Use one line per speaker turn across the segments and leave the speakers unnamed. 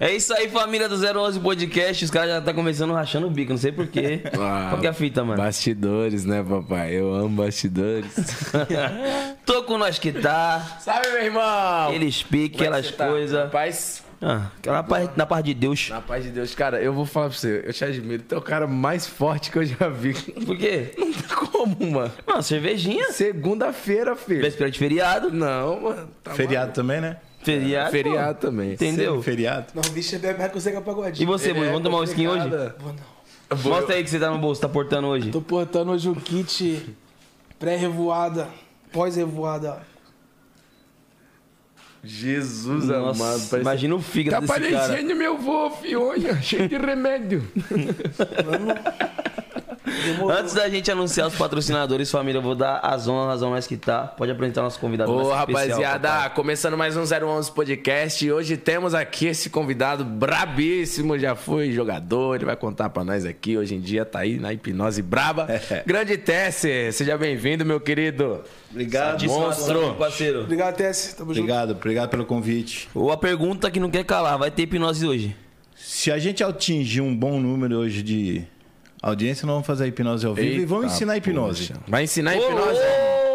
É isso aí, família do 011 Podcast. Os caras já tá começando rachando o bico, não sei porquê.
Ah,
Qual que é a fita, mano?
Bastidores, né, papai? Eu amo bastidores.
Tô com nós que tá.
Sabe, meu irmão? é
Eles piquem, aquelas coisas.
tá? Rapaz,
Ah, aquela parte- na parte de Deus.
na paz de Deus, cara, eu vou falar pra você, eu te admiro. Tu é o cara mais forte que eu já vi.
Por quê?
Não tem como, mano.
Mano, cervejinha.
Segunda-feira, filho.
Véspera de feriado.
Não, mano. Tá
Feriado também, né?
Feriado.
maluco.
pô.
Feriado também.
Entendeu?
Feriado.
Não, o bicho é mais que o Zeca
E
Pagodinho.
você, Bruno,
É
vamos tomar um skin hoje?
complicada.
Vou não.
Mostra aí o que você tá no bolso, tá portando hoje.
Tô portando hoje um kit pré-revoada, pós-revoada.
Jesus
Nossa,
amado. parece-
imagina o fígado
Tá
desse cara.
parecendo meu vô, fionha, cheio de remédio.
Demorou.
Antes da gente anunciar os patrocinadores, família, eu vou dar as honras ao nós que tá. Pode apresentar nosso convidado mais
Ô,
especial,
rapaziada,
papai.
começando mais um 011 Podcast. E hoje temos aqui esse convidado brabíssimo. Já foi jogador, ele vai contar pra nós aqui. Hoje em dia tá aí na hipnose braba.
É.
Grande Tesser, seja bem-vindo, meu querido.
Obrigado,
Monstro, parceiro.
Obrigado, Tess. Tamo junto.
Obrigado, obrigado pelo convite.
Ou a pergunta que não quer calar, vai ter hipnose hoje.
Se a gente atingir um bom número hoje de audiência, nós vamos fazer a hipnose ao vivo e vamos
Eita,
ensinar a hipnose.
poxa. Vai ensinar a
Ô,
hipnose?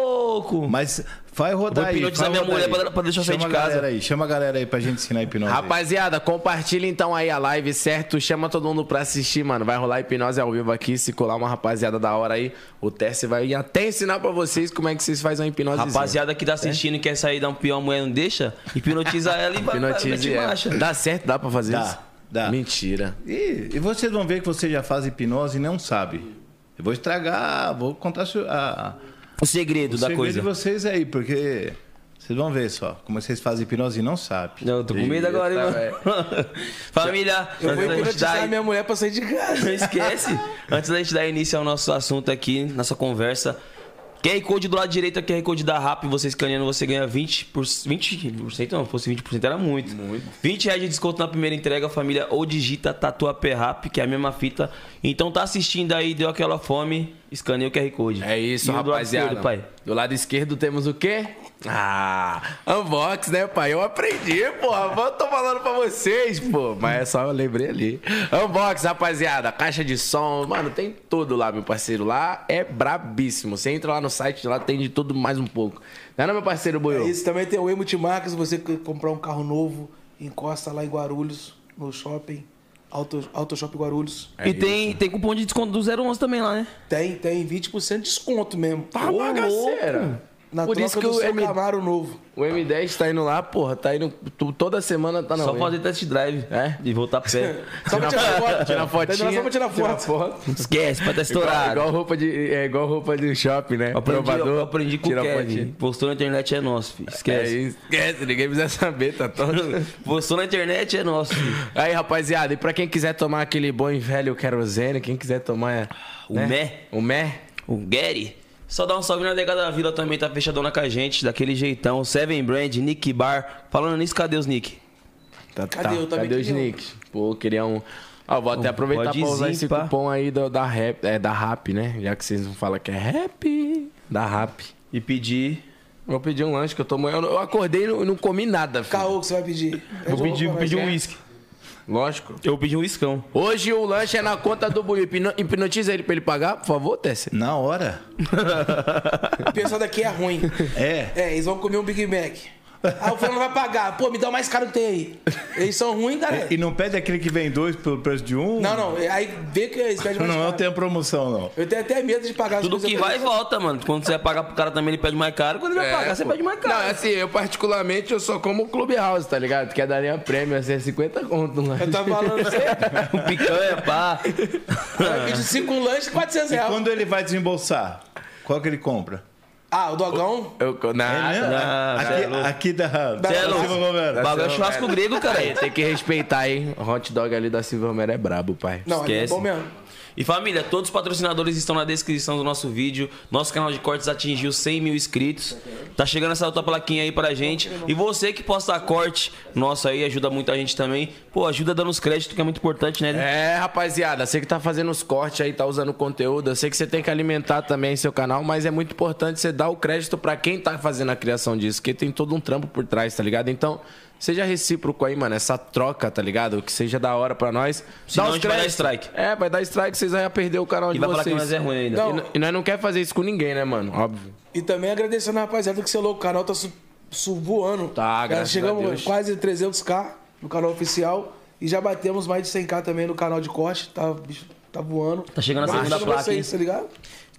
louco!
Mas vai
Vou
rodar aí.
hipnotizar
vai
minha
rodar
mulher
aí.
pra- pra deixar eu sair
Chama
de
a
casa.
galera Aí, chama a galera aí pra gente ensinar a hipnose. aí.
Rapaziada, compartilha então aí a live, certo? Chama todo mundo pra assistir, mano. Vai rolar hipnose ao vivo aqui. Se colar uma rapaziada da hora aí, o Tesser vai até ensinar pra vocês como é que vocês fazem uma hipnose.
Rapaziada
é?
que tá assistindo e quer sair dar um pião, a mulher não deixa, hipnotiza ela e vai
Hipnotize
vai,
ela.
marcha.
Dá certo? Dá pra fazer
Dá,
isso?
dá.
Mentira.
E, e vocês vão ver que você já faz hipnose e não sabe. Eu vou estragar, vou contar su- a,
O segredo
o
da
segredo
coisa.
de vocês aí, porque vocês vão ver só como vocês fazem hipnose e não sabem.
Não, eu tô com medo
Eita,
agora, hein,
velho.
mano? Família,
Eu vou
antes da gente dar-
hipnotizar minha mulher pra sair de casa.
Não esquece. Antes da gente dar início ao nosso assunto aqui, nossa conversa. QR Code do lado direito é QR Code da RAP. Você escaneando, você ganha 20%. Por... 20% não, se fosse 20% era muito. muito. 20 reais de desconto na primeira entrega, família. Ou digita Tatuapé RAP, que é a mesma fita. Então tá assistindo aí, deu aquela fome, escaneia o QR Code.
É isso,
E o do lado
rapaziada.
esquerdo, pai.
Do lado esquerdo temos o quê? Ah, unbox, né, pai? Eu aprendi, porra. Eu tô falando pra vocês, pô. Mas é só eu lembrei ali. Unbox, rapaziada. Caixa de som. Mano, tem tudo lá, meu parceiro. Lá é brabíssimo. Você entra lá no site, lá tem de tudo mais um pouco. Não é, não, meu parceiro Buiu?
É Isso também tem o E Multimarcas. Você quer comprar um carro novo, encosta lá em Guarulhos, no shopping. Auto, Auto Shop Guarulhos.
É
e tem, tem cupom de desconto do 011 também lá, né?
Tem, tem 20% de desconto mesmo.
Tá
Ô,
bagaceira.
Na
Por
troca
isso que
do
o,
seu
M...
Camaro novo.
o M10 tá indo lá, porra. Tá indo. tu- Toda semana tá na
Só
unha.
fazer test drive.
É?
E voltar pro pé.
Só pra tirar foto. Tá
Tira a fotinha.
Só pra tirar
Tira a
foto.
foto.
Esquece, pra tá
Igual,
estourado.
igual roupa de, é igual roupa de shopping, né?
Eu aprendi, eu,
Provador,
aprendi com o
tira a
Kevin.
fotinha.
Postou na internet é nosso, filho.
É
Esquece.
isso. Esquece, ninguém precisa saber, tá todo.
Postou na internet é nosso, filho.
Aí, rapaziada, e pra quem quiser tomar aquele bom e velho querosene, quem quiser tomar. é,
O
né?
Mé,
O Mé?
o Gary. Só dá um salve na Negada da Vila também, tá fechadona com a gente, daquele jeitão. Seven Brand, Nick Bar. Falando nisso, cadê os Nick?
Tá,
Cadê? Eu também
Cadê os
queria um.
nicks? Pô, queria um. Ó, vou até
Um
aproveitar pra usar
podzinho,
esse
pá.
cupom aí do- da rap, é, da rap, né? Já que vocês não falam que é rap, da rap.
E pedir.
Vou pedir um lanche que eu tô morrendo. Eu acordei e não, não comi nada, filho.
Caô que você vai pedir.
Vou pedir, vou pedir um uísque.
Lógico.
Eu pedi um uiscão.
Hoje o lanche é na conta do Buiu. Hipno- Hipnotiza ele pra ele pagar, por favor, Tess.
Na hora?
O pessoal daqui é ruim.
É.
É, eles vão comer um Big Mac. Aí o fulano vai pagar. Pô, me dá o mais caro que tem aí. Eles são ruins, galera.
É,
E não pede aquele que vem dois pelo preço de um?
Não, não. Aí vê que eles pedem mais
Não, eu
caro.
tenho promoção, não.
Eu tenho até medo de pagar as
Tudo
coisas
que
pra
vai e
eles.
volta, mano. Quando você vai pagar pro cara também, ele pede mais caro. Quando ele vai pagar, você
pô.
pede mais
Não,
caro.
assim, eu particularmente eu só como o Clubhouse, tá ligado? Que é da linha prêmio, assim, é 50 conto lá.
Eu tava falando sério.
Um picanha, pá.
Vai pedir cinco lanches, 400
E
reais.
quando ele vai desembolsar? Qual que ele compra?
Ah, o Dogão?
Eu, eu- não,
É mesmo?
não.
Ah, não,
aqui,
cê é louco.
aqui da, da
Cê é louco.
Silva Romero.
Bagulho é churrasco grego, cara.
Aí, tem que respeitar, hein? O hot dog ali da Silva Romero é brabo, pai.
Não, é
Esquece.
bom mesmo.
E família, todos os patrocinadores estão na descrição do nosso vídeo. Nosso canal de cortes atingiu 100 mil inscritos. Tá chegando essa outra plaquinha aí pra gente. E você que posta corte nosso aí, ajuda muita gente também. Pô, ajuda dando os créditos, que é muito importante, né?
É, rapaziada, você que tá fazendo os cortes aí, tá usando o conteúdo, eu sei que você tem que alimentar também seu canal, mas é muito importante você dar dar o crédito pra quem tá fazendo a criação disso, que tem todo um trampo por trás, tá ligado? Então, seja recíproco aí, mano, essa troca, tá ligado? Que seja da hora pra nós.
Senão a
Dá os
gente vai dar
créditos.
strike.
É, vai dar strike, vocês vão perder o canal
E
de
vai
vocês.
falar que nós é ruim ainda.
E, n- e nós não quer fazer isso com ninguém, né, mano? Óbvio.
E também agradecendo a rapaziada que selou o canal, tá su- subvoando.
Tá,
Já
graças a
Chegamos
Deus.
quase 300k no canal oficial e já batemos mais de 100k também no canal de corte, tá, bicho, tá voando.
Tá chegando a
Mas
segunda
pra
placa, hein?
vocês, tá ligado?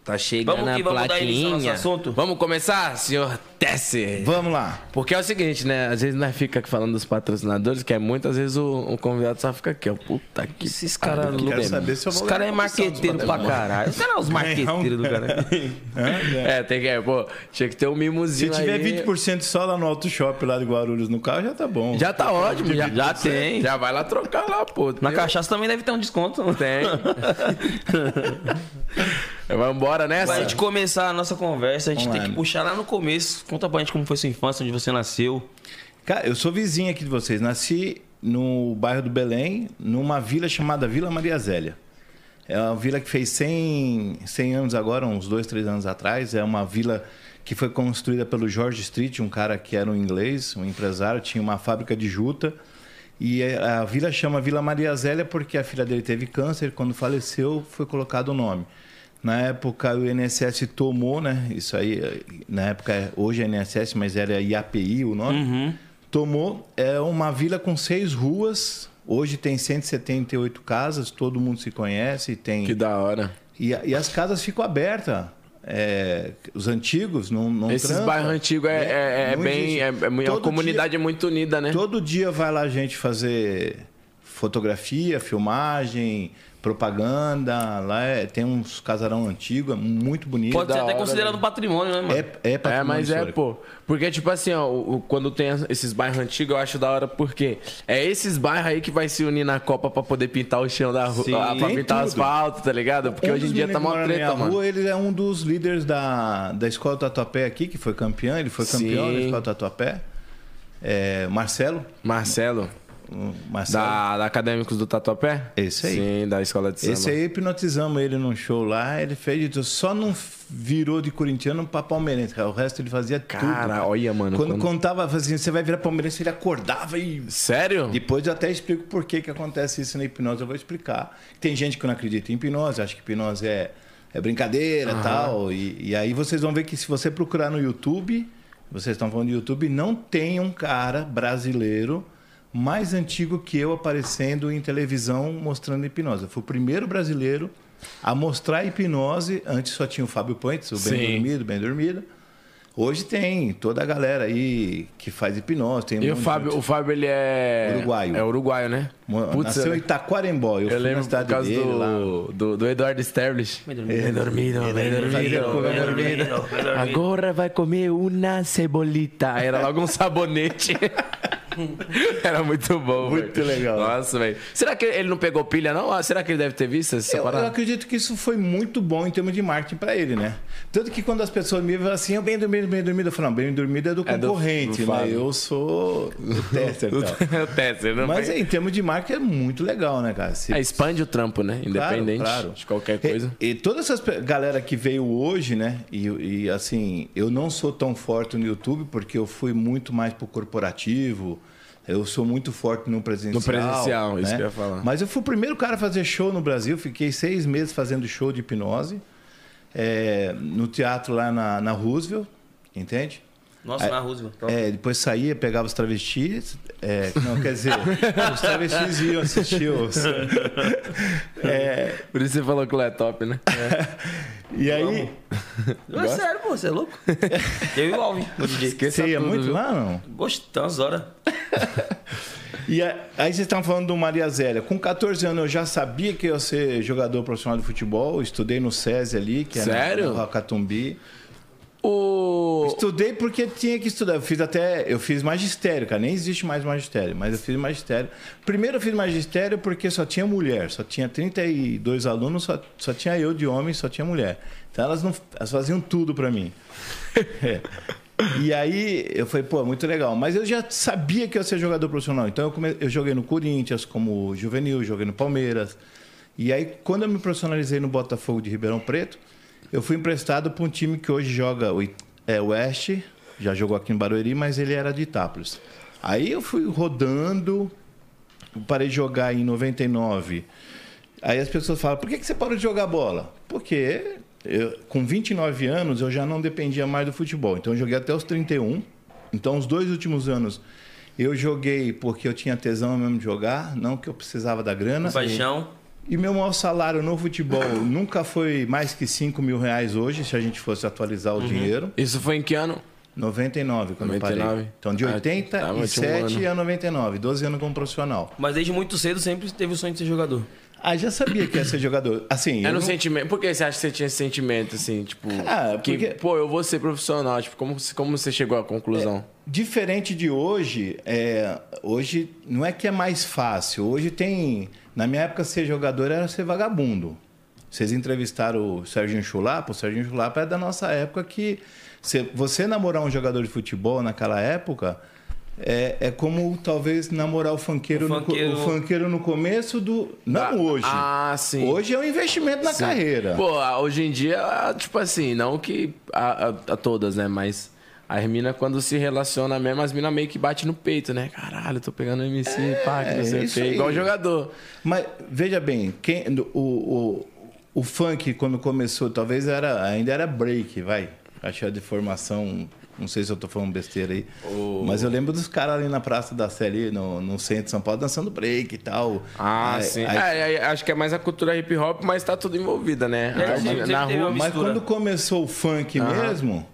Tá chegando
Vamos que
a
vamos dar início ao
plaquinha.
nosso assunto?
Vamos começar, senhor Tesser?
Vamos lá.
Porque é o seguinte, né? Às vezes nós fica falando dos patrocinadores, que é muitas vezes o, o convidado só fica aqui, ó. Puta que.
Esses caras
pariu, que
loucos.
Quero saber se eu vou
Os caras é
ganhar tá a comissão dos
marqueteiro pra
patrocinadores.
caralho. Os caras é os marqueteiros do
um-
cara.
É, tem que. Pô, tinha que ter um
Se
mimozinho.
tiver
é-
aí.
20% só lá no Auto Shop, lá de Guarulhos, no carro, já tá bom.
Já tá ótimo, já,
Já tem.
já vai lá trocar lá, pô.
Na
Tem-
cachaça também deve ter um desconto.
Tem. Vamos embora nessa?
Pra gente começar a nossa conversa, a gente
Vamos
tem
lá.
que puxar lá no começo. Conta pra gente como foi sua infância, onde você nasceu.
Cara, eu sou vizinho aqui de vocês. Nasci no bairro do Belém, numa vila chamada Vila Maria Zélia. É uma vila que fez 100, 100 anos agora, uns dois, três anos atrás. É uma vila que foi construída pelo George Street, um cara que era um inglês, um empresário, tinha uma fábrica de juta. E é, a vila chama Vila Maria Zélia porque a filha dele teve câncer. Quando faleceu, foi colocado o nome. Na época, o INSS tomou, né? Isso aí, na época, hoje é INSS, mas era IAPI o nome.
Uhum.
Tomou. É uma vila com seis ruas. Hoje tem 178 casas, todo mundo se conhece. Tem...
Que da hora.
E, a- e as casas ficam abertas. É, os antigos não, não
Esses
trancam.
bairros antigos é, é, é,
Não
bem.
existe.
É, é muito- a
né? Todo
comunidade é muito unida, né?
Todo dia vai lá gente fazer fotografia, filmagem, propaganda. Lá é- tem uns casarão antigo, é muito bonito.
Pode ser
da
até
hora,
considerado um patrimônio, né, mano?
É, é
É,
patrimônio
mas é,
histórico.
pô. Porque, tipo assim, ó, o- o- quando tem as- esses bairros antigos, eu acho da hora, porque é esses bairros aí que vai se unir na Copa pra poder pintar o chão da rua,
Sim,
ah, pra
tem
pintar o
tudo.
asfalto, tá ligado? Porque
Um
hoje em
dos
dia tá
meninos que
mó
mora na
treta,
minha
mano.
Rua, ele é um dos líderes da, da escola Tatuapé aqui, que foi campeão. Ele foi campeão da
Sim.
escola Tatuapé. É, Marcelo.
Marcelo,
o Marcelo.
da, da Acadêmicos do Tatuapé?
Esse aí.
Sim, da Escola de Samba.
Esse aí hipnotizamos ele num show lá, ele fez de tudo. Só não virou de corintiano pra palmeirense, cara. O resto ele fazia tudo.
Cara, olha, mano.
Quando,
quando-
contava, fazia assim, você vai virar palmeirense, ele acordava e.
Sério?
Depois eu até explico por que, que acontece isso na hipnose, eu vou explicar. Tem gente que não acredita em hipnose, acha que hipnose é, é brincadeira e tal. E, e aí vocês vão ver que se você procurar no YouTube, vocês estão falando de YouTube, não tem um cara brasileiro mais antigo que eu aparecendo em televisão mostrando hipnose. Eu fui o primeiro brasileiro a mostrar hipnose. Antes só tinha o Fábio Pontes, o Bem
Sim.
Dormido, Bem Dormido. Hoje tem toda a galera aí que faz hipnose. Tem um
E o
monte de
Fábio,
gente.
o Fábio, ele é.
Uruguaio.
É uruguaio, né?
Mo-
Putz,
Nasceu
eu,
em Itaquarembó. Eu,
eu
fui na
lembro por
cidade
causa
dele lá.
do, do, do Eduardo Sterblitch.
Bem dormido.
Bem é dormido, bem dormido.
Bem é dormido.
Agora vai comer uma cebolita. Era logo um sabonete. Era muito bom,
Muito
velho.
legal.
Nossa, velho. Será que ele não pegou pilha, não? Ah, Será que ele deve ter visto essa
Eu, eu
parada?
acredito que isso foi muito bom em termos de marketing pra ele, né? Tanto que quando as pessoas me falam assim, eu bem dormido, bem dormido, eu falo, não, bem dormido é do
É do-
concorrente,
do
né?
Fábio.
Eu sou o tester e tal.
O Tesser, não
Mas
vai-
é, em termos de marketing é muito legal, né, cara? Se-
É, expande o trampo, né?
Claro,
Independente
claro.
de qualquer
E-
coisa.
E, toda essa galera que veio hoje, né? E, e, assim, eu não sou tão forte no YouTube porque eu fui muito mais pro corporativo. Eu sou muito forte no presencial.
No presencial,
né?
isso que eu ia falar.
Mas eu fui o primeiro cara a fazer show no Brasil. Fiquei seis meses fazendo show de hipnose é, no teatro lá na, na Roosevelt, entende?
Nossa,
É-
na Roosevelt.
É, depois saía, pegava os travestis. é, não, quer dizer, os travestis iam assistir os. É,
Por isso você falou que o é top, né?
e aí,
Não, é sério, pô, você é louco? Eu e o Alvin, o DJ.
Esqueça
Você ia
tudo,
muito
viu?
lá, não?
Poxa, tantas horas.
E a- aí vocês estavam falando do Maria Zélia. Com 14 anos eu já sabia que eu ia ser jogador profissional de futebol. Estudei no SESI ali, que é na-
Sério?
no Racatumbi.
O...
Estudei porque tinha que estudar. Eu fiz até. Eu fiz magistério, cara. Nem existe mais magistério, mas eu fiz magistério. Primeiro eu fiz magistério porque só tinha mulher. Só tinha 32 alunos, só, só tinha eu de homem, só tinha mulher. Então elas, não, elas faziam tudo pra mim. É. E aí eu falei, pô, muito legal. Mas eu já sabia que eu ia ser jogador profissional. Então eu, come- eu joguei no Corinthians como juvenil, joguei no Palmeiras. E aí, quando eu me profissionalizei no Botafogo de Ribeirão Preto, eu fui emprestado para um time que hoje joga oit- É, West, já jogou aqui em Barueri, mas ele era de Itápolis. Aí eu fui rodando, parei de jogar em 99. Aí as pessoas falam, por que, que você parou de jogar bola? Porque eu, com 29 anos eu já não dependia mais do futebol. Então eu joguei até os 31. Então os dois últimos anos eu joguei porque eu tinha tesão mesmo de jogar, não que eu precisava da grana.
Paixão.
E meu maior salário no futebol nunca foi mais que 5 mil reais hoje, se a gente fosse atualizar o dinheiro.
Isso foi em que ano?
99 quando eu
99.
parei. Então, de
Ah, tava, tinha um
87
ano.
a 99, 12 anos como profissional.
Mas desde muito cedo sempre teve o sonho de ser jogador.
Ah, já sabia que ia ser jogador. Assim,
Era
eu
um
não-
sentimento. Por que você acha que você tinha esse sentimento, assim, tipo.
Ah,
que,
porque-
pô, eu vou ser profissional. Tipo, como, como você chegou à conclusão?
Diferente de hoje, é, hoje não é que é mais fácil. Hoje tem. Na minha época, ser jogador era ser vagabundo. Vocês entrevistaram o Serginho Chulapa. O Serginho Chulapa é da nossa época que se- você namorar um jogador de futebol naquela época é, é como talvez namorar o funkeiro,
O
no co- o
funkeiro-
funkeiro no começo do. É, Não
Ah,
hoje.
ah, sim.
Hoje é um investimento na carreira.
Pô, ah, hoje em dia, ah, tipo assim, não que a, a- a todas, né? Mas a Hermina, quando se relaciona mesmo, as minas meio que bate no peito, né? Caralho, eu tô pegando MC, pá, que não sei o
É, isso
quê.
aí.
Igual jogador.
Mas veja bem, quem, o, o, o funk quando começou, talvez era, ainda era break, vai. Achei a deformação, não sei se eu tô falando besteira aí. Mas eu lembro dos caras ali na Praça da Sé, ali no, no centro de São Paulo, dançando break e tal.
Ah,
Aí-
sim.
aí-
É, é, acho que é mais a cultura hip hop, mas tá tudo envolvida, né?
É,
Ah,
sempre-
na
sempre teve
rua.
uma
mas
mistura.
quando começou o funk mesmo,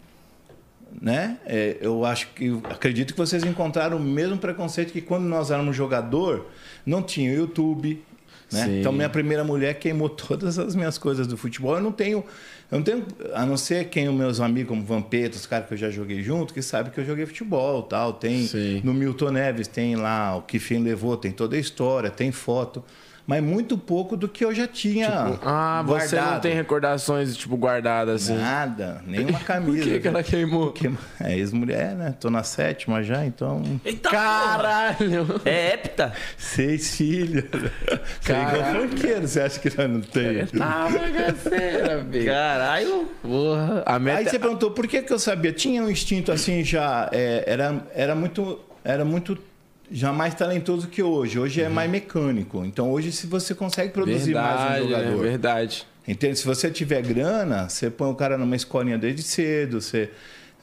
né? é, eu acho que acredito que vocês encontraram o mesmo preconceito que quando nós éramos jogador, não tinha YouTube. Né?
Sim.
Então minha primeira mulher queimou todas as minhas coisas do futebol. Eu não tenho, eu não tenho, a não ser quem os meus amigos, como Vampeta, os caras que eu já joguei junto, que sabe que eu joguei futebol, tal. Tem
Sim.
no Milton Neves tem lá o que fim levou, tem toda a história, tem foto, mas muito pouco do que eu já tinha.
Ah, você não
guardado.
tem recordações, tipo, guardadas, assim.
Nada, nenhuma
Por
camisa.
que, que ela queimou?
Porque é ex-mulher, né? Tô na sétima já, então.
Eita porra!
Caralho!
É hepta.
Seis filhos. Você é igual
Caraca.
funkeiro, você acha que nós não tem?
Ah, bagaceira, bicho.
Caralho.
Porra. A
Aí
meta... é
você perguntou por que, que eu sabia? Tinha um instinto assim já. é, era, era muito. Era muito. Já mais talentoso que hoje. Hoje é
Uhum.
mais mecânico. Então hoje, se você consegue produzir mais um
Verdade, né?
jogador.
Verdade.
Entende? Se você tiver grana, você põe o cara numa escolinha desde cedo. Você,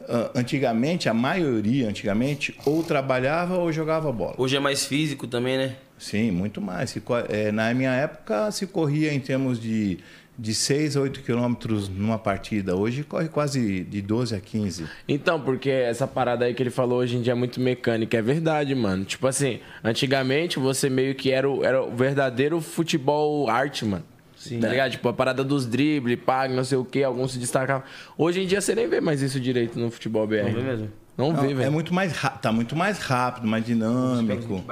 ah, antigamente, a maioria, antigamente, ou trabalhava ou jogava bola.
Hoje é mais físico também, né?
Sim, muito mais. Se co- eh, na minha época, se corria em termos de, de 6 a 8 quilômetros numa partida. Hoje corre quase de 12 a 15.
Então, porque essa parada aí que ele falou hoje em dia é muito mecânica, é verdade, mano. Tipo assim, antigamente você meio que era o, era o verdadeiro futebol arte, mano. Sim. Tá ligado? Tipo, a parada dos dribles, pá, não sei o que, alguns se destacavam. Hoje em dia você nem vê mais isso direito no futebol BR. Não
vê mesmo?
Não,
Não,
vê,
é
velho.
muito mais ra- tá muito mais rápido, mais dinâmico.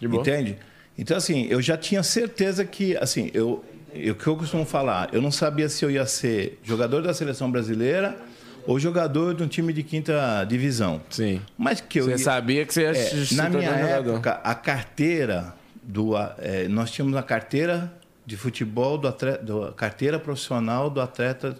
De boa.
Entende? Então, assim, eu já tinha certeza que, assim, eu, eu- o que eu costumo falar, eu não sabia se eu ia ser jogador da seleção brasileira ou jogador de um time de quinta divisão.
Sim.
Mas que eu
Você
ia-
sabia que você ia
É,
se
na
tornar
minha
jogador.
época, a carteira do. a- é, nós tínhamos a carteira de futebol do atleta, do- carteira profissional do atleta.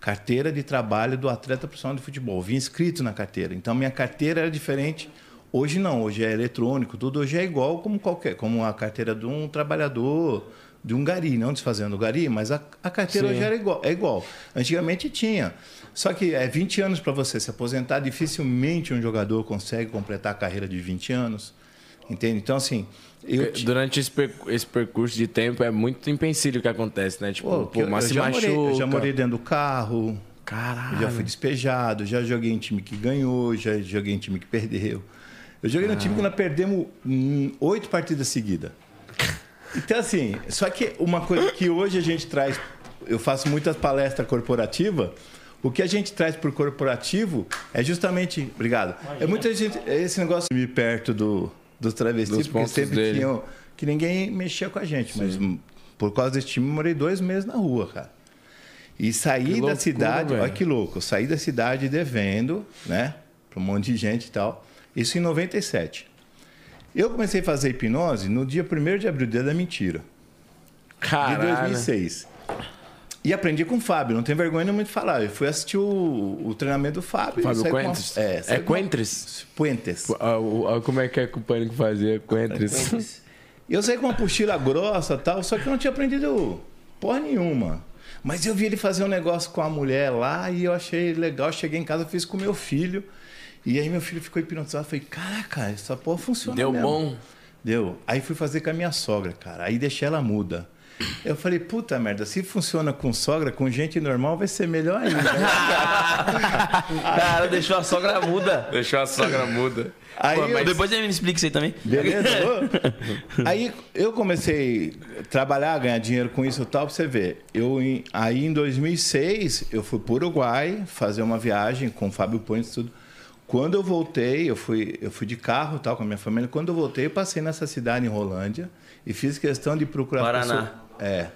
Carteira de trabalho do atleta profissional de futebol. Vim inscrito na carteira. Então minha carteira era diferente. Hoje não, hoje é eletrônico, tudo hoje é igual como qualquer, como a carteira de um trabalhador, de um gari, não desfazendo o gari, mas a, a carteira
Sim.
hoje era igual, é igual. Antigamente tinha. Só que é 20 anos para você se aposentar, dificilmente um jogador consegue completar a carreira de 20 anos. Entende? Então, assim, eu. ti-
Durante esse, percu- esse percurso de tempo é muito empecilho que acontece, né? Tipo,
Pô,
pô,
eu,
mas
eu
se
já
machuca.
morei, eu já morei dentro do carro, eu
Caralho.
já fui despejado, já joguei em time que ganhou, já joguei em time que perdeu. Eu joguei no time que nós perdemos hum, oito partidas seguidas. Então, assim, só que uma coisa que hoje a gente traz, eu faço muitas palestras corporativas, o que a gente traz pro corporativo é justamente. Obrigado. É muita gente. é Esse negócio de ir perto do, dos travestis,
Dos
porque
pontos
sempre
dele.
tinham. Que ninguém mexia com a gente, mas hum, por causa desse time eu morei dois meses na rua, cara. E saí
loucura,
da cidade,
velho.
olha que louco, eu saí da cidade devendo, né? Pra um monte de gente e tal. Isso em 97. Eu comecei a fazer hipnose no dia 1 de abril, dia da mentira,
Caralho.
de 2006. E aprendi com o Fábio, não tenho vergonha nenhuma de falar. Eu fui assistir o, o treinamento do Fábio.
Fábio
saí com uma-
Coentres?
É,
É
saí com uma-
Coentres?
Puentes.
Ah, o- ah, como é que é que o Pânico fazia?
É
Coentres.
E eu saí com uma pochila grossa e tal, só que eu não tinha aprendido porra nenhuma. Mas eu vi ele fazer um negócio com a mulher lá e eu achei legal. Cheguei em casa, fiz com meu filho. E aí meu filho ficou hipnotizado. Falei, caraca, essa porra funciona
Deu
mesmo."
bom?
Deu. Aí fui fazer com a minha sogra, cara. Aí deixei ela muda. Eu falei, puta merda, se funciona com sogra, com gente normal, vai ser melhor ainda.
Cara, deixou a sogra muda.
Deixou a sogra muda.
Aí
Pô,
eu-
mas-
Depois ele me explica isso aí também.
Beleza? Ô. aí eu comecei a trabalhar, ganhar dinheiro com isso e tal, pra você ver. Eu, em- aí em 2006, eu fui pro Uruguai fazer uma viagem com o Fábio Pontes e tudo. Quando eu voltei, eu fui, eu fui de carro e tal com a minha família. Quando eu voltei, eu passei nessa cidade em Rolândia e fiz questão de procurar...
Paraná.
É,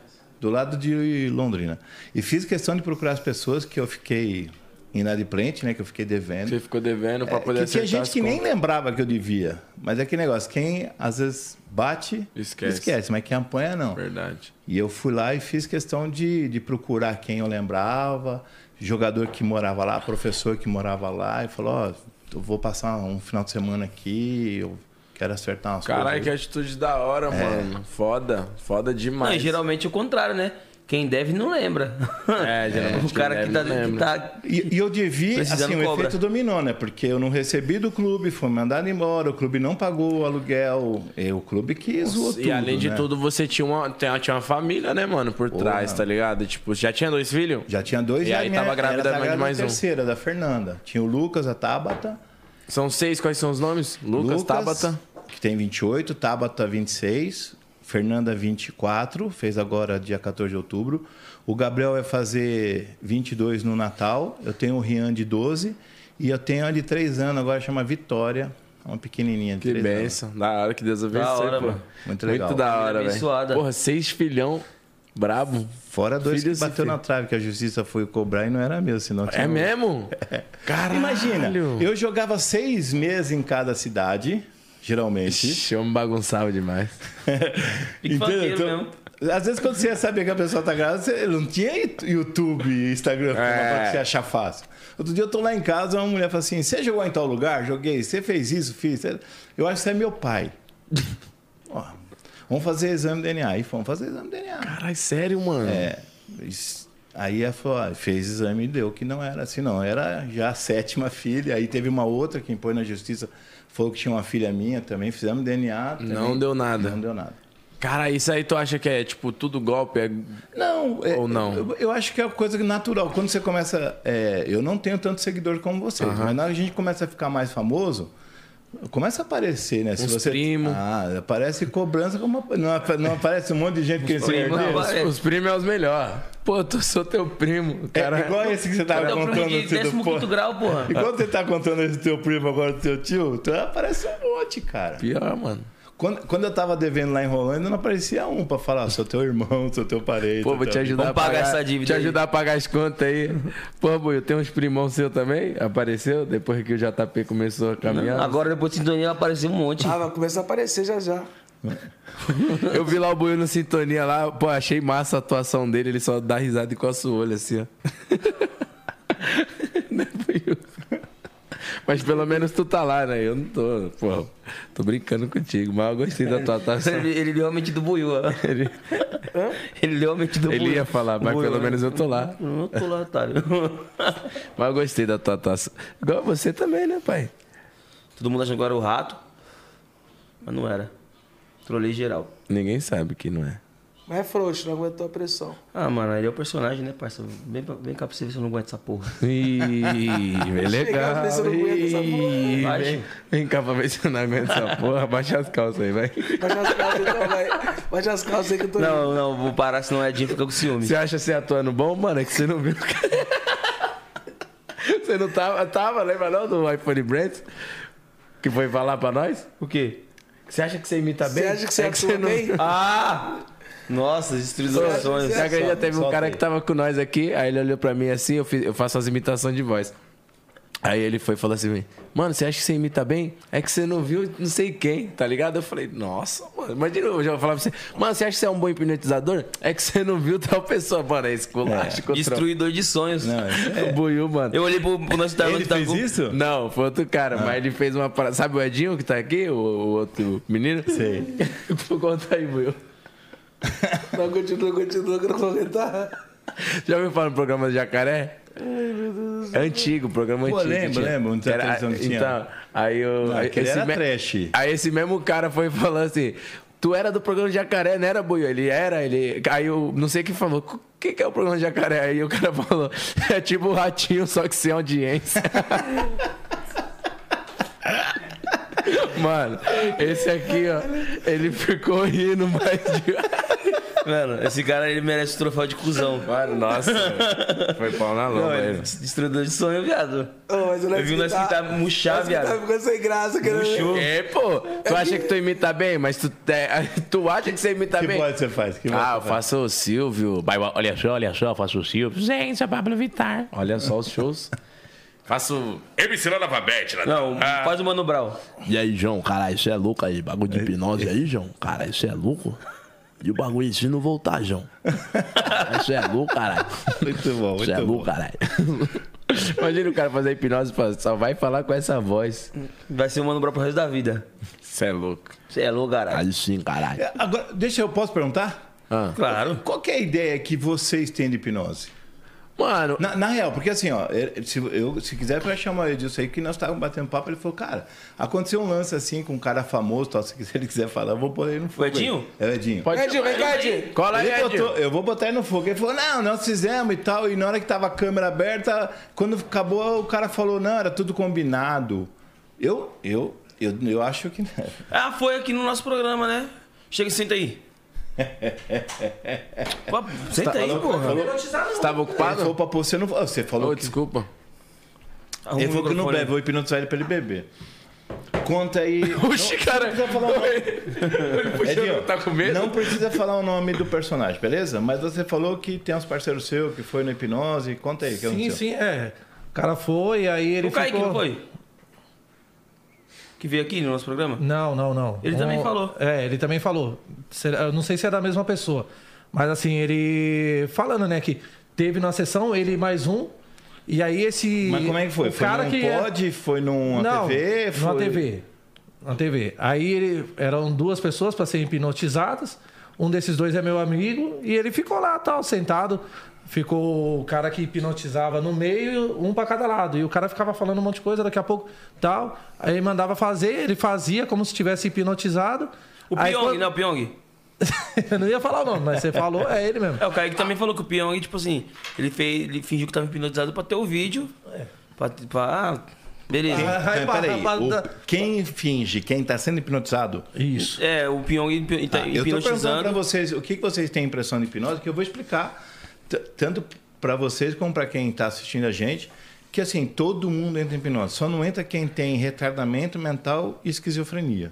do lado de Londrina. E fiz questão de procurar as pessoas que eu fiquei inadimplente, né? Que eu fiquei devendo.
Você ficou devendo pra
É,
poder
que tinha
acertar as
gente que nem
contas.
lembrava que eu devia. Mas é que negócio, quem às vezes bate,
Esquece.
mas quem apanha não.
Verdade.
E eu fui lá e fiz questão de, de procurar quem eu lembrava, jogador que morava lá, professor que morava lá, e falou, ó, eu vou passar um final de semana aqui, eu quero acertar umas
Caralho,
coisas.
que atitude da hora,
É.
mano. Foda. Foda demais.
Não, e geralmente é o contrário, né? Quem deve não lembra.
É, geralmente
O cara
quem
que tá,
deve não
que
lembra.
tá.
E, e eu devi,
Precisando
assim, o
cobra.
efeito dominó, né? Porque eu não recebi do clube, fui mandado embora, o clube não pagou o aluguel, e o clube que zoou tudo,
E além de
né?
tudo, você tinha uma, tinha tinha uma família, né, mano, por trás, tá ligado? Tipo, já tinha dois filhos?
Já tinha dois
E
a
aí
minha-
tava grávida
ela tá
mais de mais
da
um.
terceira, da Fernanda. Tinha o Lucas, a Tabata.
São seis, quais são os nomes? Lucas, Tabata.
Que tem 28, Tabata 26, Fernanda 24, fez agora dia 14 de outubro. O Gabriel vai fazer 22 no Natal. Eu tenho o Rian de 12 e eu tenho a de 3 anos, agora chama Vitória, uma pequenininha de
Que
3 anos.
benção. Da hora, que Deus abençoe,
Da hora,
pô.
mano.
Muito legal.
Muito da hora, velho.
Abençoada.
Porra, seis filhão, brabo.
Fora dois
Filho
que
se
bateu
filho.
na trave, que a justiça foi cobrar e não era meu, senão tinha
É mesmo? Caralho.
Imagina, eu jogava seis meses em cada cidade, geralmente.
Ixi, eu me bagunçava demais.
Pique funkeiro
Então, Às vezes, quando você ia saber que a pessoa tá grávida, você não tinha YouTube,
É.
Instagram, pra você achar fácil. Outro dia eu tô lá em casa, uma mulher fala assim: Você jogou em tal lugar? Joguei. Você fez isso? Fiz. Você- Eu acho que você é meu pai. Ó, vamos fazer exame DNA. E vamos fazer exame DNA.
Caralho, sério, mano.
É, isso- aí ela falou: "Ah, fez exame e deu que não era assim, não. Era já a sétima filha. Aí teve uma outra que impôs na justiça, falou que tinha uma filha minha também. Fizemos DNA. também.
Não deu nada.
Não deu nada.
Cara, isso aí tu acha que é, tipo, tudo golpe? É...
Não, é-
Ou não?
Eu, eu acho que é uma coisa natural. Quando você começa. é, eu não tenho tanto seguidor como vocês, mas na hora que a gente começa a ficar mais famoso, começa a aparecer, né? Se
Uns
você.
primo.
Ah, aparece cobrança como. apa- Não, apa- não aparece um monte de gente que você
primo,
herdeu?
não, vai.
Os, os primos é os melhores. Pô, eu sou teu primo.
É
Cara,
igual esse que você tava
mesmo. Então,
contando.
de
esse do
15
po-
grau, porra.
Igual você tá contando esse teu primo agora do teu tio, então aparece um monte, cara.
pior, mano.
Quando, quando eu tava devendo lá em Rolândia, não aparecia um pra falar, sou teu irmão, sou teu parente.
Pô,
sou
vou
teu
te ajudar
Vamos pagar essa dívida
Te
aí. Agora, depois de sintonia, apareceu um monte.
Ah, vai começar a aparecer já já.
Eu vi lá o Buio no Sintonia lá, pô, achei massa a atuação dele, ele só dá risada e coça o olho assim, ó. Né, Buiu? Mas pelo menos tu tá lá, né? Eu não tô, pô, tô brincando contigo, mas eu gostei da tua atuação.
Ele, ele leu a mente do Buiu. ó.
Ele,
Ele leu a mente do
ele
Buiu.
ia falar, mas
Buiu,
pelo
né?
menos eu tô lá.
Não, eu tô lá, otário.
Mas eu gostei da tua atuação. Igual você também, né, pai?
Todo mundo achando que eu era o rato. Mas não era. Trolei geral.
Ninguém sabe que não é.
Mas é frouxo, não aguentou a pressão.
Ah, mano, ele é o personagem, né, parça? Vem, pra- vem cá pra você ver se eu não aguento essa porra.
Ih, é legal.
Chegava nesse, eu não aguento essa
Ih,
porra.
vem, vem cá pra ver se eu não aguento essa porra. Baixa as calças aí, vai.
Baixa as calças então, vai. Baixa as calças aí que eu tô indo.
Não, não, vou parar, senão o Edinho fica com ciúme.
Você acha você atuando bom, mano? É que você não viu. Você não tava, tava, lembra não, do iPhone Brands? Que foi falar pra nós?
O quê?
Você acha que você imita
tá
bem?
Você acha que você
é que
atua bem?
Ah! Nossa, destruidor
Você
dos sonhos.
Você acredita? Teve um
solta
cara
aí.
que tava com nós aqui, aí ele olhou pra mim assim, eu, fiz- eu faço as imitações de voz. Aí ele foi e falou assim, mano, você acha que você imita bem? É que você não viu não sei quem, tá ligado? Eu falei, nossa, mano, imagina, eu já falava pra você, mano, você acha que você é um bom hipnotizador? É que você não viu tal pessoa, mano, é esculacho. contra-
Destruidor de sonhos.
Não, é-
O Buiu, mano.
Eu olhei pro, pro nosso
Tá,
Tarlan
Ele fez isso? Ah.
Não, foi outro cara, mas ele fez uma parada. Sabe o Edinho que tá aqui? O, o outro menino?
Sei.
Conta aí, Buiu.
Não, continua, continua, que eu não vou aguentar.
Já ouviu falar no programa do Jacaré? É antigo, programa
Pô,
antigo.
lembro,
tinha.
lembro, não tinha
Era-
televisão que tinha.
Então, aí eu.
Não,
aí
aquele era trash.
Aí esse mesmo cara foi falando assim: Tu era do programa do Jacaré, não era, Buio? Ele era, ele. Aí eu não sei quem falou. O que, que é o programa do Jacaré? Aí o cara falou: É tipo o ratinho, só que sem audiência. Mano, esse aqui, ó, ele ficou rindo mais de.
Mano, esse cara ele merece o troféu de cuzão.
Mano, nossa, foi pau na
Não,
lomba.
ele
ele.
é destruidor de sonho, viado.
Ô, mas o
Eu vi o nós
tá-
pintar murchar,
nós que Tá
viado.
ficando sem graça, querendo
Murchou.
É, pô, tu acha que tu imita bem, mas tu, é, tu acha que você imita
Que
Tá bem?
voz você faz? Que voz
Ah, eu
você faz?
faço o Silvio. Vai, Olha só, olha só, eu faço o Silvio. Gente, é Pablo Vittar. Olha só os shows. faço.
MC Lana Babette, lá
Não, faz o Mano Brown.
E aí, João, cara, isso é louco aí. Bagulho de hipnose aí, João. Cara, isso é louco. E o bagulho em si não voltar, João. Isso é louco, caralho.
Muito bom,
Isso é
muito
louco,
bom.
caralho. Imagina o cara fazer hipnose e só vai falar com essa voz.
Vai ser o Mano Brown pro resto da vida.
Isso é louco.
Você é louco, caralho.
Aí sim, caralho.
É, Agora, deixa eu, posso perguntar?
Ah.
Claro.
Qual que é a ideia que vocês têm de hipnose?
Mano,
Na, na real, porque assim, ó, eu- se, eu, se quiser pra chamar o Edilson aí, que nós estávamos batendo papo, ele falou, cara, aconteceu um lance assim com um cara famoso, tal, se quiser- ele quiser falar, eu vou pôr ele no fogo. aí.
Edinho?
É o Edinho.
pode.
Edinho, vem cá, Edinho.
Cola aí,
Ele
Edinho.
botou, eu vou botar ele no fogo. Ele falou, não, nós fizemos e tal. E na hora que tava a câmera aberta, quando acabou, o cara falou, não, era tudo combinado. Eu, eu, eu, eu acho que não.
Ah, foi aqui no nosso programa, né? Chega e senta aí. Pô, senta aí, porra.
Você tava
Ele falou
ocupado?
pra pôr, você não. Você falou
Ô,
que.
desculpa.
Arruma
Ele
o
falou que
um
não
microfone.
bebe, vou hipnotizar ele pra ele beber. Conta aí.
Oxi, cara.
Não precisa falar o nome.
Ele
Edinho,
tá com medo?
Não precisa falar o nome do personagem, beleza? Mas você falou que tem uns parceiros seus que foi na hipnose. Conta aí, que
Sim,
aconteceu.
sim, é. O cara foi, aí ele
O Kaique
ficou...
não foi? Que veio aqui no nosso programa?
Não, não, não.
Ele também falou.
É, ele também falou. Será- Eu não sei se é da mesma pessoa. Mas assim, ele. Falando, né, que teve na sessão ele mais um. E aí esse.
Mas como é que foi?
O
foi
cara
num
que é-
pod? Foi numa
não,
TV? Foi...
Na TV. Na TV. Aí ele, eram duas pessoas para serem hipnotizadas. Um desses dois é meu amigo e ele ficou lá, tal, sentado. Ficou o cara que hipnotizava no meio, um para cada lado. E o cara ficava falando um monte de coisa, daqui a pouco, tal. Aí mandava fazer, ele fazia como se tivesse hipnotizado.
O
Aí
Pyong,
quando-
né? O Pyong.
Eu não ia falar o nome, mas você falou, é ele mesmo.
É, o Kaique também falou que o Pyong, tipo assim, ele, fez, ele fingiu que tava hipnotizado pra ter o vídeo. Pra, pra- ah, beleza.
Aí,
Então, peraí,
pá, pá,
o-
pá,
quem finge, quem tá sendo hipnotizado?
Isso.
É, o Pyong hip-
Tá, eu tô perguntando pra
hipnotizando.
vocês o que que vocês têm impressão de hipnose, que eu vou explicar t- tanto pra vocês como pra quem tá assistindo a gente, que assim, todo mundo entra em hipnose, só não entra quem tem retardamento mental e esquizofrenia.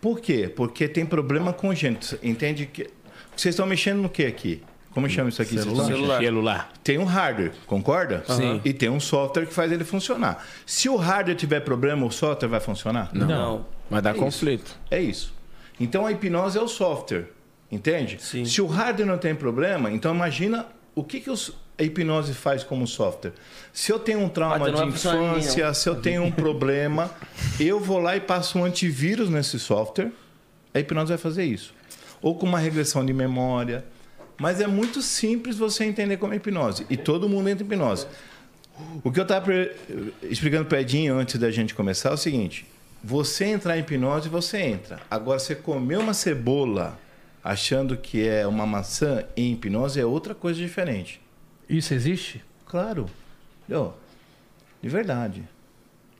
Por quê? Porque tem problema congênito, entende que vocês estão mexendo no que aqui? Como chama isso aqui? Vocês estão mexendo?
celular.
Celular.
Tem um hardware, concorda? Sim. E tem um software que faz ele funcionar. Se o hardware tiver problema, o software vai funcionar? Não.
Não.
Mas dá conflito.
É isso. Então a hipnose é o software, entende?
Sim.
Se o hardware não tem problema, então imagina o que, que os- a hipnose faz como software. Se eu tenho um trauma
Ah, então
de
não vai funcionar em mim,
infância, se eu tenho um problema, eu vou lá e passo um antivírus nesse software, a hipnose vai fazer isso. Ou com uma regressão de memória. Mas é muito simples você entender como é hipnose. E todo mundo entra em hipnose. O que eu estava explicando para Edinho antes da gente começar é o seguinte: você entrar em hipnose, você entra. Agora, você comer uma cebola achando que é uma maçã em hipnose é outra coisa diferente.
Isso existe?
Claro. Ô, de verdade.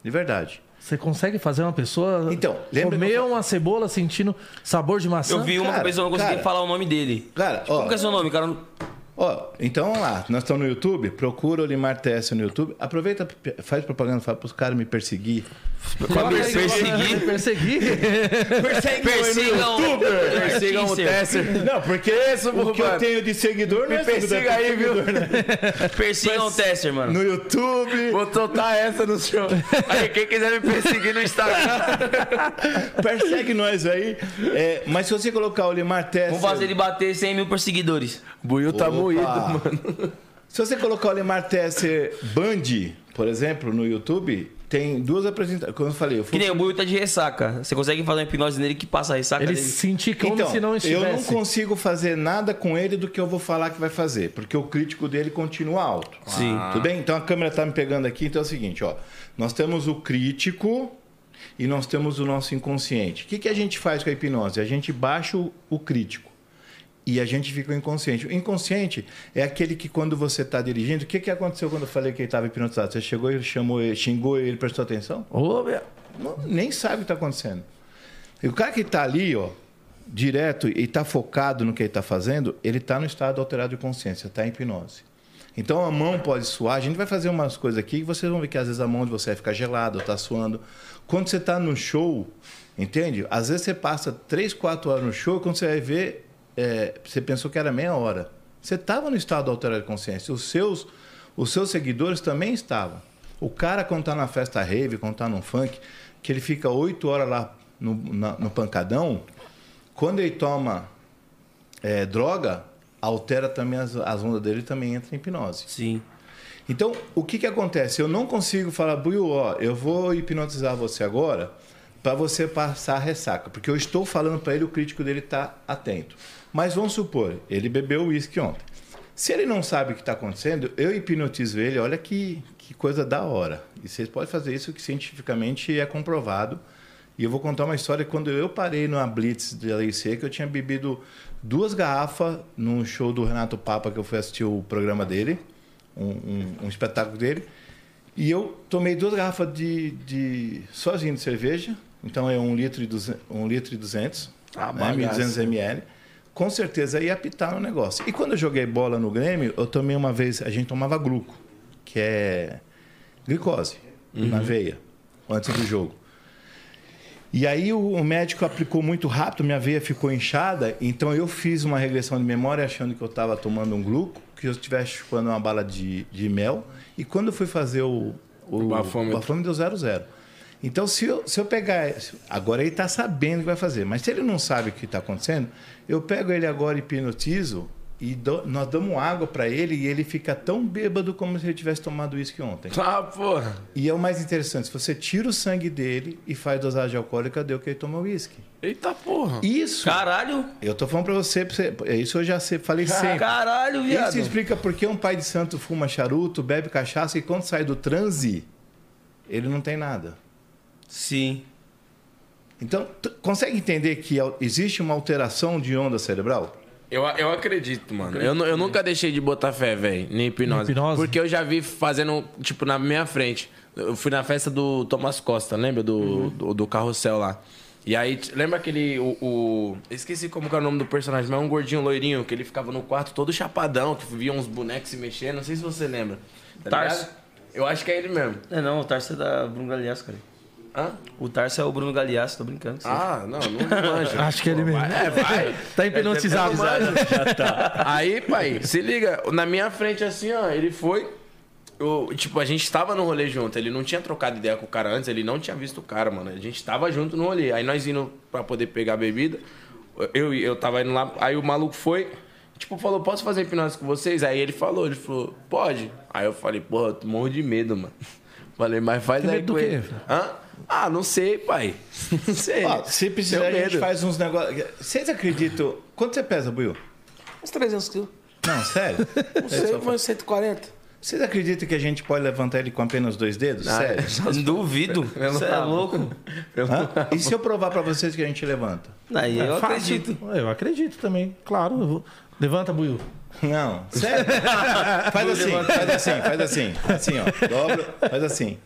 De verdade.
Você consegue fazer uma pessoa
Então, lembra que
comer
eu fa-
uma cebola sentindo sabor de maçã?
Eu vi uma
Cara,
pessoa, eu não consegui
cara.
falar o nome dele.
Cara,
Tipo
Qual
um
ó,
que é o seu nome, cara?
ó, então vamos lá, nós estamos no YouTube, procura o Limar TS no YouTube. Aproveita, p- faz propaganda, fala para os caras me perseguir.
Coloca aí,
Perseguir.
coloca- Perseguir?
Persigam.
Sigam o Tesser.
Não, porque o que eu
Urbano.
tenho de seguidor não
Me
é seguidor.
persiga aí, viu?
Persigam o Tesser, mano.
No YouTube,
Vou soltar essa no show. Aí, quem quiser me perseguir no Instagram.
persegue nós aí. É, mas se você colocar o Limar Tesser...
Vamos fazer ele bater 100 mil perseguidores.
Buiu tá
Opa.
moído, mano.
Se você colocar o Lemar Tesser Band, por exemplo, no YouTube, tem duas apresentações. Como eu falei, eu
Que
fui...
nem o Buiu tá de ressaca. Você consegue fazer uma hipnose nele que passa a ressaca
Ele
dele?
sentir como
Então,
se não
eu não
estivesse.
consigo fazer nada com ele do que eu vou falar que vai fazer, porque o crítico dele continua alto.
Sim.
Tudo bem? Então a câmera tá me pegando aqui, então é o seguinte, ó. Nós temos o crítico e nós temos o nosso inconsciente. O que, que a gente faz com a hipnose? A gente baixa o, o crítico e a gente fica o inconsciente. O inconsciente é aquele que quando você está dirigindo, o que, que aconteceu quando eu falei que ele estava hipnotizado? Você chegou e chamou ele, xingou ele, prestou atenção?
Ô, meu.
Não- nem sabe o que está acontecendo. E o cara que está ali, ó, direto e está focado no que ele está fazendo, ele está no estado alterado de consciência, está em hipnose. Então a mão pode suar. A gente vai fazer umas coisas aqui que vocês vão ver que às vezes a mão de você vai ficar gelada, ou está suando. Quando você está no show, entende? Às vezes você passa 3, 4 horas no show, quando você vai ver, é, você pensou que era meia hora. Você estava no estado alterado de consciência. Os seus, os seus seguidores também estavam. O cara, quando tá na festa rave, quando tá num funk, que ele fica oito horas lá no, na- no pancadão, quando ele toma eh, droga, altera também as, as ondas dele também entra em hipnose.
Sim.
Então, o que que acontece? Eu não consigo falar, Buiu, ó, eu vou hipnotizar você agora para você passar a ressaca, porque eu estou falando para ele, o crítico dele tá atento. Mas vamos supor, ele bebeu uísque ontem. Se ele não sabe o que está acontecendo, eu hipnotizo ele, olha que, que coisa da hora. E vocês podem fazer isso que cientificamente é comprovado. E eu vou contar uma história. Quando eu parei numa Blitz de Lei Seca, eu tinha bebido duas garrafas num show do Renato Papa, que eu fui assistir o programa dele, um, um- um espetáculo dele. E eu tomei duas garrafas de, de sozinho de cerveja. Então é um litro e duze- um litro e 200,
Ah,
né?
bagaço.
1.200 ml. Com certeza ia apitar no negócio. E quando eu joguei bola no Grêmio, eu tomei uma vez, a gente tomava gluco, que é glicose, na veia, antes do jogo. E aí o, o médico aplicou muito rápido, minha veia ficou inchada, então eu fiz uma regressão de memória achando que eu estava tomando um gluco, que eu estivesse chupando uma bala de, de mel, e quando eu fui fazer o,
O
o, o
bafômetro.
bafômetro deu 00. Então se eu, se eu pegar, esse- agora ele está sabendo o que vai fazer, mas se ele não sabe o que está acontecendo, eu pego ele agora e hipnotizo, e dou- nós damos água para ele e ele fica tão bêbado como se ele tivesse tomado uísque ontem.
Ah, porra.
E é o mais interessante, se você tira o sangue dele e faz dosagem alcoólica, deu que ele toma uísque.
Eita porra.
Isso.
Caralho.
Eu tô falando pra você, pra você- é isso eu já sei- falei sempre.
Caralho, viado.
Isso explica por que um pai de santo fuma charuto, bebe cachaça e quando sai do transe, ele não tem nada.
Sim.
Então, tu consegue entender que al- existe uma alteração de onda cerebral?
Eu, eu acredito, né? mano. Eu, nu- eu nunca deixei de botar fé, velho, nem hipnose.
Em hipnose?
Porque eu já vi fazendo, tipo, na minha frente. Eu fui na festa do Thomas Costa, lembra? Do,
Uhum.
do, do carrossel lá. E aí, t- lembra aquele. O, o- Esqueci como que é o nome do personagem, mas é um gordinho loirinho, que ele ficava no quarto todo chapadão, que via uns bonecos se mexendo. Não sei se você lembra. Tá
Tarso.
ligado? Eu acho que é ele mesmo.
É não, o Tarso é da Bruno Galeasso, cara.
Hã?
O Tarso é o Bruno Galeasso, tô brincando. com você.
Ah, não, não manja.
Acho que é ele mesmo.
É, vai.
Tá hipnotizado.
É,
Aí, pai, se liga, na minha frente assim, ó, ele foi. Eu, tipo, a gente tava no rolê junto, ele não tinha trocado ideia com o cara antes, ele não tinha visto o cara, mano. A gente tava junto no rolê. Aí nós indo pra poder pegar a bebida, eu, eu tava indo lá, aí o maluco foi, tipo, falou, posso fazer hipnose com vocês? Aí ele falou, ele falou, pode. Aí eu falei, porra, eu morro de medo, mano. Falei, mas faz
Tem
aí
medo
com
do
ele."
quê?
Hã? Ah, não sei, pai. Não sei.
Ó, se precisar, a
É. Tenho
gente
medo.
faz uns negócios. Vocês acreditam? Quanto você pesa, Buiu?
Uns 300 quilos.
Não, sério?
Não sei, mas 140.
Vocês acreditam que a gente pode levantar ele com apenas dois dedos? sério?
Duvido. Você é louco.
Hã? E se eu provar pra vocês que a gente levanta?
Aí
É
eu
Fácil.
acredito.
Eu acredito também, claro. eu vou- Levanta, Buiu.
Não, sério? faz assim, faz assim, faz assim. Assim, ó. Dobra, faz assim.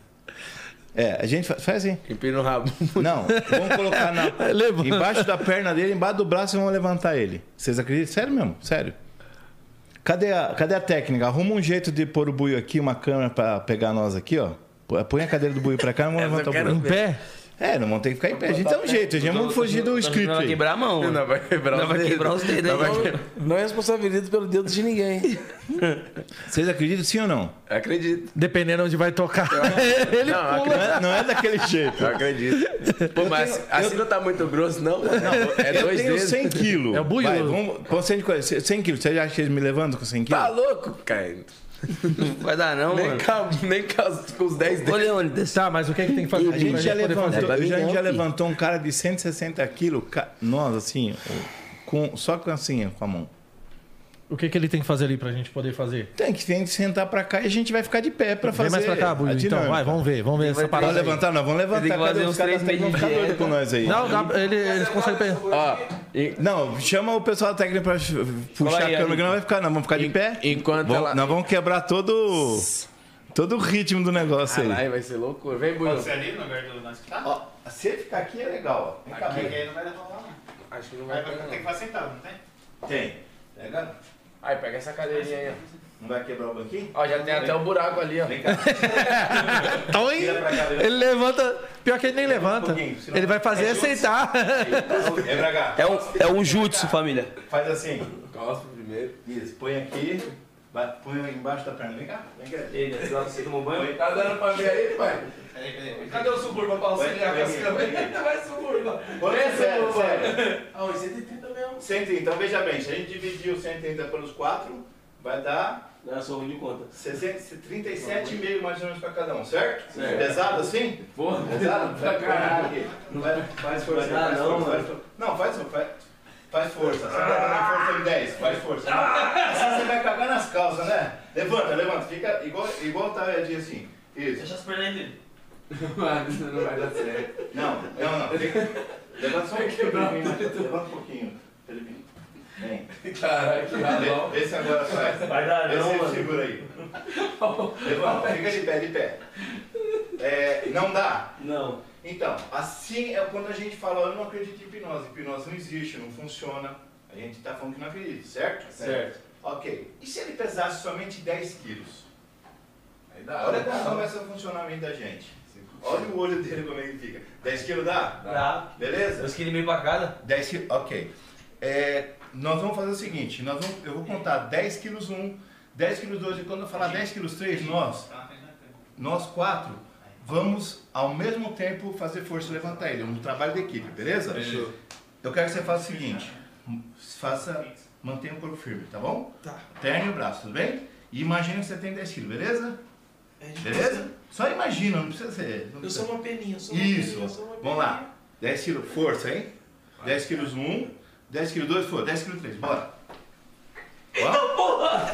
É, a gente faz, faz assim.
Empina o rabo.
Não, vamos colocar na,
Levanta.
embaixo da perna dele, embaixo do braço e vamos levantar ele. Vocês acreditam? Sério mesmo, sério. Cadê a, cadê a técnica? Arruma um jeito de pôr o buio aqui, uma câmera pra pegar nós aqui, ó. Põe a cadeira do buio pra cá e vamos
Essa eu
levantar o
quero
buio.
Em pé?
É, não vão ter que ficar em pé. A gente dá um jeito, a gente vamos fugir do script
Vai
aí.
quebrar a mão.
Não, vai quebrar
Não,
os
vai
dedos.
quebrar os dedos.
Não, vai
hein?
quebrar.
Não é responsabilidade pelo dedo de ninguém.
Vocês acreditam sim ou não?
Acredito.
Dependendo onde vai tocar. Ele
não,
pula.
Não é, não é daquele jeito.
Eu acredito. Pô, mas assim não tá muito grosso, não? Não, é
Eu
dois
tenho
dedos.
100 quilos.
É o buiú.
Vai, vamos, pô, 100 quilos. 100 quilos. Você acha que eles me levantam com 100 quilos?
Tá louco, cara?
Não vai dar não,
Nem,
mano.
com, nem com, as- com os dez
Ô,
dedos.
Leônidas.
Tá, mas o que, é que tem que fazer?
A
pra
gente já
poder fazer?
levantou,
É pra
a
mim
gente
não,
já
filho.
levantou um cara de 160 quilos, ca- nós assim, com, só com assim, com a mão.
O que, que ele tem que fazer ali pra gente poder fazer?
Tem que, tem que sentar pra cá e a gente vai ficar de pé pra fazer.
Vem mais pra cá, Buio,
a
então.
dinâmica.
Vai, vamos ver. Vamos ver essa
vai-
Vamos
parada. aí.
levantar, nós vamos
Tem
levantar.
que fazer
Cadê os
uns
caras
três
técnicos vão
meses de
ficar doido
dieta.
com nós aí?
Não, dá, ele, eles conseguem pegar.
Ó, e-
Não, chama o pessoal técnico pra puxar
aí,
a câmera,
amigo.
que não vai ficar, não. Vamos ficar de pé.
enquanto
Vamos-
ela-
Nós vamos quebrar todo, todo o ritmo do negócio aí.
Caralho, vai ser loucura. Vem, Bruno.
ali no lugar do nós que tá?
Se ficar aqui é legal.
Porque aí não vai dar
um
pra rolar, não.
Acho que não
Aí
vai
vai
pegar,
ter que
não.
ficar sentado, não tem?
Tem. Pega.
Aí, pega essa cadeirinha aí,
Tá Não vai quebrar o banquinho?
ó. Ó, já tem até o buraco ali, ó.
Então, hein?
Vira pra cá, vira.
ele levanta. Pior que ele nem levanta.
pouquinho, senão-
Ele vai fazer é sentar.
É, Braga.
É um, é um jutsu, família.
Faz assim.
Cospe primeiro.
Isso, põe aqui, ba- põe embaixo da perna. Vem cá, vem cá.
Você tomou um banho?
Tá dando pra ver aí, pai?
Peraí, peraí.
Cadê o suburba pra auxiliar com as câmeras? Vai, suburba.
Quanto
Vem,
sério,
suburba.
sério?
Ah, 130 mesmo.
130, então veja bem, se a gente dividir o 130 pelos 4, vai dar
Não, eu sou ruim de conta.
60 37,5 mais ou menos para cada um, certo?
Certo.
Pesado assim?
Porra,
Pesado? Vai caralho. Vai, faz força,
Vai dar
faz
não,
força,
mano.
faz força. Não, faz, faz, faz força. Você vai cagar na força em 10, faz força. Assim você vai cagar nas calças, né? Levanta, levanta, fica igual, igual tá a dia assim. Isso.
Deixa as pernas aí dele.
Mano, isso não vai dar certo.
Não, não, não. Levanta só um pouquinho. pra mim, mas Levanta um pouquinho. Felipe. Vem.
Caralho, que
Tá
ralão.
Vê se agora faz.
Vai dar
Vê
é
não,
se ele
mano.
segura aí. Levanta, fica de pé, de pé. É, não dá?
Não.
Então, assim é quando a gente fala, eu não acredito em hipnose. Hipnose não existe, não funciona. A gente tá falando que não acredita, certo?
Certo.
Ok. E se ele pesasse somente 10 quilos?
Aí dá.
Olha como começa o funcionamento da gente. Olha o olho dele como é que fica. 10 quilos dá?
Dá.
Beleza?
Dois quilos e meio pra cada.
10 quilos, ok. É, nós vamos fazer o seguinte, nós vamos, eu vou contar 10 quilos 1, 10 quilos 2, e quando eu falar 10 quilos 3, nós, nós quatro, vamos ao mesmo tempo fazer força e levantar ele. É um trabalho de equipe, beleza? Eu quero que você faça o seguinte, faça, mantenha o corpo firme, tá bom?
Tá.
Terno e o braço, tudo bem? E imagina que você tem 10 quilos, beleza?
A gente
Beleza? Só imagina, não precisa ser... não
É né? Eu
precisa-
sou uma peninha, eu sou uma
isso.
peninha, eu sou uma
Vamos
peninha.
lá. 10 quilos, força, hein? 10 quilos 1, 10 quilos 2, força. 10 quilos 3, bora. Bora? Não,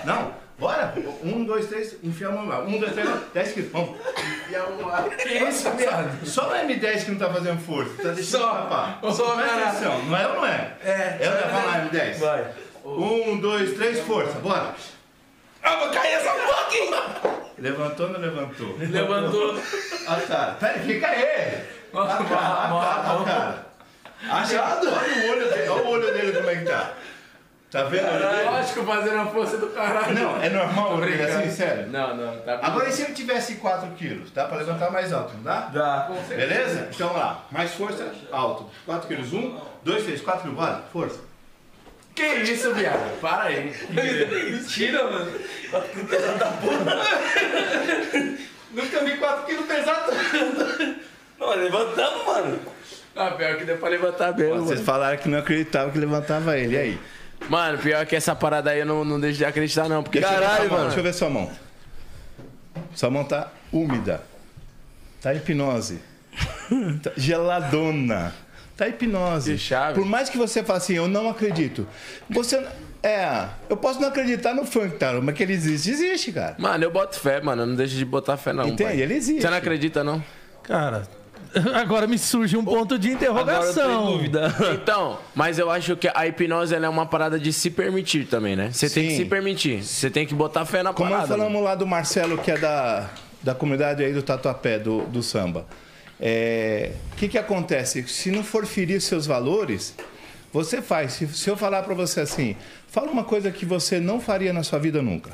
bora. 1, 2, 3, enfia a mão lá. 1, 2, 3, 10 quilos, vamos.
E arrumar. Que isso, viado?
Só o M10 que não tá fazendo força, tá deixando
Só.
escapar.
Só,
Presta
cara.
atenção, não é ou não é? É. É ou não é? Vai lá, M10.
Vai.
1, 2, 3, força, bora.
Ah, vou cair essa porra aqui.
Levantou ou não levantou?
Levantou.
Ah, cara. Pera, fica aí. Ah, cara, ah, cara, ah, cara. Achado? Olha o olho dele, olha o olho dele como é que tá. Tá vendo? o olho dele?
Lógico, fazendo a força do caralho.
Não, é normal o olho dele,
brincando.
assim, sério.
Não, não, tá
Agora e se ele tivesse 4 quilos? Dá pra levantar mais alto, não dá?
Dá.
Beleza? Então vamos lá. Mais força, alto. 4 quilos, 1, 2, 3, 4 quilos, bora. Força.
Que isso, viado? Para aí.
Tira, mano. Quatro quilos pesado da porra. Nunca vi 4 quilos pesado. Não, levantamos, mano.
Ah, pior que deu pra levantar mesmo, mano.
falaram que não acreditavam que levantava ele, e aí?
Mano, pior que essa parada aí eu não, não deixo de acreditar, não. Porque
Deixa eu ver sua
né?
mão, Deixa eu ver sua mão. Sua mão tá úmida. Tá hipnose. Tá geladona. Tá hipnose.
Que chave.
Por mais que você fale assim, eu não acredito. Você. É, eu posso não acreditar no funk, tá? Mas que ele existe, existe, cara.
Mano, eu boto fé, mano. Eu não deixo de botar fé, não.
Entende?
pai.
Ele existe.
Você não acredita, não?
Cara, agora me surge um ponto de
Agora eu tô em
interrogação.
dúvida.
Então, mas eu acho que a hipnose ela é uma parada de se permitir também, né? Você tem que
Sim.
se permitir. Você tem que botar fé na
Como nós
parada. né? mano.
falamos lá do Marcelo, que é da, da comunidade aí do Tatuapé, do, do samba. O que, que acontece? Se não for ferir seus valores, você faz. Se, se eu falar pra você assim, fala uma coisa que você não faria na sua vida nunca.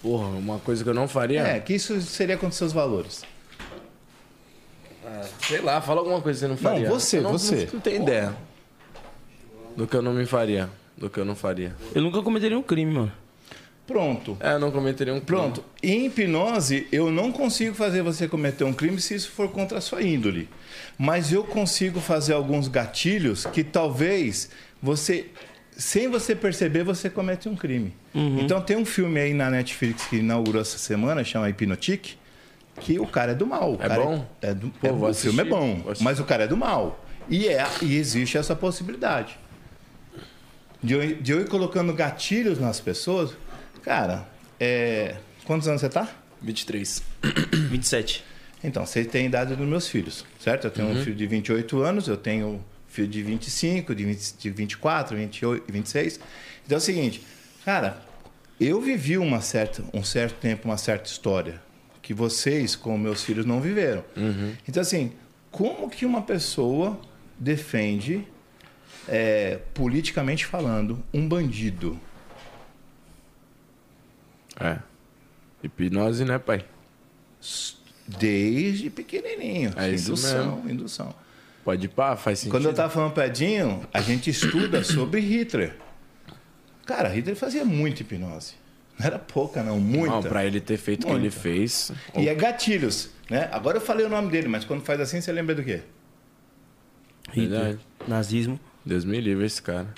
Porra, uma coisa que eu não faria.
É, que isso seria contra seus valores.
Sei lá, fala alguma coisa que você não faria.
você,
Eu não,
você.
Não tem ideia. Do que eu não me faria. Do que eu não faria.
Eu nunca cometeria um crime, mano.
Pronto.
É, eu não cometeria um crime.
Pronto. Em hipnose, eu não consigo fazer você cometer um crime se isso for contra a sua índole. Mas eu consigo fazer alguns gatilhos que talvez você. Sem você perceber, você comete um crime.
Uhum.
Então tem um filme aí na Netflix que inaugurou essa semana, chama Hipnotic, que o cara é do mal. O
É
cara
bom?
É, do,
Pô,
é-
vou
o filme é
assistir,
bom,
vou assistir.
mas o cara é do mal. E, é, e existe essa possibilidade. De eu, ir- de eu ir colocando gatilhos nas pessoas. Cara, é, quantos anos você tá?
23.
27.
Então, você tem a idade dos meus filhos, certo? Eu tenho
Uhum.
um filho de 28 anos, eu tenho um filho de 25, de, 20, de 24, 28, 26. Então é o seguinte, cara, eu vivi uma certa, um certo tempo, uma certa história que vocês, com meus filhos, não viveram.
Uhum.
Então, assim, como que uma pessoa defende, é, politicamente falando, um bandido?
É. Hipnose, né, pai?
Desde pequenininho.
É isso
indução, indução.
Pode ir pá, faz sentido.
Quando eu tava falando pra Dinho, a gente estuda sobre Hitler. Cara, Hitler fazia muita hipnose. Não era pouca, não, muita.
Não, pra ele ter feito o que ele
Muita.
fez.
E é gatilhos, né? Agora eu falei o nome dele, mas quando faz assim, você lembra do quê?
Hitler.
Verdade.
Nazismo.
Deus me livre esse cara.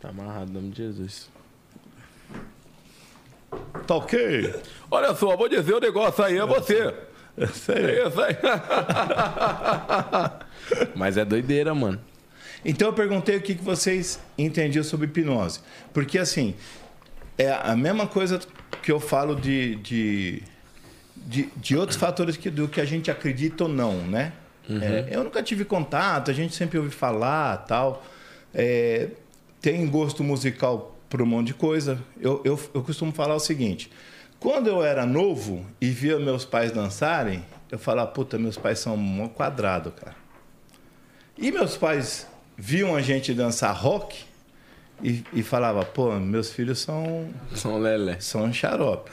Tá amarrado no nome de Jesus.
Tá ok.
Olha só, vou dizer o negócio aí, é você. É isso aí. Mas é doideira, mano.
Então eu perguntei o que que vocês entendiam sobre hipnose. Porque assim, é a mesma coisa que eu falo de, de, de, de outros fatores que, do que a gente acredita ou não, né? É, eu nunca tive contato, a gente sempre ouve falar tal. É, tem gosto musical para um monte de coisa. Eu, eu, eu costumo falar o seguinte: quando eu era novo e via meus pais dançarem, eu falava, puta, meus pais são um quadrado, cara. E meus pais viam a gente dançar rock e, e falava, pô, meus filhos são
São Lelé.
são um xarope.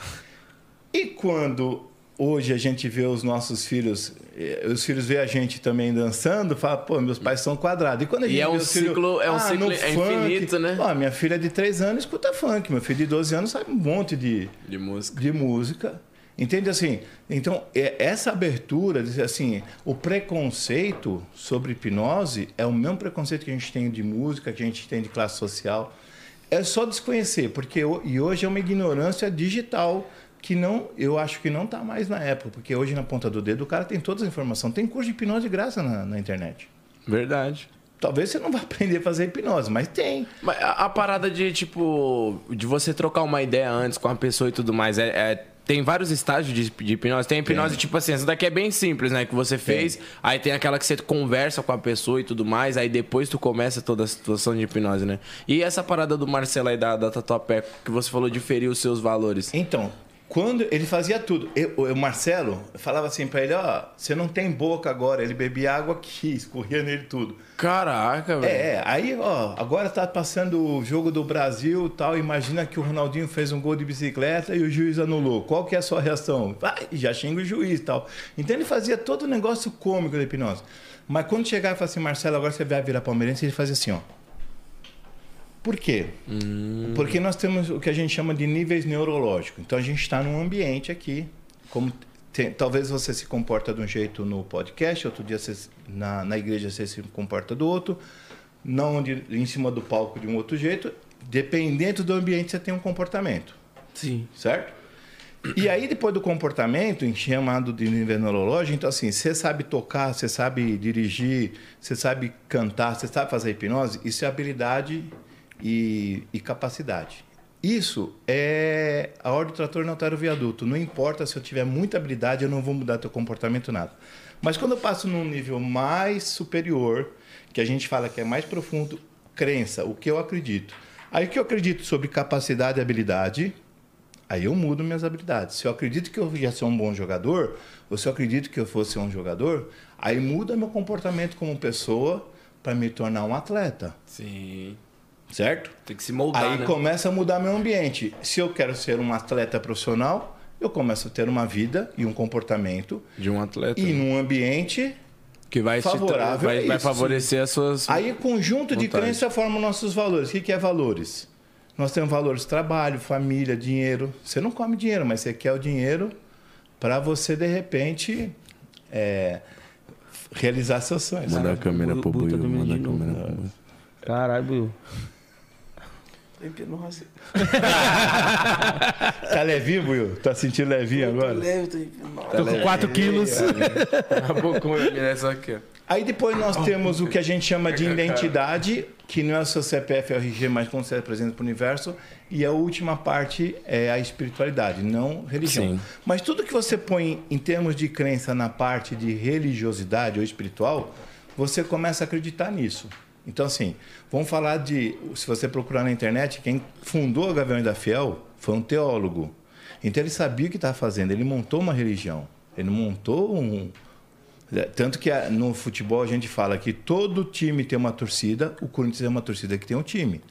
E quando hoje a gente vê os nossos filhos, eh, os filhos vê a gente também dançando, fala, pô, meus pais são quadrados. E quando a
E
gente
é
vê
um
os filhos, "Ah,
ciclo- é um ciclo-
no
é infinito, né?
Ó, minha filha é de 3 anos escuta funk, meu filho de 12 anos sabe um monte de,
De música.
de música. Entende assim? Então, é- essa abertura, de- assim, o preconceito sobre hipnose é o mesmo preconceito que a gente tem de música, que a gente tem de classe social. É só desconhecer, porque ho- e hoje é uma ignorância digital que não, eu acho que não está mais na época, porque hoje na ponta do dedo o cara tem todas as informações. Tem curso de hipnose de graça na, na internet.
Verdade.
Talvez você não vá aprender a fazer hipnose, mas tem.
Mas a, a parada de, tipo, de você trocar uma ideia antes com a pessoa e tudo mais, é. é- tem vários estágios de, de hipnose. Tem hipnose, tipo assim, essa daqui é bem simples, né? Que você fez. Aí tem aquela que você conversa com a pessoa e tudo mais. Aí depois tu começa toda a situação de hipnose, né? E essa parada do Marcelo aí da, da Tatuapé, que você falou de ferir os seus valores.
Então, quando ele fazia tudo, eu, o Marcelo eu falava assim pra ele, ó, você não tem boca agora, ele bebia água aqui, escorria nele tudo.
Caraca, velho.
É, é, aí, ó, agora tá passando o jogo do Brasil, e tal, imagina que o Ronaldinho fez um gol de bicicleta e o juiz anulou. Qual que é a sua reação? Vai, já xinga o juiz, e tal. Então ele fazia todo o negócio cômico da hipnose. Mas quando chegava e falava assim, Marcelo, agora você vai virar palmeirense, ele fazia assim, ó. Por quê? Porque nós temos o que a gente chama de níveis neurológicos. Então a gente está num ambiente aqui, como tem- talvez você se comporta de um jeito no podcast, outro dia você se- na, na igreja você se comporta do outro, não onde, em cima do palco de um outro jeito. Dependendo do ambiente você tem um comportamento,
Sim.
certo? E aí depois do comportamento, em chamado de nível neurológico, então assim, você sabe tocar, você sabe dirigir, você sabe cantar, você sabe fazer hipnose, isso é habilidade e, e capacidade. Isso é a ordem do trator não altera o viaduto. Não importa se eu tiver muita habilidade, eu não vou mudar teu comportamento nada. Mas quando eu passo num nível mais superior, que a gente fala que é mais profundo, crença, o que eu acredito. Aí o que eu acredito sobre capacidade e habilidade, Aí eu mudo minhas habilidades. Se eu acredito que eu já sou um bom jogador, ou se eu acredito que eu fosse um jogador, aí muda meu comportamento como pessoa para me tornar um atleta,
Sim.
certo?
Tem que se moldar,
aí
né?
começa a mudar meu ambiente. Se eu quero ser um atleta profissional, eu começo a ter uma vida e um comportamento
De um atleta.
e num ambiente
Que vai, te-
Favorável
vai,
é
vai
isso,
favorecer as suas.
Aí, conjunto de
Vontade.
crença forma nossos valores. O que, que é valores? Nós temos valores trabalho, família, dinheiro. Você não come dinheiro, mas você quer o dinheiro para você, de repente, é, realizar seus sonhos.
Manda a câmera
Bu-
pro
Bu- tá
Buiu.
dormindo
Manda a
de novo.
câmera pro Buiu.
Caralho, Buiu.
Hipnose.
Tá levinho, Will? Tá sentindo levinho
Tô
agora?
leve, tô hipnose.
Tá
Tô com 4 quilos.
é
Daqui a pouco eu vou essa aqui, ó.
Aí depois nós temos o que a gente chama de identidade, que não é só CPF e RG, mas como você apresenta para o universo. E a última parte é a espiritualidade, não religião.
Sim.
Mas tudo que você põe em termos de crença na parte de religiosidade ou espiritual, você começa a acreditar nisso. Então, assim, vamos falar de. Se você procurar na internet, quem fundou a Gaviões da Fiel foi um teólogo. Então, ele sabia o que estava fazendo, ele montou uma religião. Ele não montou um, é, Tanto que ah, no futebol a gente fala que todo time tem uma torcida, o Corinthians é uma torcida que tem um time.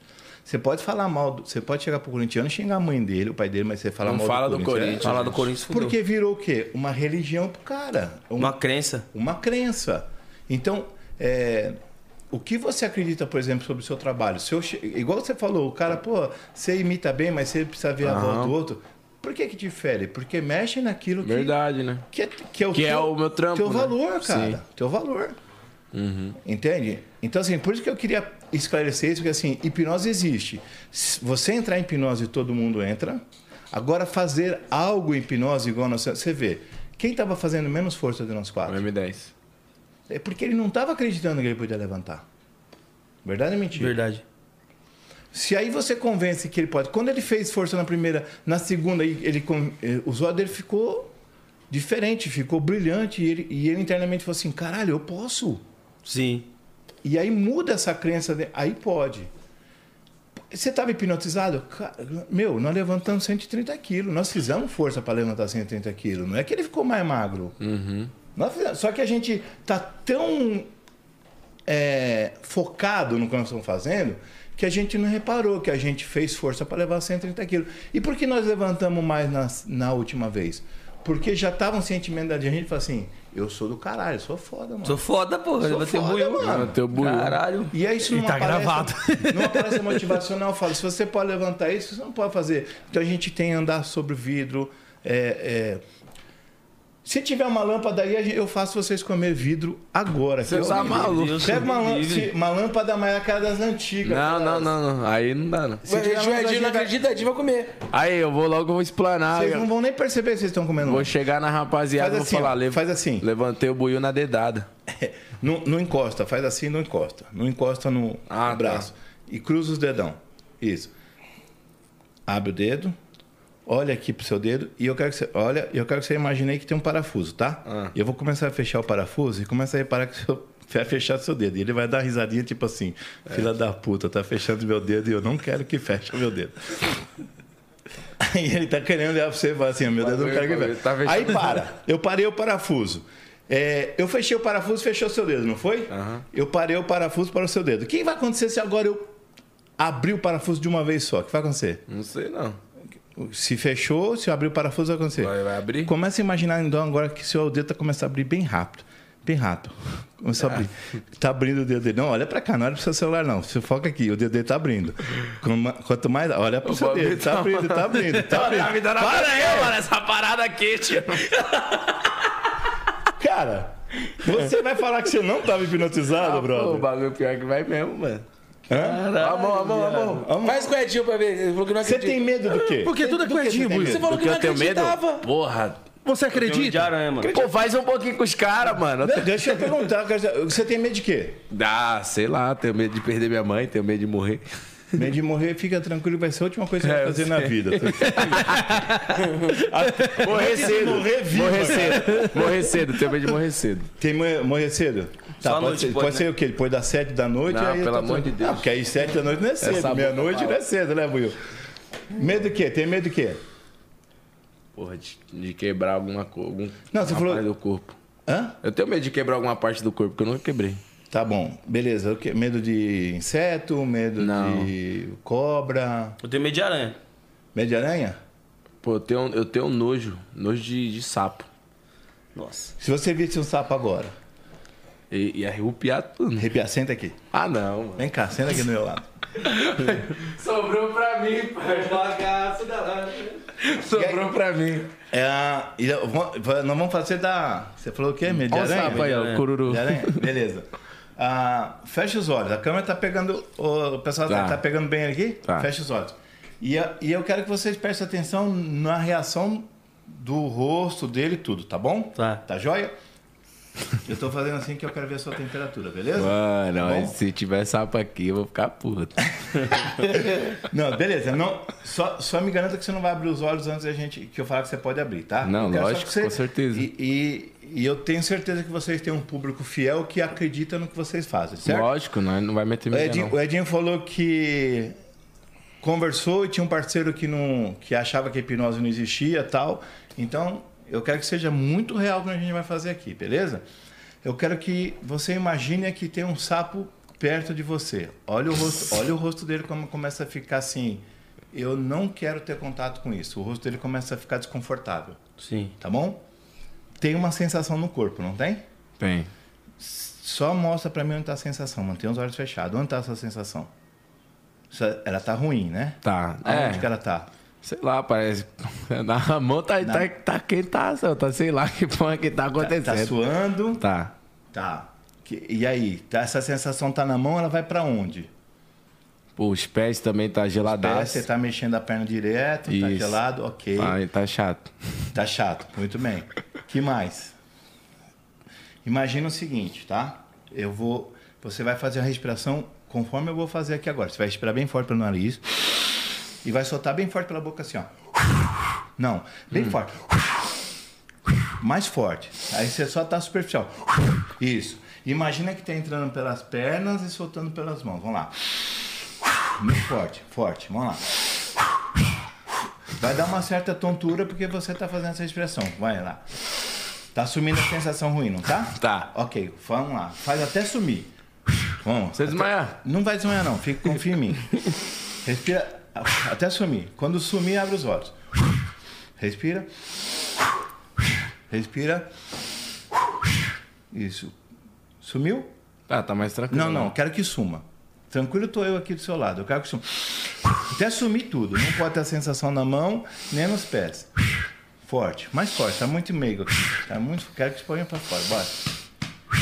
Você pode falar mal, do- você pode chegar pro corintiano e xingar a mãe dele, o pai dele, mas você fala
Não
mal
fala do
é-
Corinthians.
Falar do Corinthians fudeu.
Porque virou o quê? Uma religião pro cara. Um-
Uma crença.
uma crença. Então, é, o que você acredita, por exemplo, sobre o seu trabalho? Se eu che- igual você falou, o cara, pô, você imita bem, mas você precisa ver a volta do outro. Por que que difere? Porque mexe naquilo que,
Verdade, né?
que, é- que é o
Que é
teu-
o meu trampo,
Teu
né?
valor, cara.
Sim. Uhum.
Teu valor. Entende? Então, assim, por isso que eu queria esclarecer isso, porque assim, hipnose existe. Se você entrar em hipnose, todo mundo entra. Agora, fazer algo em hipnose igual a nossa. Você vê, quem estava fazendo menos força de nós
O
quatro?
M10.
É porque ele não estava acreditando que ele podia levantar. Verdade ou mentira?
Verdade.
Se aí você convence que ele pode. Quando ele fez força na primeira, na segunda, e ele, con- eh, o zóio dele ficou diferente, ficou brilhante. E ele, e ele internamente falou assim: caralho, eu posso.
Sim.
E aí muda essa crença, de- aí pode. Você estava hipnotizado? Ca- Meu, nós levantamos 130 quilos. Nós fizemos força para levantar 130 quilos. Não é que ele ficou mais magro. Nós fizemos- só que a gente tá tão é, focado no que nós estamos fazendo que a gente não reparou que a gente fez força para levar 130 quilos. E por que nós levantamos mais na, na última vez? Porque já estava um sentimento da gente falou assim: eu sou do caralho, eu sou foda, mano.
Sou foda, porra.
Sou
Ele vai ter
foda,
Buiu.
mano.
Mano, teu Buiu.
Caralho.
E é isso
E
numa
tá
palestra,
gravado.
Numa palestra motivacional, eu falo, se você pode levantar isso, você não pode fazer. Então a gente tem andar sobre o vidro. é, é. Se tiver uma lâmpada aí, a gente- eu faço vocês comer vidro agora.
Você
que é
tá
horrível.
maluco.
Pega uma, lâmpada,
Livre. um
uma lâmpada mais a cara das antigas.
Não, não, não, não. Aí não dá, não.
Mas O Edinho não acredita, Edinho vai comer.
Aí eu vou logo, vou explanar.
Vocês
eu
não vão nem perceber que vocês estão comendo.
Vou chegar na rapaziada e
Faz
vou
assim,
falar.
ó,
lev-
faz assim.
Levantei o buiu na dedada.
Não, não encosta, faz assim, não encosta. Não encosta no
Ah, tá.
braço. E cruza os dedão. Isso. Abre o dedo. Olha aqui pro seu dedo e eu quero que você olha, eu quero que você imagine aí que tem um parafuso, tá?
Ah.
E eu vou começar a fechar o parafuso e começa a reparar que o seu- vai fechar seu dedo. E ele vai dar uma risadinha tipo assim,
É.
filha da puta, tá fechando meu dedo e eu não quero que feche o meu dedo. Aí ele tá querendo olhar pra você e falar assim, meu dedo não quero que
Bagulho,
feche.
tá fechando.
Aí para, eu parei o parafuso. É, eu fechei o parafuso, fechou seu dedo, não foi? Eu parei o parafuso para o seu dedo. O que vai acontecer se agora eu abrir o parafuso de uma vez só? O que vai acontecer?
Não sei, não.
Se fechou, se eu abrir o parafuso, vai acontecer.
Vai- vai abrir?
Começa a imaginar então agora que seu dedo tá começando a abrir bem rápido. Bem rápido. Começou a abrir.
Ah.
Tá abrindo o dedo dele. Não, olha pra cá, não olha pro seu celular, não. Você foca aqui, o dedo dele tá abrindo. Como- Quanto mais. Olha pro seu
bagulho
dedo.
tá-
Tá abrindo, tá abrindo, tá abrindo.
Para aí, mano, essa parada aqui, tio.
Cara, você vai falar que você não tava hipnotizado,
Ah, Pô, o
brother?
bagulho pior é que vai mesmo, mano.
Hã?
a mão, a mão, a mão.
Faz com o Edinho pra ver. Ele falou que não
Você
acredita.
tem medo do quê?
Porque tudo é
Do
com
que você
Edinho,
tem
Buiu.
Você
medo?
falou
Do
que,
que
não
eu tenho medo?
acreditava.
Porra.
Você
Filme de
acredita?
aranha, mano.
Pô, faz um pouquinho com os caras, mano.
Não, Deixa eu perguntar, cara, você tem medo de quê?
Ah, sei lá, tenho medo de perder minha mãe, tenho medo de morrer.
Medo de morrer, fica tranquilo, vai ser a última coisa que você
É,
vai
eu
fazer
sei.
na vida.
Morrer cedo.
morrer vivo, né?
Morrer cedo. Morrer cedo, tenho medo de morrer cedo.
Tem mo- morrer cedo?
Só
Tá,
à
pode,
noite
ser,
pode, né?
pode ser o quê? Depois das sete da noite?
Não,
aí
pelo
tá
amor
tudo-
de Deus.
Não, porque aí sete da noite não é cedo.
boca
Meia-noite não é cedo, né, Buiu? Medo do quê? Tem medo do quê?
Porra, de, de quebrar alguma coisa. Algum
Não, você
uma
falou-
parte do corpo.
Hã?
Eu tenho medo de quebrar alguma parte do corpo que eu nunca quebrei.
Tá bom, beleza. O quê? Medo de inseto, medo
Não.
de cobra,
Eu tenho medo de aranha.
medo de aranha?
Pô, eu tenho, eu tenho nojo. Nojo de, de sapo.
Nossa.
Se você visse um sapo agora,
E, e arrepiar tudo.
Arrepiar, senta aqui.
Ah, não, mano.
Vem cá, senta aqui do meu lado.
Sobrou pra mim, pai.
Bagaço da lá.
Sobrou pra mim.
É, a- e eu vou- vou- nós vamos fazer da. Você falou o quê, medo de
Olha o
aranha?
sapo aí, ó, o cururu.
De aranha? Beleza. Ah, fecha os olhos. A câmera tá pegando. O pessoal tá,
Tá.
tá pegando bem aqui?
Tá.
Fecha os olhos. E, eu- e eu quero que vocês prestem atenção na reação do rosto dele e tudo, tá bom?
Tá.
Tá joia? Eu tô fazendo assim que eu quero ver a sua temperatura, beleza?
Mano,
Bom.
se tiver sapo aqui, eu vou ficar puto.
Não, beleza. Não, só, só me garanta que você não vai abrir os olhos antes da gente que eu falar que você pode abrir, tá?
Não,
Eu quero só
lógico,
que você-
com certeza.
E, e- e eu tenho certeza que vocês têm um público fiel que acredita no que vocês fazem, certo?
Lógico, né? não, não vai meter
O
medo.
Edinho, o Edinho falou que conversou e tinha um parceiro que não que achava que a hipnose não existia tal. Então, eu quero que seja muito real o que a gente vai fazer aqui, beleza? Eu quero que você imagine que tem um sapo perto de você. Olha o rosto, olha o rosto dele como começa a ficar assim. Eu não quero ter contato com isso. O rosto dele começa a ficar desconfortável,
Sim.
tá bom? Tem uma sensação no corpo, não tem?
Tem.
Só mostra pra mim onde tá a sensação. Mantenha os olhos fechados. Onde tá essa sensação? Isso- Ela tá ruim, né?
Tá.
Aonde
é,
que ela tá?
sei lá, parece. Na mão tá, tá, tá quentação, tá sei lá que porra que tá
Tá, tá
acontecendo.
suando?
Tá.
Tá. Que- e aí? Tá, essa sensação tá na mão, ela vai pra onde?
Pô, os pés também tá
Pera,
geladaço.
você tá mexendo a perna direto, tá
Isso.
gelado, ok.
Tá, tá chato.
Tá chato, muito bem. que mais? Imagina o seguinte, tá? Eu vou. Você vai fazer a respiração conforme eu vou fazer aqui agora. Você vai respirar bem forte pelo nariz e vai soltar bem forte pela boca assim, ó. Não, bem forte. Mais forte. Aí você só tá superficial. Isso. Imagina que tá entrando pelas pernas e soltando pelas mãos. Vamos lá. Muito forte, forte. Vamos lá. Vai dar uma certa tontura porque você tá fazendo essa expressão. Vai lá. Tá sumindo a sensação ruim, não tá?
Tá.
Ok, vamos lá. Faz até sumir. Vamos.
Você
Até-
desmaiar.
Não vai desmaiar, não. Fica, confia em mim. Respira até sumir. Quando sumir, abre os olhos. Respira. Respira. Isso. Sumiu?
Tá, tá mais tranquilo.
Não, não. Quero que suma. Tranquilo, tô eu aqui do seu lado. Eu quero que suma. Até sumir tudo. Não pode ter a sensação na mão, nem nos pés. Forte. Mais forte. Tá muito meigo aqui. Tá muito... Quero que exponha pra fora. Bora.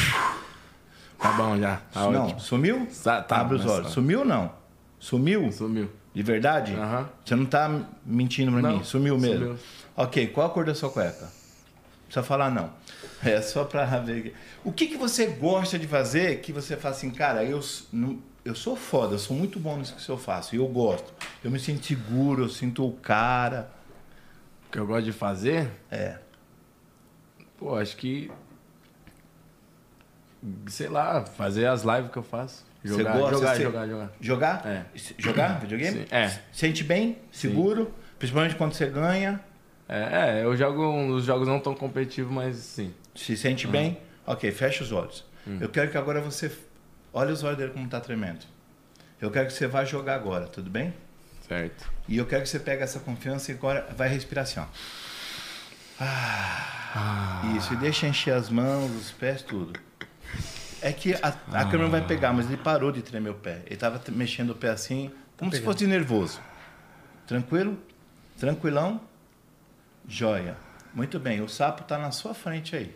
Tá bom já. Tá
não.
ótimo.
Sumiu?
Tá, tá,
Abre os
mas
olhos.
tá.
Sumiu ou não? Sumiu?
Sumiu.
De verdade?
Aham.
Você não tá mentindo pra
Não,
mim? Sumiu mesmo?
sumiu.
Ok, qual a cor da sua cueca? Não precisa falar não. É só pra ver. O que, que você gosta de fazer que você fala assim, cara, eu, s- não- eu sou foda, eu sou muito bom nisso que eu faço, e eu gosto. Eu me sinto seguro, eu sinto o cara.
O que eu gosto de fazer?
É.
Pô, acho que. Sei lá, fazer as lives que eu faço.
Você
Jogar,
gosta assim?
jogar,
você-
jogar, jogar.
Jogar?
É.
S- Jogar videogame?
Sim, é.
Sente bem, seguro, principalmente quando você ganha,
É, é, eu jogo uns jogos não tão competitivos, mas sim.
se sente bem. Ok, fecha os olhos. Eu quero que agora você. Olha os olhos dele como tá tremendo. Eu quero que você vá jogar agora, tudo bem?
Certo.
E eu quero que você pegue essa confiança e agora vai respirar assim, ó. Ah, Isso, e deixa encher as mãos, os pés, tudo. É que a, a câmera vai pegar, mas ele parou de tremer o pé. Ele tava t- mexendo o pé assim, como se fosse nervoso. Tranquilo? Tranquilão? Joia. Muito bem, o sapo tá na sua frente aí.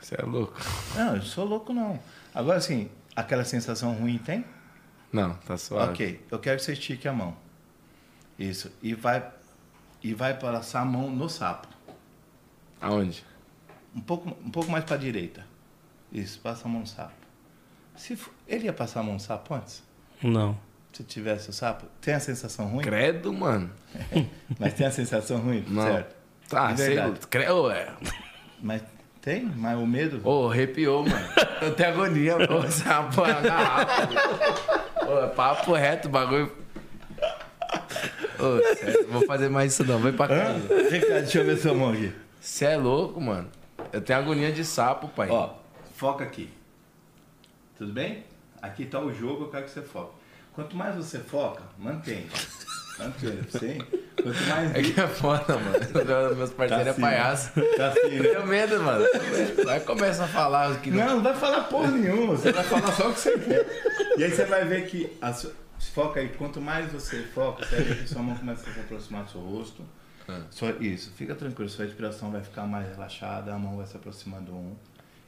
Você é louco.
Não, eu sou louco não. Agora assim, aquela sensação ruim tem?
Não, tá suave.
Ok, eu quero que você estique a mão. Isso. E vai e vai passar a mão no sapo.
Aonde?
Um pouco, um pouco mais para direita. Isso, passa a mão no sapo. Se fo- ele ia passar a mão no sapo antes?
um Não.
Se tivesse o sapo, tem a sensação ruim?
Credo, mano.
Mas tem a sensação ruim,
Não.
certo?
Tá,
De
sei lá.
verdade.
Credo, é.
Mas tem? Mas o medo?
Ô, arrepiou, mano. Eu tenho agonia, mano. Essa porra na alma. Ô, é papo reto, bagulho. Ô, sério, vou fazer mais isso não, vem pra
Hã?
casa.
Fica- Deixa eu ver sua mão aqui.
Você é louco, mano. Eu tenho agonia de sapo, pai.
Ó, foca aqui. Tudo bem? Aqui tá o jogo, eu quero que você foque. Quanto mais você foca, mantém. Mantém, sim? Quanto mais
É que é foda, mano. Meus parceiros é
assim, né?
palhaço.
Tá assim,
Eu
né?
tenho medo, mano. Vai começa a falar que não.
Não, não vai falar porra nenhuma. Você vai falar só o que você quer. E aí você vai ver que a sua- foca aí. Quanto mais você foca, você vai ver que sua mão começa a se aproximar do seu rosto.
É.
Só isso. Fica tranquilo. Sua respiração vai ficar mais relaxada. A mão vai se aproximando um.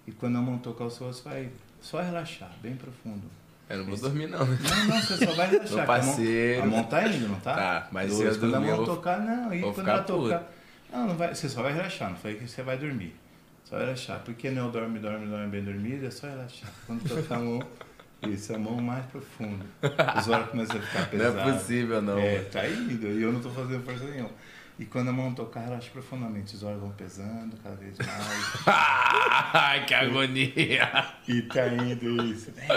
E quando a mão tocar o seu rosto, vai só relaxar, bem profundo.
Eu não vou dormir, não. né?
Não, não, você só vai relaxar. que a mão-
parceiro.
A mão tá indo, não tá?
Tá, mas se
Dois,
eu
quando
dormir,
a
eu
mão
vou-
tocar, não. E
vou
quando
ficar
ela tocar.
puto.
Não, não vai, você só vai relaxar, não foi que você vai dormir. Só vai relaxar. Porque não dorme, dorme, dorme bem dormido, é só relaxar. Quando tocar a mão. Isso, a mão mais profunda. Os olhos começam a ficar
Não
pesados.
é possível, não.
É,
mano.
tá indo. E eu não tô fazendo força nenhuma. E quando a mão tocar, relaxa profundamente. Os olhos vão pesando cada vez mais.
Ai, que agonia.
E tá indo isso. Bem, bem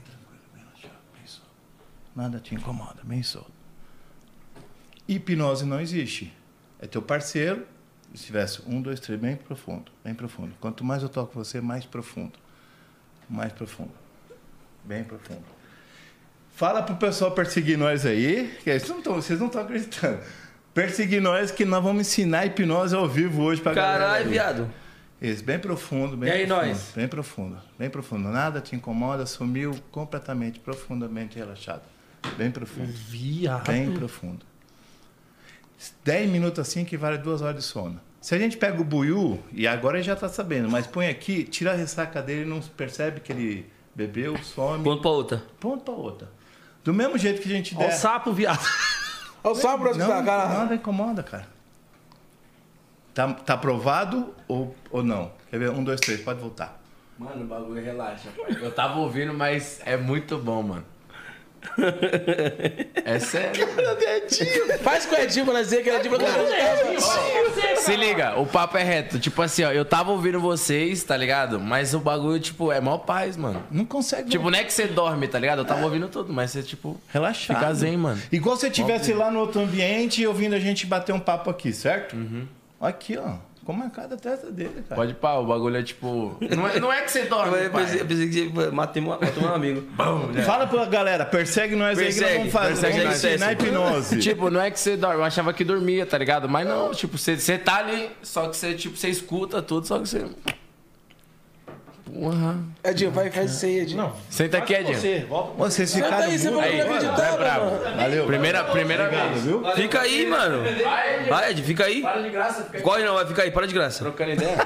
tranquilo, bem relaxado, bem solto. Nada te incomoda, bem solto. Hipnose não existe. É teu parceiro. Se tivesse um, dois, três, bem profundo, bem profundo. Quanto mais eu toco você, mais profundo. Mais profundo. Bem profundo. Fala pro pessoal perseguir nós aí, que eles não tão- vocês não estão acreditando. Perseguir nós que nós vamos ensinar hipnose ao vivo hoje pra galera.
Caralho,
aí.
viado.
Isso, bem profundo, bem
E aí,
profundo,
nós?
Bem profundo, bem profundo. Nada te incomoda, sumiu completamente, profundamente relaxado. Bem profundo,
Viado.
bem profundo. 10 minutos assim que vale duas horas de sono. Se a gente pega o buiú, e agora ele já tá sabendo, mas põe aqui, tira a ressaca dele, não percebe que ele bebeu, some,
Ponto pra outra.
ponto pra outra. Do mesmo jeito que a gente
Olha
der.
o sapo, viado.
Olha o sapo pra
Não,
escutar, cara.
nada incomoda, cara. Tá, tá aprovado ou, ou não? Quer ver? Um, dois, três, pode voltar.
Mano, o bagulho relaxa, pai. Eu tava ouvindo, mas é muito bom, mano. É sério.
Faz com o Edinho pra nós dizer que ele é de Não,
Se liga, o papo é reto. Tipo assim, ó, eu tava ouvindo vocês, tá ligado? Mas o bagulho, tipo, é mó paz, mano.
Não consegue.
Tipo, não é que você dorme, tá ligado? Eu tava ouvindo tudo, mas você, tipo,
relaxar.
fica zen, mano.
Igual se eu estivesse lá no outro ambiente e ouvindo a gente bater um papo aqui, certo?
Uhum.
Aqui, ó. Ficou marcada a testa dele, cara.
Pode pá, o bagulho é tipo. Não é, não é que você dorme,
Eu pensei, eu
pai.
pensei que você matei meu, matou meu amigo.
Fala pra galera, persegue nós aí que
Persegue,
nós vamos fazer.
persegue,
Vamos ensinar
persegue.
hipnose.
Tipo, não é que você dorme. Eu achava que dormia, tá ligado? Mas não, tipo, você, você tá ali, só que você, tipo, você escuta tudo, só que você. Porra.
Edinho, vai, faz isso aí, Edinho.
Senta aqui, Edinho.
Você, volta. Vocês
Senta
ficaram
aí, você
muito-
falou que não
Aí,
acreditava, mano.
Valeu.
Primeira, primeira
né? Obrigado,
vez.
viu?
Fica aí, mano. Vai, Ed, fica aí.
Para de graça, fica
Corre não, vai ficar aí, para de graça.
trocando ideia.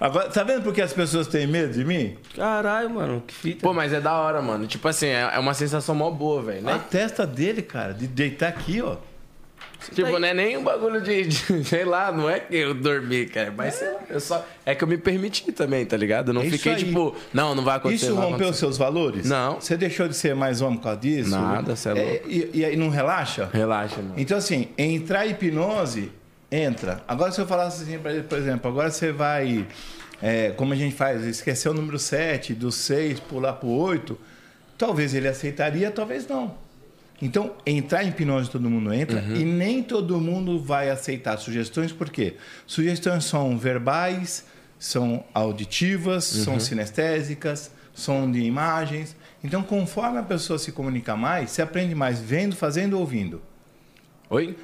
Agora, tá vendo por que as pessoas têm medo de mim?
Caralho, mano, que fita.
Pô, mas é da hora, mano. Tipo assim, é é uma sensação mó boa, velho,
A
né?
testa dele, cara, de deitar aqui, ó.
tipo, não é nem um bagulho de, de- Sei lá, não é que eu dormi, cara. Mas sei lá, eu só. É que eu me permiti também, tá ligado? Eu não
É isso
fiquei
aí.
tipo, não, não vai acontecer.
Isso
não vai
rompeu os
acontecer.
seus valores?
Não.
Você deixou de ser mais homem por causa disso?
Nada, cê é louco.
E, e aí não relaxa?
Relaxa, mano.
Então, assim, entrar em hipnose, entra. Agora, se eu falasse assim pra ele, por exemplo, agora você vai, é, como a gente faz, esquecer o número 7, do 6, pular pro 8, talvez ele aceitaria, talvez não. Então, entrar em hipnose todo mundo entra e nem todo mundo vai aceitar sugestões, porque sugestões são verbais, são auditivas, são sinestésicas, são de imagens. Então, conforme a pessoa se comunica mais, se aprende mais vendo, fazendo, ouvindo.
Oi?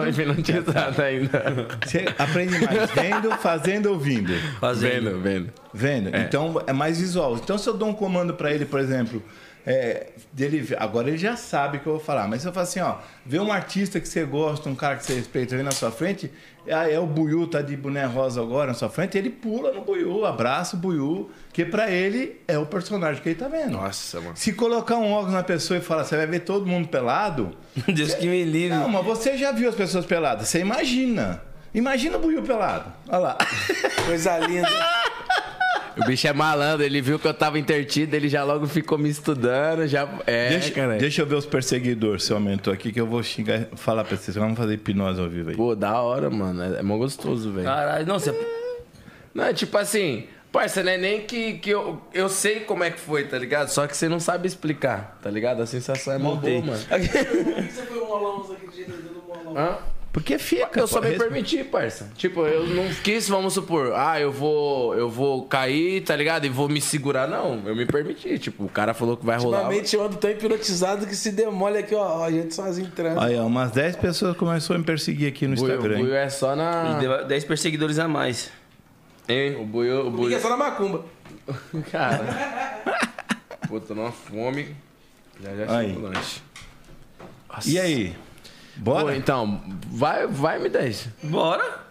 Tô hipnotizado ainda.
Você aprende mais vendo, fazendo, ouvindo.
Fazendo.
Vendo, vendo.
Vendo. Então é mais visual. Então se eu dou um comando pra ele, por exemplo, é, dele, agora ele já sabe o que eu vou falar. Mas se eu falar assim, ó, vê um artista que você gosta, um cara que você respeita ali na sua frente, ah, é o Buiú, tá de boné rosa agora na sua frente, ele pula no Buiú, abraça o Buiú, que pra ele é o personagem que ele tá vendo.
Nossa, mano.
Se colocar um óculos na pessoa e falar, você vai ver todo mundo pelado,
Deus que me livre.
não, mas você já viu as pessoas peladas. Você imagina. Imagina o Buiu pelado. Olha lá.
Coisa linda.
O bicho é malandro, ele viu que eu tava intertido, ele já logo ficou me estudando, já. É,
deixa,
cara.
deixa eu ver os perseguidores, seu aumentou aqui, que eu vou xingar, falar pra vocês. Vamos fazer hipnose ao vivo aí.
Pô, da hora, mano. É, é mó gostoso,
Ah.
velho.
Caralho, não, você... é
Não, é tipo assim, parça, não é nem que, que eu, eu sei como é que foi, tá ligado? Só que você não sabe explicar, tá ligado? A sensação é mó boa, mano.
Você foi um molão, aqui do jeito do molão.
Hã?
Porque fica.
Eu só
pô,
me
respe-
permiti, parça. Tipo, eu não quis, vamos supor, ah, eu vou, eu vou cair, tá ligado? E vou me segurar. Não, eu me permiti. Tipo, o cara falou que vai rolar.
Ultimamente eu ando tão hipnotizado que se demole aqui, ó. ó, A gente sozinho entrando.
Aí, ó, umas 10 pessoas começaram a me perseguir aqui no
O buio,
Instagram.
o buio é só na.
E 10 perseguidores a mais.
Hein? O buio, o
Liga
buio.
só na macumba.
Cara. Pô, tô numa fome. Já já
Aí.
chega o lanche.
E aí?
Pô,
Bora?
então, vai, vai me deixa.
Bora!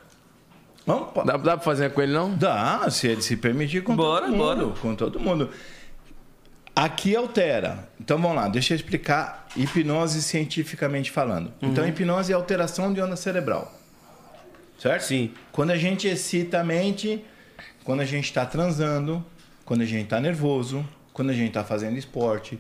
Vamos, pa-
Dá, dá pra fazer com ele, não?
Dá, se ele se permitir, com
Bora,
todo mundo.
bora.
Com todo mundo. Aqui altera. Então vamos lá, deixa eu explicar hipnose cientificamente falando.
Uhum.
Então, hipnose é alteração de onda cerebral. Certo?
Sim.
Quando a gente excita a mente, quando a gente está transando, quando a gente está nervoso, quando a gente está fazendo esporte.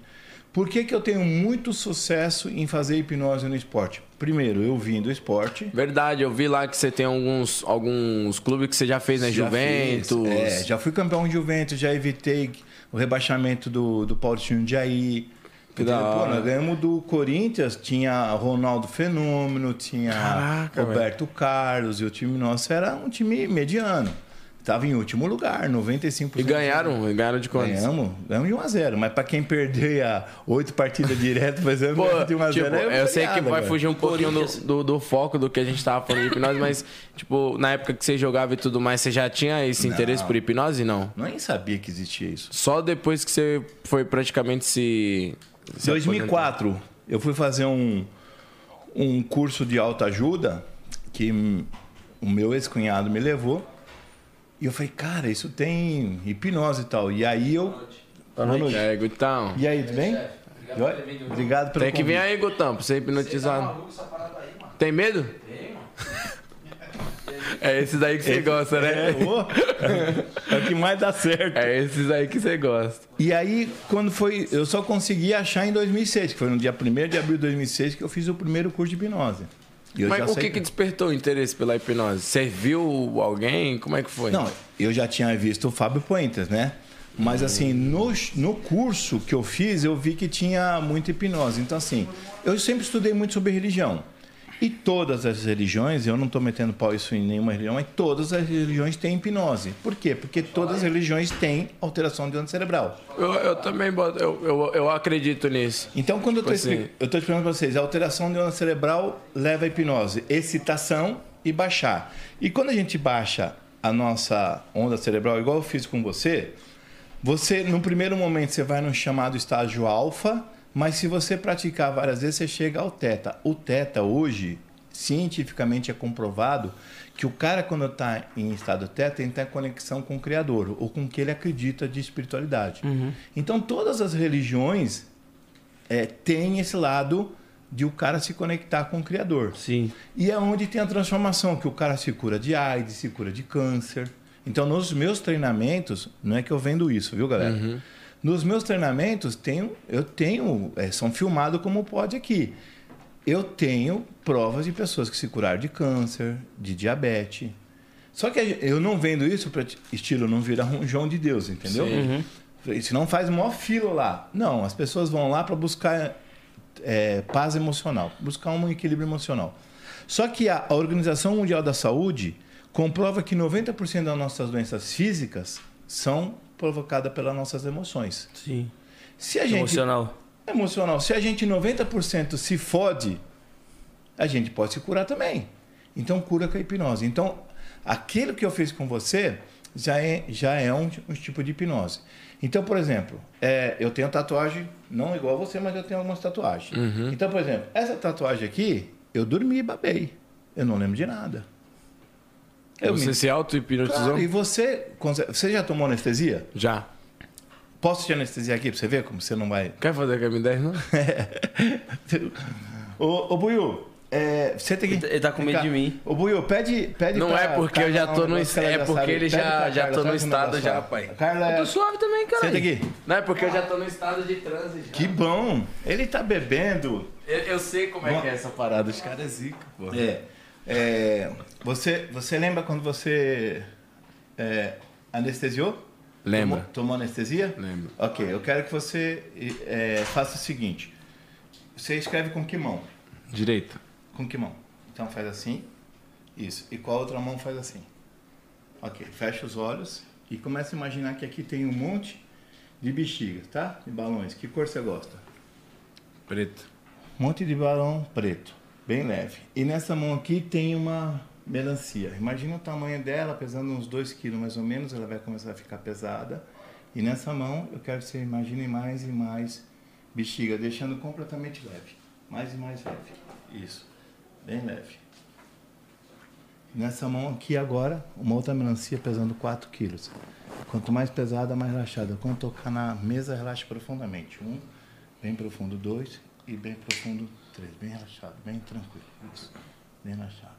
Por que, que eu tenho muito sucesso em fazer hipnose no esporte? Primeiro, eu vim do esporte.
Verdade, eu vi lá que você tem alguns, alguns clubes que você já fez na
Já
né, Juventus.
fiz, é, já fui campeão de Juventus, já evitei o rebaixamento do, do Paulistino de aí.
Que da hora.
nós ganhamos do Corinthians, tinha Ronaldo Fenômeno, tinha
Caraca,
Roberto Carlos, e o time nosso era um time mediano. Tava em último lugar, 95%.
E ganharam, e ganharam de quantos?
Ganhamos, ganhamos de 1x0. Mas pra quem perder a oito partidas direto, mas eu
Pô,
ganho de 1x0.
tipo, eu, sei que vai fugir um pouquinho do, do, do foco do que a gente tava falando de hipnose, mas, tipo, na época que você jogava e tudo mais, você já tinha esse interesse por hipnose? Não.
Nem sabia que existia isso.
Só depois que você foi praticamente se. se
2004, eu fui fazer um, um curso de autoajuda que m- o meu ex-cunhado me levou. E eu falei, cara, isso tem hipnose e tal. E aí eu. Boa
aposentar.
noite.
É, Gutão.
E aí, tudo bem? E olha, Obrigado pelo
Tem que vir
convite.
aí, Gutão, pra você hipnotizar. Tem medo? Tem, mano. É esses daí que você gosta,
É,
né?
ô, é o que mais dá certo.
É esses aí que você gosta.
E aí, quando foi. Eu só consegui achar em 2006, que foi no dia 1 de abril de 2006 que eu fiz o primeiro curso de hipnose. E eu já
Mas o
saí-
que, que despertou o interesse pela hipnose? Você viu alguém? Como é que foi?
Não, eu já tinha visto o Fábio Pointas, né? Mas assim, no, no curso que eu fiz, eu vi que tinha muita hipnose. Então, assim, eu sempre estudei muito sobre religião. E todas as religiões, eu não estou metendo pau isso em nenhuma religião, mas todas as religiões têm hipnose. Por quê? Porque todas as religiões têm alteração de onda cerebral.
Eu, eu também boto, eu, eu, eu acredito nisso.
Então, quando eu estou
Tipo assim.
explicando para vocês, a alteração de onda cerebral leva à hipnose, excitação e baixar. E quando a gente baixa a nossa onda cerebral, igual eu fiz com você, você, no primeiro momento, você vai no chamado estágio alfa, mas se você praticar várias vezes, você chega ao teta. O teta, hoje, cientificamente é comprovado que o cara, quando está em estado teta, ele tem conexão com o Criador, ou com o que ele acredita de espiritualidade. Então, todas as religiões é, tem esse lado de o cara se conectar com o Criador.
Sim.
E é onde tem a transformação, que o cara se cura de AIDS, se cura de câncer. Então, nos meus treinamentos, não é que eu vendo isso, viu, galera? Nos meus treinamentos, tenho, eu tenho, é, são filmados como pode aqui. Eu tenho provas de pessoas que se curaram de câncer, de diabetes. Só que a gen- eu não vendo isso para estilo não virar um João de Deus, entendeu? Isso não faz maior filo lá. Não, as pessoas vão lá para buscar é, paz emocional, buscar um equilíbrio emocional. Só que a, a Organização Mundial da Saúde comprova que 90% das nossas doenças físicas são provocadas pelas nossas emoções.
Sim.
Se
Então
a gente
Emocional.
emocional, se a gente 90% se fode, a gente pode se curar também. Então cura com a hipnose. Então, aquilo que eu fiz com você já é, já é um, um tipo de hipnose. Então, por exemplo, é, eu tenho tatuagem, não igual a você, mas eu tenho algumas tatuagens.
Uhum.
Então, por exemplo, essa tatuagem aqui, eu dormi e babei. Eu não lembro de nada. Eu
Você
me-
se auto-hipnotizou?
Claro, e você, consegue- você já tomou anestesia?
Já.
Posso te anestesiar aqui pra você ver como você não vai
Quer fazer com a M10, não?
Ô, ô Buiu, é, você tem que.
Ele tá- ele tá com medo
Vem cá.
de mim.
Ô Buiu, pede. pede
Não
pra-
é porque eu já
Carla
tô
um
no
negócio que ela
é porque
sabe.
ele
Pede
já-
pra
já tô
Carla, sabe
no
um
estado
negócio
já,
lá?
pai.
A Carla,
Tô suave também, cara.
senta aqui.
Não é porque eu já tô no estado de transe já.
Que bom, ele tá bebendo.
Eu, eu sei como é
Bom.
que é essa parada. Os caras é zica, pô.
É. é, você, você lembra quando você é, anestesiou?
Lembra.
Tomou, tomou anestesia?
Lembro.
Ok, eu quero que você é, faça o seguinte: você escreve com que mão?
Direito.
Com que mão? Então faz assim. Isso. E com a outra mão faz assim. Ok. Fecha os olhos e começa a imaginar que aqui tem um monte de bexigas, tá? De balões. Que cor você gosta?
Preto.
Um monte de balão preto. Bem leve. E nessa mão aqui tem uma melancia. Imagina o tamanho dela, pesando uns 2 kg mais ou menos. Ela vai começar a ficar pesada. E nessa mão eu quero que você imagine mais e mais bexiga, deixando completamente leve. Mais e mais leve. Isso. Bem leve. Nessa mão aqui agora, uma outra melancia pesando 4 quilos. Quanto mais pesada, mais relaxada. Quando tocar na mesa, relaxa profundamente. Um, bem profundo, dois e bem profundo, três. Bem relaxado, bem tranquilo. Isso. Bem relaxado.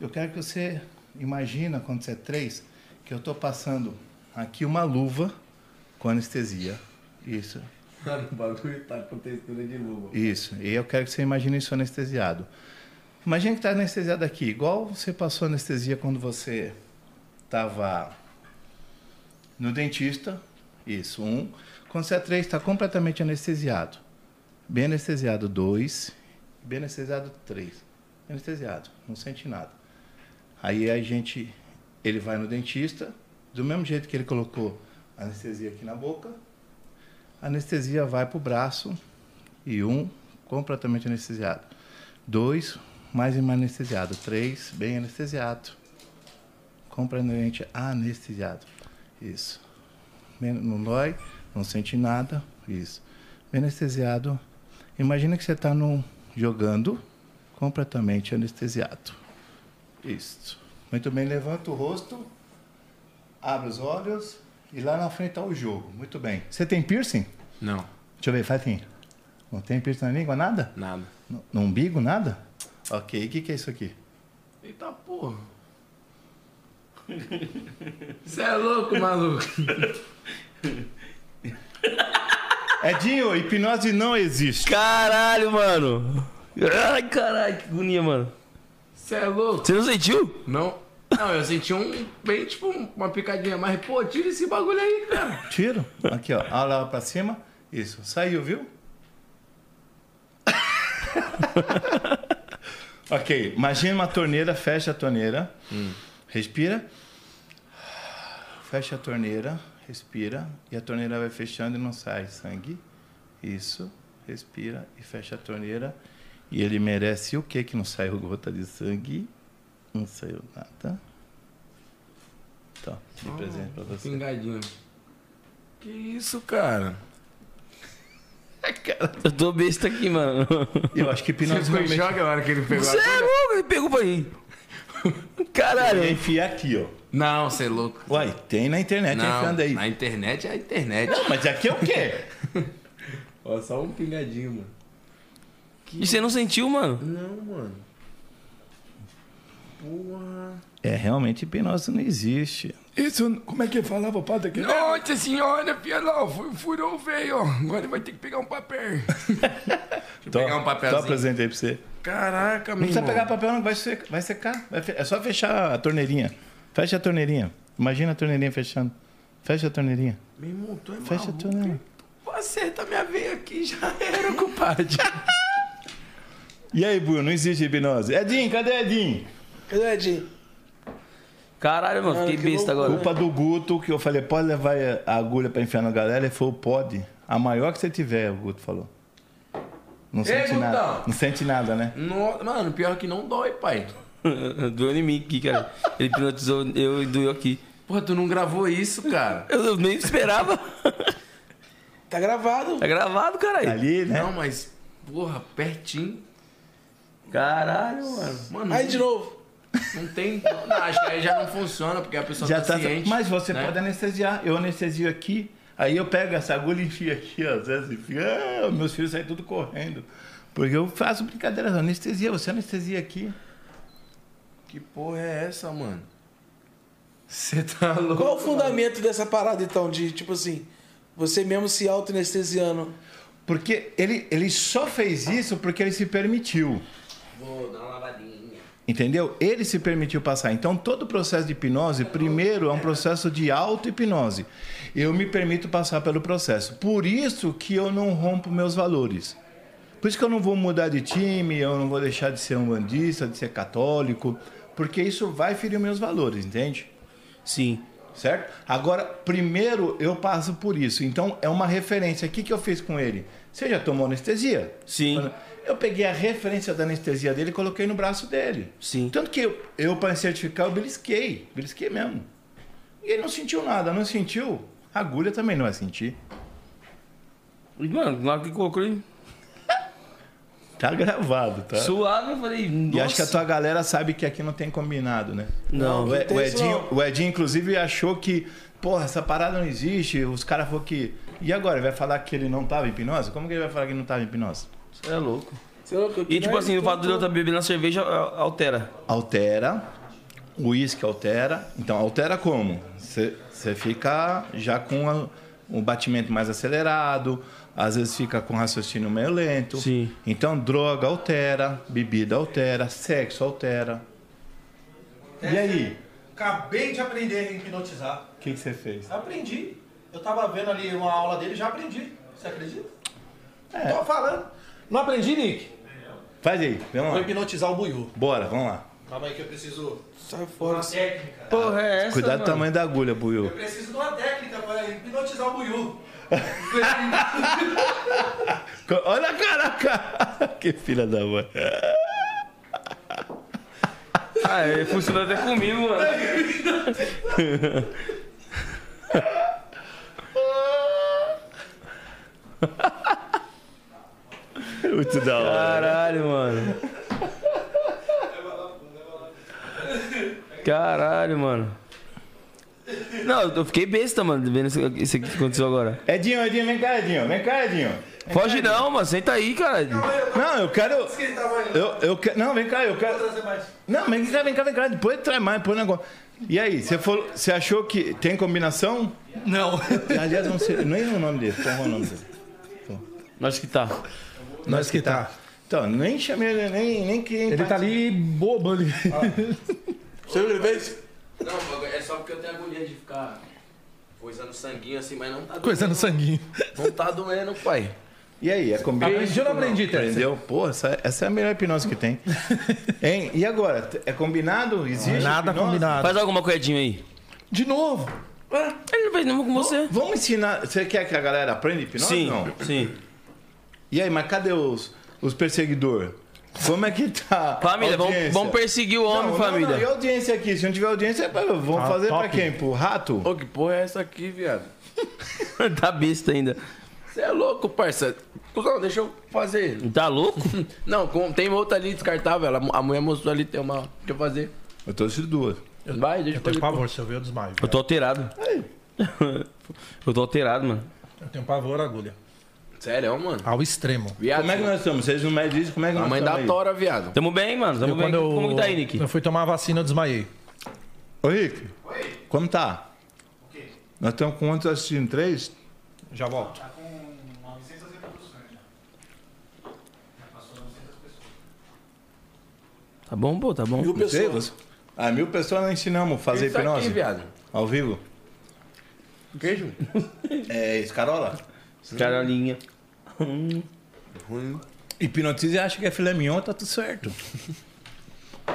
Eu quero que você imagina quando você é três, que eu estou passando aqui uma luva com anestesia. Isso.
Mano, o bagulho tá com textura de luva.
Isso. E eu quero que você imagine isso anestesiado. Imagina que tá anestesiado aqui, igual você passou anestesia quando você tava no dentista. Isso, um. Quando você é três, está completamente anestesiado. Bem anestesiado, dois. Bem anestesiado, três. Bem anestesiado, não sente nada. Aí a gente, ele vai no dentista, do mesmo jeito que ele colocou anestesia aqui na boca, a anestesia vai para o braço e um completamente anestesiado. Dois, mais e mais anestesiado. Três, bem anestesiado. Completamente anestesiado. Isso. Bem- Não dói, não sente nada. Isso. Bem anestesiado. Imagina que você está jogando completamente anestesiado. Isso. Muito bem, levanta o rosto, abre os olhos e lá na frente está o jogo. Muito bem. Você tem piercing?
Não,
Deixa eu ver, faz assim. Não tem piercing na língua, nada?
nada.
No, no umbigo, nada? Ok, e o que, que é isso aqui?
Eita porra. Você é louco, maluco.
Edinho, É hipnose não existe.
Caralho, mano. Ai, caralho, que agonia, mano.
Você é louco.
Você não sentiu?
Não. Não, eu senti um bem, tipo, uma picadinha, mas, pô, tira esse bagulho aí, cara.
Tiro? Aqui, ó. Olha lá pra cima. Isso. Saiu, viu? ok. Imagina uma torneira, fecha a torneira. Respira. Fecha a torneira, respira. E a torneira vai fechando e não sai sangue. Isso. Respira e fecha a torneira. E ele merece o que que não saiu gota de sangue? Não saiu nada. Tá, de presente pra você.
Pingadinho. Que isso, cara?
Eu tô besta aqui, mano.
Eu acho que
Você
hipnose
ficou em
realmente...
choque a hora que ele pegou
Você
a...
é louco, ele pegou pra mim.
É
Caralho.
enfiar aqui, ó.
Não, você é louco.
Uai, tem na internet
Não,
enfiando aí.
na internet é a internet.
Mas aqui é o quê?
Ó, só um pingadinho, mano.
E você não sentiu, mano?
Não, mano. Porra.
é, realmente hipnose não existe.
Isso, como é que falava o padre aqui? Nossa senhora, Pialão, fu- furou o veio, ó. Agora ele vai ter que pegar um papel. Deixa eu pegar um
Só
papelzinho. Hum.
apresentei pra você.
Caraca,
Não
meu
precisa
irmão.
pegar papel, não, vai, secar. vai secar. Vai fe- É só fechar a torneirinha. Fecha a torneirinha. Imagina a torneirinha fechando. Fecha a torneirinha.
Meu irmão, tu é
Fecha a
maluco.
torneirinha.
Pô, Acerta minha veia aqui, já era, compadre.
E aí, Bruno, não existe hipnose. Edinho, cadê Edinho?
Cadê o Edinho?
Caralho, mano, fiquei
que
besta agora.
Culpa do Guto, que eu falei, pode levar a agulha pra enfiar na galera. Ele falou, pode. A maior que você tiver, o Guto falou. Não sente nada.
Gutão?
Não sente nada, né?
No- mano, pior que não dói, pai.
Doeu em mim aqui, cara. Ele hipnotizou eu e doeu aqui.
Pô, tu não gravou isso, cara.
Eu nem esperava.
Tá gravado.
É.
Tá gravado, caralho.
Ali, né?
Não, mas, porra, pertinho.
Caralho, mano.
Mano,
Aí de novo.
não tem. Não, acho que aí já não funciona, porque a pessoa
Já
tá,
tá-
ciente.
mas você
né?
pode anestesiar. Eu anestesio aqui, aí eu pego essa agulha e enfio aqui, ó. às vezes enfio, ah, meus filhos saem tudo correndo. Porque eu faço brincadeira, anestesia, você anestesia aqui.
Que porra é essa, mano? Você tá louco?
Qual o fundamento dessa parada, então, de, tipo assim, você mesmo se auto-anestesiando?
Porque ele, ele só fez isso porque ele se permitiu.
Vou dar uma lavadinha.
Entendeu? Ele se permitiu passar. Então, todo o processo de hipnose, primeiro, é um processo de auto-hipnose. Eu me permito passar pelo processo. Por isso que eu não rompo meus valores. Por isso que eu não vou mudar de time, eu não vou deixar de ser um bandista, de ser católico, porque isso vai ferir meus valores, entende?
Sim.
Certo? Agora, primeiro eu passo por isso. Então, é uma referência. O que, que eu fiz com ele? Você já tomou anestesia?
Sim.
Eu peguei a referência da anestesia dele e coloquei no braço dele.
Sim.
Tanto que eu, eu para certificar, eu belisquei. Belisquei mesmo. E ele não sentiu nada. Não sentiu? A agulha também não vai sentir.
E, mano, na hora que colocou ele
Tá gravado, tá?
suave, eu falei.
E acho que a
nossa.
tua galera sabe que aqui não tem combinado, né?
Não.
O, E-
tem
o
isso
Edinho,
não.
o Edinho, inclusive, achou que, porra, essa parada não existe. Os caras falaram que. E agora? Ele vai falar que ele não tava em hipnose? Como que ele vai falar que ele não tava em hipnose?
Você é louco.
Sei lá, que-
E tipo
né,
assim, o
então,
fato de eu estar bebendo a cerveja a- altera.
altera, o uísque altera. Então, altera como? Você fica já com a- um batimento mais acelerado, às vezes fica com raciocínio meio lento.
Sim.
Então, droga altera, bebida altera, sexo altera. E aí?
Acabei de aprender a hipnotizar.
O que você fez?
Aprendi. Eu tava vendo ali uma aula dele e já aprendi. Você acredita?
É.
Tô falando.
Não aprendi, Nick?
Faz aí, vamos
Vou
lá.
hipnotizar o Buiú.
Bora, vamos lá.
Calma aí que eu preciso.
Sai fora.
Técnica.
Porra, é essa?
Cuidado do
mano?
tamanho da agulha, Buiu.
Eu preciso de uma técnica pra hipnotizar o Buiú.
Co- Olha a caraca! que filha da mãe.
Ah, é, funcionou até comigo, mano.
Muito da hora.
Caralho, mano. Caralho, mano. Não, eu fiquei besta, mano, vendo isso isso aqui que aconteceu agora.
Edinho, Edinho, vem cá, Edinho. Vem cá, Edinho.
É Foge não, mano, senta aí, cara.
Não, eu quero. Eu, eu quero. Não, vem cá, eu quero. Não, mas vem cá, vem cá, vem cá. Depois traz mais, põe negócio. E aí, você falou. Você achou que tem combinação?
Não.
Aliás, não sei. Nem o nome dele. Qual é o nome dele?
Acho que tá.
Nós que tá.
Então, nem chamei ele, nem, nem que.
Ele tá ali bobo ali.
Você me fez?
Não, é só porque eu tenho agonia de ficar coisando sanguinho assim, mas não tá
Coisando sanguinho.
Não tá doendo, pai.
E aí, é
Aprendi ou
combinação?
não aprendi, Terce?
Entendeu? Porra, essa, essa é a melhor hipnose que tem. Hein? E agora? É combinado? Existe?
Nada
hipnose?
combinado.
Faz alguma coedinha aí.
De novo.
Ele não fez nenhuma com você.
Vamos ensinar. Você quer que a galera aprenda hipnose?
Sim,
Não.
sim.
E aí, mas cadê os, os perseguidores? Como é que tá? a
Família, vamos,
audiência?
vamos perseguir o homem,
não, Não, não. E
família.
a audiência aqui? Se não tiver audiência, pá, vamos
Tá
fazer pra
top.
quem? Pro rato?
Ô, que porra é essa aqui, viado?
tá besta ainda.
Você é louco, parça. Cusão, deixa eu fazer.
Tá louco?
Não, com- tem outra ali descartável. ela- a mulher mostrou ali, tem uma. Deixa eu fazer.
Eu trouxe duas.
Vai, deixa
Eu
eu fazer.
tenho pavor, se eu ver eu desmaio.
Eu tô alterado. eu tô alterado, mano.
Eu tenho pavor à agulha.
Sério, é mano.
Ao extremo.
Viado.
Ah, Como é que nós estamos? Vocês não medem isso? Como é que
A
nós
mãe
estamos?
da
aí?
Tora, viado.
Tamo bem, mano. Tamo
Eu,
bem.
quando eu,
Como que tá aí, Nick?
eu fui tomar a vacina, eu desmaiei.
Ô, Rick. Como tá? Nós estamos com quantos assistindo? Três?
Já volto.
Tá bom, pô, tá bom.
Mil
Não sei,
pessoas.
você. Ah, mil pessoas nós ensinamos a fazer
Isso
hipnose.
aqui, viado.
Ao vivo?
Queijo?
É, escarola?
Carolinha.
Hipnotiza e acha que é filé mignon, tá tudo certo.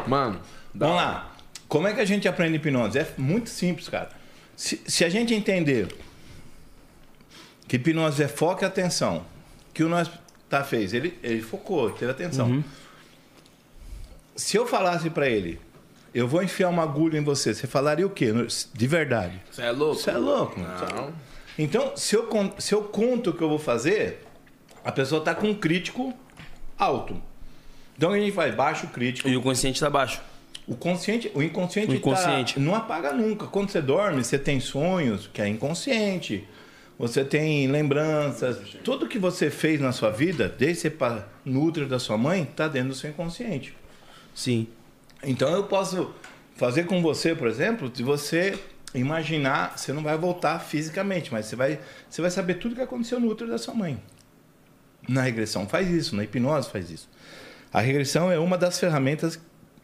Mano,
Vamos lá. Como é que a gente aprende hipnose? É muito simples, cara. Se, se a gente entender que hipnose é foco e atenção, que o nosso tá fez, ele, ele focou, teve atenção. Se eu falasse pra ele, eu vou enfiar uma agulha em você, você falaria o quê? No- De verdade.
você é louco?
Você é louco, mano.
Não.
Então, se eu, con- se eu conto o que eu vou fazer, a pessoa tá com um crítico alto. Então, o que a gente faz? Baixa o crítico.
E o consciente tá baixo.
O consciente, o inconsciente,
O
tá-
inconsciente.
não apaga nunca. Quando você dorme, você tem sonhos, que é inconsciente. Você tem lembranças. Tudo que você fez na sua vida, desde ser pa- no útero da sua mãe, está dentro do seu inconsciente.
Sim.
Então eu posso fazer com você, por exemplo, se você imaginar, você não vai voltar fisicamente, mas você vai, você vai saber tudo que aconteceu no útero da sua mãe. Na regressão faz isso, na hipnose faz isso. A regressão é uma das ferramentas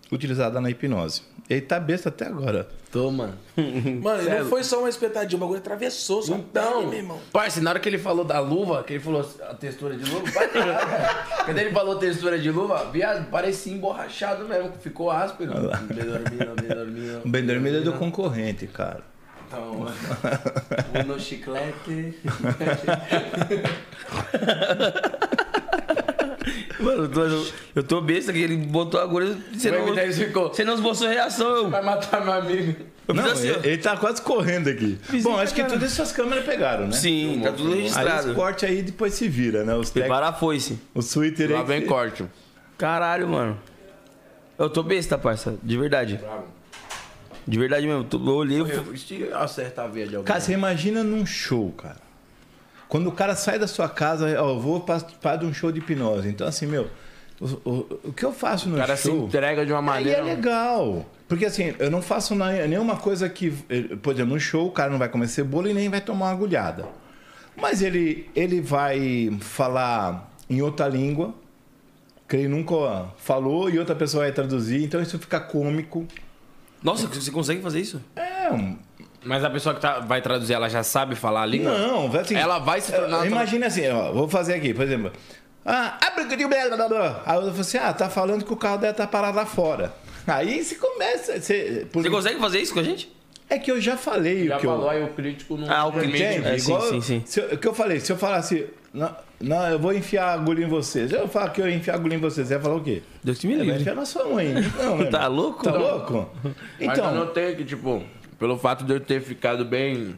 utilizada na hipnose. Ele tá besta até agora.
Toma.
Mano, e não foi só uma espetadinha, o bagulho atravessou sua pele,
Então,
meu irmão.
parça, na hora que ele falou da luva, que ele falou a textura de luva, vai caralho. Quando ele falou textura de luva, viado, parecia emborrachado mesmo, ficou áspero. Bem dormido, bem dormido.
O Ben Dormido é do concorrente, cara.
Então, um no chiclete.
Mano, eu tô, eu- eu tô besta que ele botou a agulha. Você
O
não,
M10 ficou.
você não esboçou reação.
Vai matar meu amigo.
Eu fiz
Não,
assim, ó. assim,
ele, ele tá quase correndo aqui. Bom, acho que todas essas câmeras pegaram, né?
Sim, tá tudo
Aí esse
registrado.
corte aí depois se vira, né? Os tec...
Prepara a foice.
O Twitter aí.
Lá vem
que-
corte.
Caralho, mano. Eu tô besta, parça. De verdade. De verdade mesmo. Tô- Eu olhei. eu-
Se acertar a veia de alguém.
Cara, você imagina num show, cara. Quando o cara sai da sua casa, ó, eu vou participar de um show de hipnose. Então, assim, meu, o, o- o que eu faço no
O cara se
show.
entrega de uma
Aí
maneira. um-
é legal. Porque assim, eu não faço na- nenhuma coisa que. eh, Por exemplo, no show o cara não vai comer cebola e nem vai tomar uma agulhada. Mas ele, ele vai falar em outra língua, que ele nunca falou e outra pessoa vai traduzir. Então isso fica cômico.
Nossa, você consegue fazer isso?
É. um-
Mas a pessoa que tá- vai traduzir, ela já sabe falar a língua?
Não, vai assim.
Ela vai se tornar-
eh, Imagina assim, ó, vou fazer aqui, por exemplo. Ah, abre o grilo, blá, blá, blá. Aí eu falo assim, ah, tá falando que o carro dela tá parado lá fora. Aí se começa. Você, por-
Você consegue fazer isso com a gente?
É que eu já falei
Já
o que eu.
falou, aí o crítico não.
Ah, o
permite.
crítico.
Entende?
É, sim,
Igual,
sim, sim.
se eu- o que eu falei, se eu falasse, não, não, eu vou enfiar a agulha em vocês. Eu falo que eu ia enfiar a agulha em vocês, você ia falar o quê?
Deus que me
É, vai
livre.
enfiar na sua mãe. Não, né?
Tá louco?
Tá louco?
Mas eu
Então,
notei que, tipo, pelo fato de eu ter ficado bem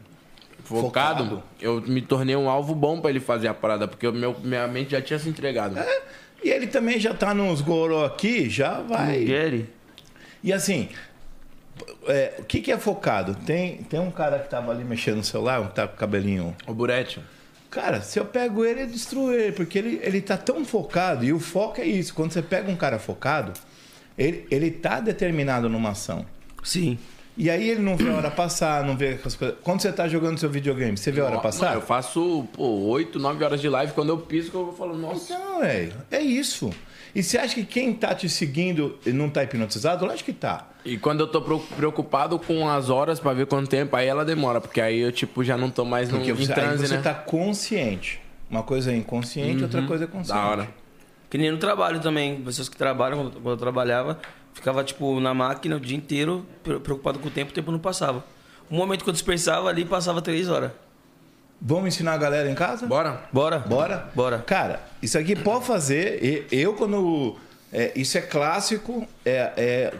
focado,
Focado.
eu me tornei um alvo bom pra ele fazer a parada, porque o meu, minha mente já tinha se entregado.
É? e ele também já tá nos goró aqui, já vai.
Gary.
E assim, é, o que, que é focado? Tem, tem um cara que tava ali mexendo no celular, um que tá com o cabelinho
O Burete.
Cara, se eu pego ele, eu destruo ele, porque ele, ele tá tão focado, e o foco é isso. Quando você pega um cara focado, ele, ele tá determinado numa ação.
Sim.
E aí ele não vê a hora passar, não vê as coisas. Quando você tá jogando seu videogame, você vê a hora passar?
Eu faço, pô, 8, 9 horas de live. Quando eu piso, que eu vou falando, nossa.
Não, velho. É isso. E você acha que quem tá te seguindo não tá hipnotizado? Lógico que tá.
E quando eu tô pro- preocupado com as horas pra ver quanto tempo, aí ela demora, porque aí eu, tipo, já não tô mais no,
Porque
em
você, aí
transe,
você
né? Uhum.
tá consciente. Uma coisa é inconsciente, outra coisa é consciente.
Da hora.
Que nem no trabalho também. Pessoas que trabalham, quando, quando eu trabalhava, ficava, tipo, na máquina o dia inteiro, pre- preocupado com o tempo, o tempo não passava. O momento que eu dispersava ali, passava três horas.
Vamos ensinar a galera em casa?
Bora?
Bora?
Bora?
Bora.
Cara, isso aqui pode fazer. E- Eu, quando. é, isso é clássico, é, é,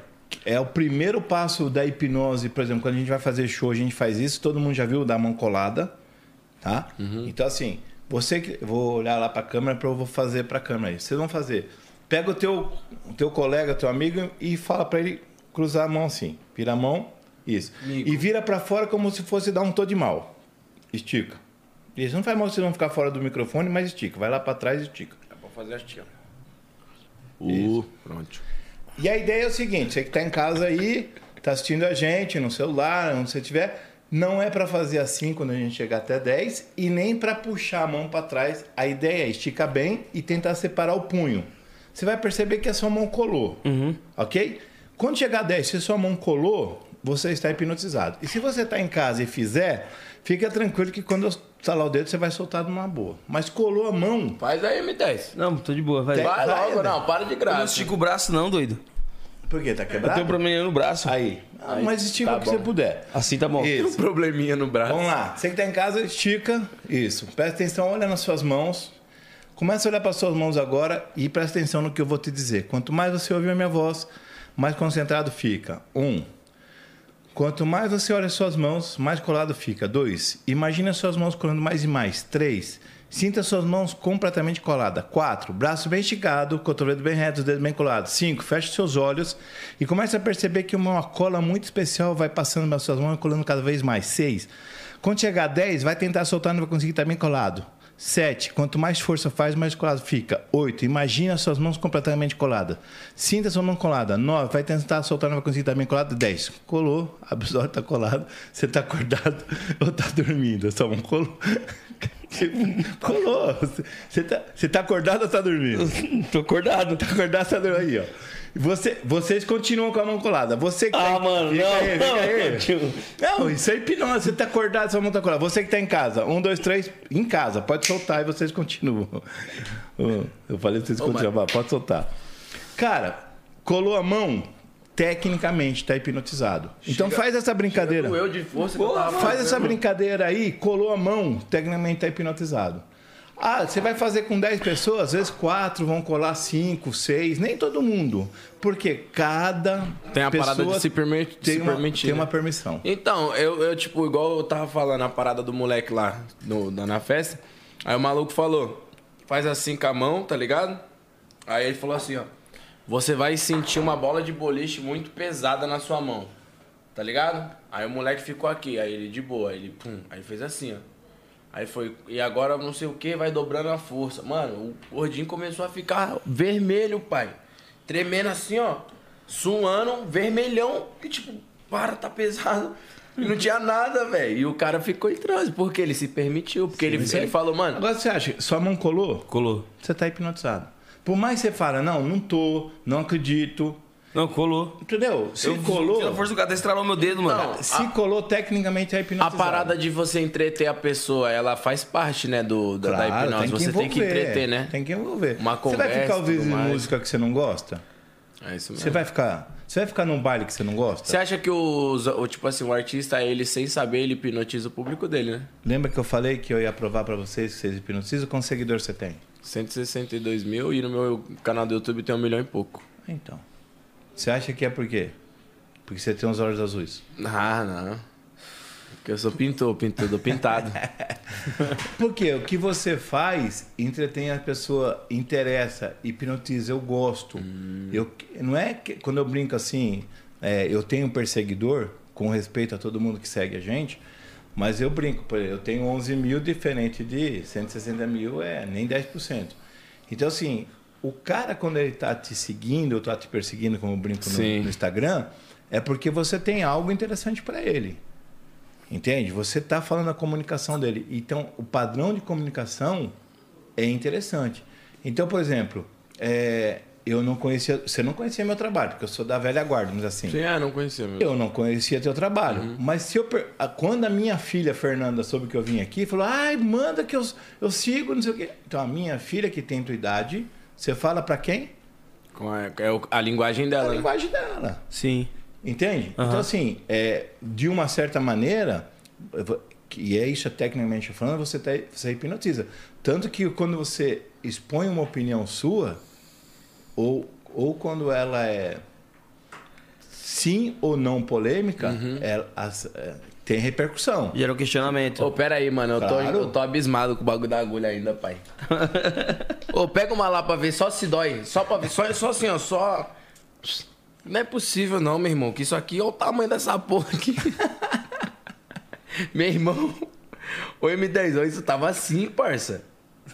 é o primeiro passo da hipnose. Por exemplo, quando a gente vai fazer show, a gente faz isso. Todo mundo já viu da mão colada, tá? Então, assim, você que. Vou olhar lá pra câmera, pra eu vou fazer pra câmera aí. Vocês vão fazer. Pega o teu, o teu colega, teu amigo, e fala pra ele cruzar a mão assim. Vira a mão, isso. E vira pra fora como se fosse dar um todo de mal. Estica. Isso não faz mal você não ficar fora do microfone, mas estica. Vai lá pra trás e estica.
Vou fazer as tia. Uh, pronto.
E a ideia é o seguinte: você que tá em casa aí, tá assistindo a gente no celular, onde você tiver, não é pra fazer assim quando a gente chegar até 10 e nem pra puxar a mão pra trás. A ideia é esticar bem e tentar separar o punho. Você vai perceber que a sua mão colou, ok? Quando chegar a 10, se sua mão colou, você está hipnotizado. E se você tá em casa e fizer, fica tranquilo que quando eu estalar o dedo, você vai soltar numa boa. Mas colou a mão,
Faz aí, M10.
Não, tô de boa, vai.
Tem-
Vai
vai,
logo,
né?
não, para de
Eu não
graça.
estico o braço, não, doido.
por quê? Tá
Eu
quebrado?
tenho um probleminha no braço.
Aí. Ah, mas estica
tá
o que
bom.
você puder.
Assim tá bom.
Um
Isso.
probleminha no braço.
Vamos lá. Você que tá em casa, estica. Isso. Presta atenção, olha nas suas mãos. Começa a olhar para suas mãos agora e presta atenção no que eu vou te dizer. Quanto mais você ouvir a minha voz, mais concentrado fica. Um. Quanto mais você olha as suas mãos, mais colado fica. Dois. Imagina as suas mãos colando mais e mais. Três. Sinta as suas mãos completamente coladas. Quatro. Braço bem esticado, cotovelo bem reto, dedo bem colado. Cinco. Feche seus olhos e comece a perceber que uma cola muito especial vai passando pelas suas mãos e colando cada vez mais. Seis. Quando chegar a 10, vai tentar soltar, não vai conseguir, tá bem colado. 7. Quanto mais força faz, mais colado fica. 8. Imagina as suas mãos completamente coladas. Sinta sua mão colada. 9. Vai tentar soltar, não vai conseguir, tá bem colado. 10. Colou, a absorve, tá colado. Você tá acordado ou tá dormindo? A sua mão colou. Colou. Você tá, você tá acordado ou tá dormindo?
Tô acordado.
Tá acordado, tá dormindo. Aí, ó. Você, vocês continuam com a mão colada. Você que tá
Ah,
em-
mano,
Fica
não.
aí, fica aí.
tio.
Não, isso é hipnose. Você tá acordado, sua mão tá colada. Você que tá em casa. Um, dois, três, em casa. Pode soltar e vocês continuam. Ô, Eu falei pra vocês continuam. vai, Pode soltar. Cara, colou a mão, tecnicamente tá hipnotizado. Então faz essa brincadeira.
Eu de força que eu tava
Faz essa brincadeira aí, colou a mão, tecnicamente tá hipnotizado. Ah, você vai fazer com 10 pessoas, às vezes 4 vão colar 5, 6, nem todo mundo. Porque cada
Tem a parada
pessoa
de se permi- de
tem
se
uma,
permitir,
Tem
né?
uma permissão.
Então, eu, eu, tipo, igual eu tava falando, a parada do moleque lá no, na, na festa. Aí o maluco falou, faz assim com a mão, tá ligado? Aí ele falou assim, ó. Você vai sentir uma bola de boliche muito pesada na sua mão, tá ligado? Aí o moleque ficou aqui, aí ele de boa, aí ele pum, aí fez assim, ó. Aí foi, e agora não sei o que, vai dobrando a força. Mano, o gordinho começou a ficar vermelho, pai. Tremendo assim, ó. Suando, vermelhão, que tipo, para, tá pesado. E não tinha nada, velho. E o cara ficou em transe, porque ele se permitiu. Porque ele, ele falou, mano,
Agora você acha, sua mão colou?
Colou.
Você tá hipnotizado. Por mais que você fala, não, não tô, não acredito.
Não, colou.
Entendeu? Se
A
colou,
força do cara estralou meu dedo, mano.
não,
se colou, tecnicamente é
A
hipnotizado.
parada de você entreter a pessoa, ela faz parte, né, do, da, da
Claro,
hipnose.
tem que
você tem que
envolver,
entreter, né?
Tem que envolver.
Uma
você vai
conversa,
ficar ouvindo
tudo mais.
música que você não gosta?
É isso mesmo.
Você vai ficar. Você vai ficar num baile que você não gosta?
Você acha que os, o, tipo assim, o artista, ele sem saber, ele hipnotiza o público dele, né?
Lembra que eu falei que eu ia provar pra vocês que vocês hipnotizam? Quantos seguidores você tem?
162 mil e no meu canal do YouTube tem um milhão e pouco.
Então. Você acha que é por quê? Porque você tem os olhos azuis.
Ah, não. Porque eu sou pintor, pintor do pintado.
Porque o que você faz entretém a pessoa, interessa, hipnotiza. Eu gosto. Eu, não é que quando eu brinco assim, é, eu tenho um perseguidor, com respeito a todo mundo que segue a gente, mas eu brinco. por exemplo, Eu tenho 11 mil diferente de 160 mil, é nem 10%. Então, assim, o cara, quando ele tá te seguindo, ou tá te perseguindo, como eu brinco no,
Sim.
no Instagram, é porque você tem algo interessante para ele. Entende? Você está falando a comunicação dele. Então, o padrão de comunicação é interessante. Então, por exemplo, é, eu não conhecia. Você não conhecia meu trabalho, porque eu sou da velha guarda, mas assim.
Sim, ah, não conhecia mesmo.
Eu não conhecia teu trabalho. Mas se eu per- a- quando a minha filha Fernanda soube que eu vim aqui, falou: ai, manda que eu, eu sigo, não sei o quê. Então, a minha filha que tem tua idade, você fala para quem?
Com a, é o- a linguagem
A
dela, né?
linguagem dela.
Sim.
Entende? Então, assim, é, de uma certa maneira, eu vou- e é isso tecnicamente falando, você, tá, você hipnotiza. Tanto que quando você expõe uma opinião sua, ou, ou quando ela é sim ou não polêmica,
Uhum.
ela- as- é, tem repercussão.
Gerou um questionamento.
Ô, pera aí, mano. Eu, tô,
Claro.
eu tô abismado com o bagulho da agulha ainda, pai. Ô, pega uma lá pra ver, só se dói. Só pra ver. Só, só assim, ó, só. Não é possível, não, meu irmão. Que isso aqui é o tamanho dessa porra aqui. meu irmão. O M10, ó, isso tava assim, parça.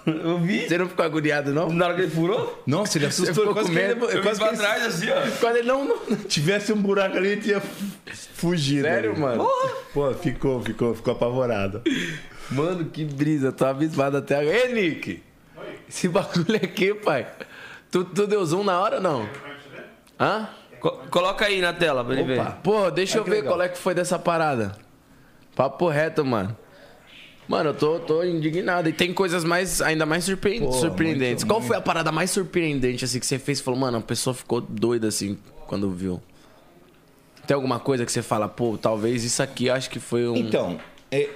Eu vi.
Você não ficou agoniado, não?
Na hora que ele furou,
Nossa, ele assustou.
ficou
Quase
com
que ele,
medo?
eu
eu vi
quase
pra
que
trás assim, ó.
Quando ele não. não-
se tivesse um buraco ali, ele tinha fugido.
Sério,
ali.
mano?
Pô, ficou, ficou, ficou apavorado.
Oh! Mano, que brisa, tô abismado até agora. Ei, Nick! Esse bagulho aqui, pai. Tu, tu deu zoom na hora ou não? Hã?
Co- coloca aí na tela pra ele ver.
Pô, deixa eu
que
ver
legal.
qual é que foi dessa parada. Papo reto, mano. Mano, eu tô, tô indignado. E tem coisas mais, ainda mais surpre- surpreendentes. qual foi a parada mais surpreendente, assim, que você fez e falou, mano, a pessoa ficou doida, assim, quando viu? Tem alguma coisa que você fala, pô, talvez isso aqui acho que foi um.
Então, é,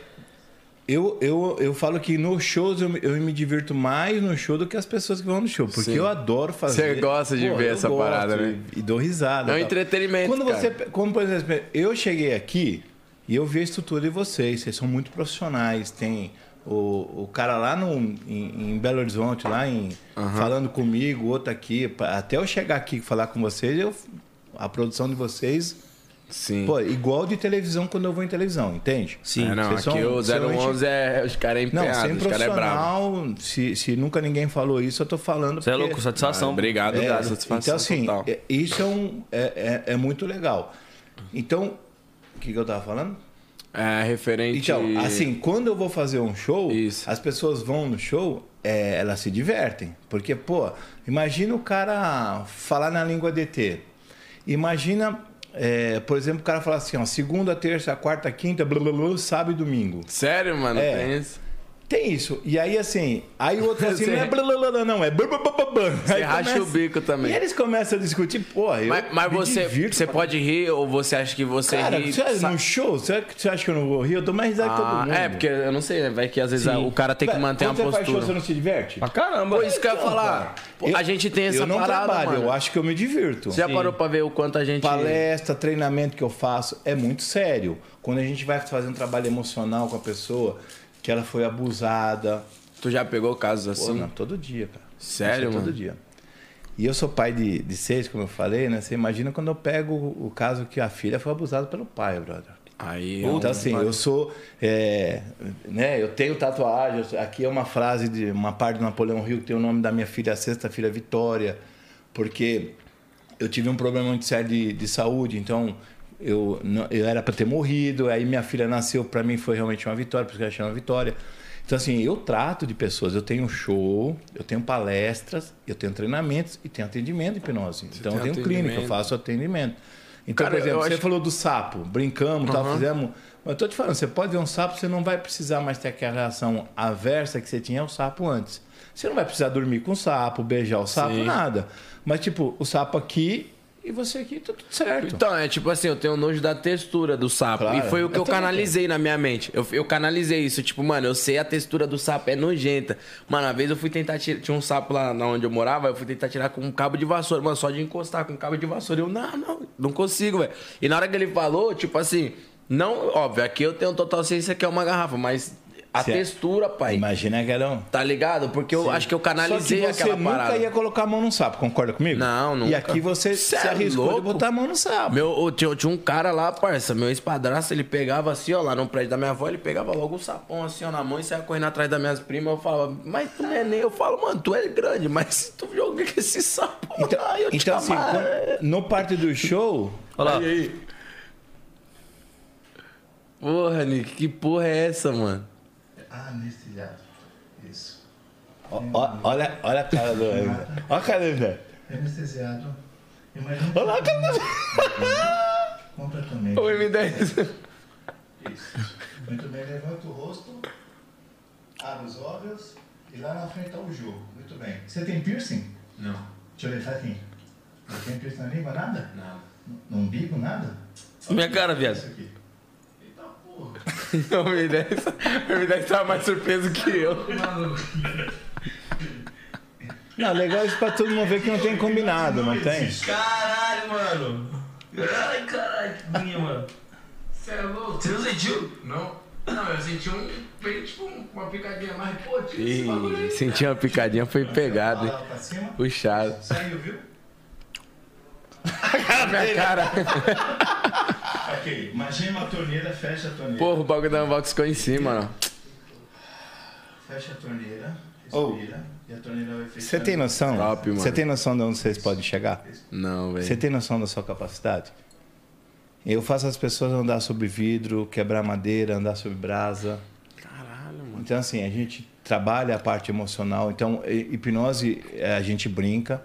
eu, eu, eu falo que nos shows eu, me- eu me divirto mais no show do que as pessoas que vão no show. Porque
Sim.
eu adoro fazer.
Você gosta de ver
eu
essa
gosto
parada,
e-
né?
E dou risada.
É um
e tal.
entretenimento,
Quando você.
cara.
Como, por exemplo, eu cheguei aqui e eu vi a estrutura de vocês. Vocês são muito profissionais. Tem. O, o cara lá no, em, em Belo Horizonte, lá em, falando comigo, outro aqui. pa- Até eu chegar aqui e falar com vocês, eu, a produção de vocês
Sim.
Pô, igual de televisão quando eu vou em televisão, entende?
Sim.
É, não,
Vocês
aqui
são-
o
são
011 é. Os caras é
Não,
empenhado,
sem
os caras é bravo.
profissional, se, se nunca ninguém falou isso, eu tô falando.
Você é
porque-
louco, satisfação.
Obrigado,
É,
cara. Satisfação
Então, assim,
total.
é- isso é, um, é, é- é muito legal. Então, o que, que eu tava falando?
É, referente.
Então, assim, quando eu vou fazer um show,
Isso.
as pessoas vão no show, é, elas se divertem. Porque, pô, imagina o cara falar na língua DT. Imagina, é, por exemplo, o cara falar assim, ó, segunda, terça, quarta, quinta, blá, blá, blá, sábado e domingo.
Sério, mano?
É.
Tem isso?
Tem isso. E aí, assim, aí o outro assim,
Você-
não é blá, blá, blá, blá, não, é blá, blá, blá, blá, blá. Aí
racha o bico também.
E eles começam a discutir, pô, eu
Mas, mas
me
você,
divirto
você
pra
pode rir ou você acha que você
Cara,
ri?
você,
sa-
num show, será que você acha que eu não vou rir? Eu dou mais risada que todo
Ah,
mundo.
é, porque eu não sei, né? Vai que às vezes
Sim.
o cara tem que
Vai,
manter uma
quando Você faz show, você
postura.
não se diverte? Então,
Pra caramba.
Pô, isso que eu ia falar. Pô,
Eu-
a gente tem essa
eu não
parada,
trabalho,
mano.
eu acho que eu me divirto.
Você já parou pra ver o quanto a gente...
Palestra, treinamento que eu faço é muito sério. Quando a gente vai fazer um trabalho emocional com a pessoa, que ela foi abusada.
Tu já pegou casos
Pô,
assim?
não, todo dia, cara.
Sério,
Isso é
mano?
Todo dia. E eu sou pai de, de seis, como eu falei, né? Você imagina quando eu pego o caso que a filha foi abusada pelo pai, brother.
Aí... é um
Então, assim, eu sou. é, né, eu tenho tatuagem. eu sou- Aqui é uma frase de uma parte do Napoleão Rio que tem o nome da minha filha, a sexta filha Vitória, porque eu tive um problema muito sério de, de saúde, então eu, não- eu era para ter morrido, aí minha filha nasceu, para mim foi realmente uma vitória, porque eu achei uma vitória. Então, assim, eu trato de pessoas, eu tenho show, eu tenho palestras, eu tenho treinamentos e tenho atendimento de hipnose. então, eu
tem
tenho clínica, eu
atendimento.
faço atendimento. Então,
Cara,
por exemplo,
eu
você
acho-
falou do sapo, brincamos, tal, fizemos. Mas eu tô te falando, você pode ver um sapo, você não vai precisar mais ter aquela reação aversa que você tinha ao sapo antes. Você não vai precisar dormir com o sapo, beijar o sapo, nada. Mas, tipo, o sapo aqui e você aqui, tá tudo certo.
Então, é tipo assim, eu tenho nojo da textura do sapo.
Claro,
e foi o que
eu
eu
também
canalizei na minha mente. Eu, eu canalizei isso. Tipo, mano, eu sei a textura do sapo, é nojenta. Mano, uma vez eu fui tentar tirar. Tinha um sapo lá na onde eu morava, eu fui tentar tirar com um cabo de vassoura. Mano, só de encostar com um cabo de vassoura. Eu, não, não, não consigo, velho. E na hora que ele falou, tipo assim, não, óbvio, aqui eu tenho total ciência que é uma garrafa, mas a
Certo.
textura, pai.
Imagina, Guerão.
Tá ligado? Porque eu acho que eu canalizei
Só que você
aquela
nunca
parada.
ia colocar a mão no sapo, concorda comigo?
Não, nunca.
E aqui você
Cê
se
é
arriscou
louco?
de botar a mão no sapo.
Meu, ô, tinha, tinha um cara lá, parça, meu espadraço, ele pegava assim, ó, lá no prédio da minha avó, ele pegava logo um sapão assim, ó, na mão e saia correndo atrás das minhas primas. Eu falava, mas tu não é nem. Eu falo, mano, tu é grande, mas se tu joga com esse sapão,
Então,
aí eu
então
te
assim,
amarro.
quando- no parte do show,
Olha lá.
Porra, Nick, que porra é essa, mano?
Anestesiado. Isso.
ó- ó- olha, olha a cara do André. Olha a cara do André.
Anestesiado. Imagina
Olha a cara do André. É.
completamente.
O M10.
Muito bem, levanta o rosto, abre os olhos e lá na frente tá o jogo. Muito bem. Você tem piercing? Não. Deixa eu ver, faz assim. Não tem piercing na língua, nada? Nada. No umbigo, nada?
Minha cara,
Isso
viado.
aqui. Eita porra.
O M10. O M10 tava mais surpreso que eu.
Não, legal é isso pra todo mundo ver que não tem combinado, não tem?
Caralho, mano. Ai, caralho, que agonia, mano. Você é louco? Você não sentiu? Não. Não, eu senti um. Tipo, uma picadinha mais. Pô, tira
Ih, senti uma picadinha, foi pegado, hein?
Lá pra cima.
Puxado.
Saiu, viu?
Minha cara.
Ok. Imagina uma torneira, fecha a torneira.
Porra, o bagulho da Unbox ficou em cima, mano.
Fecha a torneira,
Oh.
respira. E a torneira vai fechar.
Você tem noção?
Top, mano.
Você tem noção de onde vocês podem chegar?
Não, velho.
Você tem noção da sua capacidade? Eu faço as pessoas andar sobre vidro, quebrar madeira, andar sobre brasa.
Caralho, mano.
Então, assim, a gente trabalha a parte emocional. Então, hi- hipnose, eh, a gente brinca.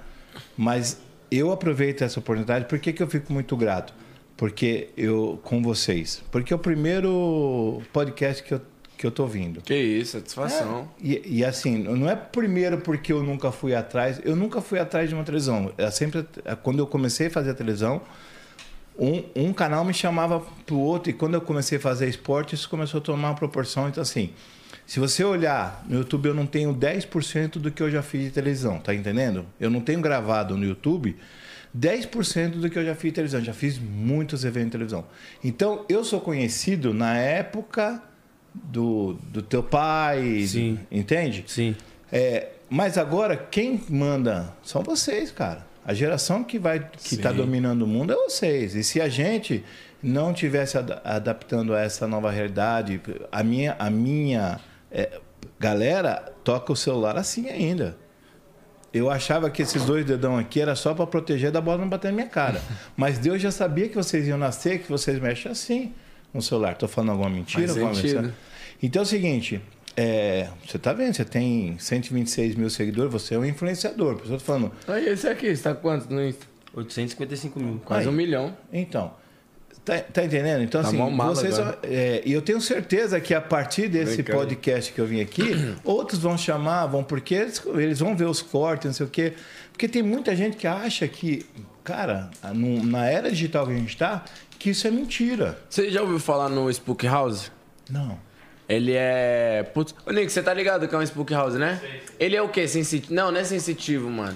Mas eu aproveito essa oportunidade. Por que, que eu fico muito grato? Porque eu, com vocês. Porque é o primeiro podcast que eu, que eu tô ouvindo.
Que isso, satisfação.
E, e, assim, não é primeiro porque eu nunca fui atrás. Eu nunca fui atrás de uma televisão. Eu sempre, é, quando eu comecei a fazer a televisão, um, um canal me chamava pro outro. E quando eu comecei a fazer esporte, isso começou a tomar uma proporção. Então, assim, se você olhar no YouTube, eu não tenho 10% do que eu já fiz de televisão, tá entendendo? Eu não tenho gravado no YouTube 10% do que eu já fiz de televisão. Já fiz muitos eventos de televisão. Então, eu sou conhecido na época do, do teu pai.
Sim.
Entende?
Sim.
É, mas agora, quem manda são vocês, cara. A geração que vai que está dominando o mundo é vocês. E se a gente não tivesse ad- adaptando a essa nova realidade, a minha, a minha é, galera toca o celular assim ainda. Eu achava que esses dois dedão aqui era só para proteger da bola não bater na minha cara. Mas Deus já sabia que vocês iam nascer, que vocês mexem assim. no celular. Tô falando alguma mentira?
Faz
alguma
sentido.
mentira? Então é o seguinte. é, você tá vendo, você tem 126 mil seguidores, você é um influenciador. Por isso eu tô falando,
Aí, esse aqui, você tá com quanto no Insta?
855 mil.
Quase
Aí.
um milhão.
Então, tá, tá entendendo? Então,
Tá
assim,
mó mala
vocês.
agora.
é, E eu tenho certeza que a partir desse
Vem cá,
podcast que eu vim aqui, outros vão chamar, vão, porque eles, eles vão ver os cortes, não sei o quê. Porque tem muita gente que acha que, cara, a- no- na era digital que a gente está, que isso é mentira.
Você já ouviu falar no Spook House?
Não.
Ele é. Putz. Ô, Nick, você tá ligado que é um Spook House, né? Ele é o quê? Sensitivo? Não, não é sensitivo, mano.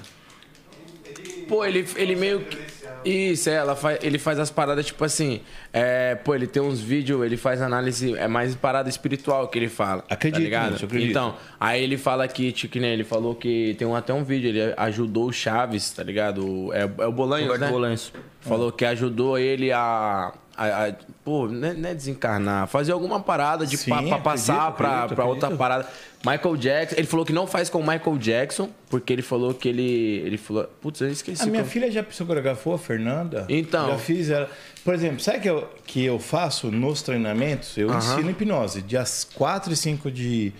Pô, ele, ele meio que. Isso, é, ela faz, ele faz as paradas tipo assim. É, pô, ele tem uns vídeos, ele faz análise. É mais parada espiritual que ele fala.
Acredito
tá ligado?
nisso, acredito.
Então, aí ele fala que, tipo, que nem ele falou que tem um- até um vídeo, ele ajudou o Chaves, tá ligado? O- É, é o Bolanhos,
Roberto
né?
Bolanhos.
Falou que ajudou ele a. a- a- pô, né, né, desencarnar. Fazer alguma parada de
Sim,
pa- pra,
acredito,
passar pra,
acredito,
pra outra
acredito.
parada. Michael Jackson. Ele falou que não faz com o Michael Jackson, porque ele falou que ele. Ele falou. Putz, eu esqueci.
A minha
como-
filha já psicografou, a Fernanda.
Então.
Já fiz ela. Por exemplo, sabe que eu, que eu faço nos treinamentos? Eu ensino hipnose. Dias 4 e 5 de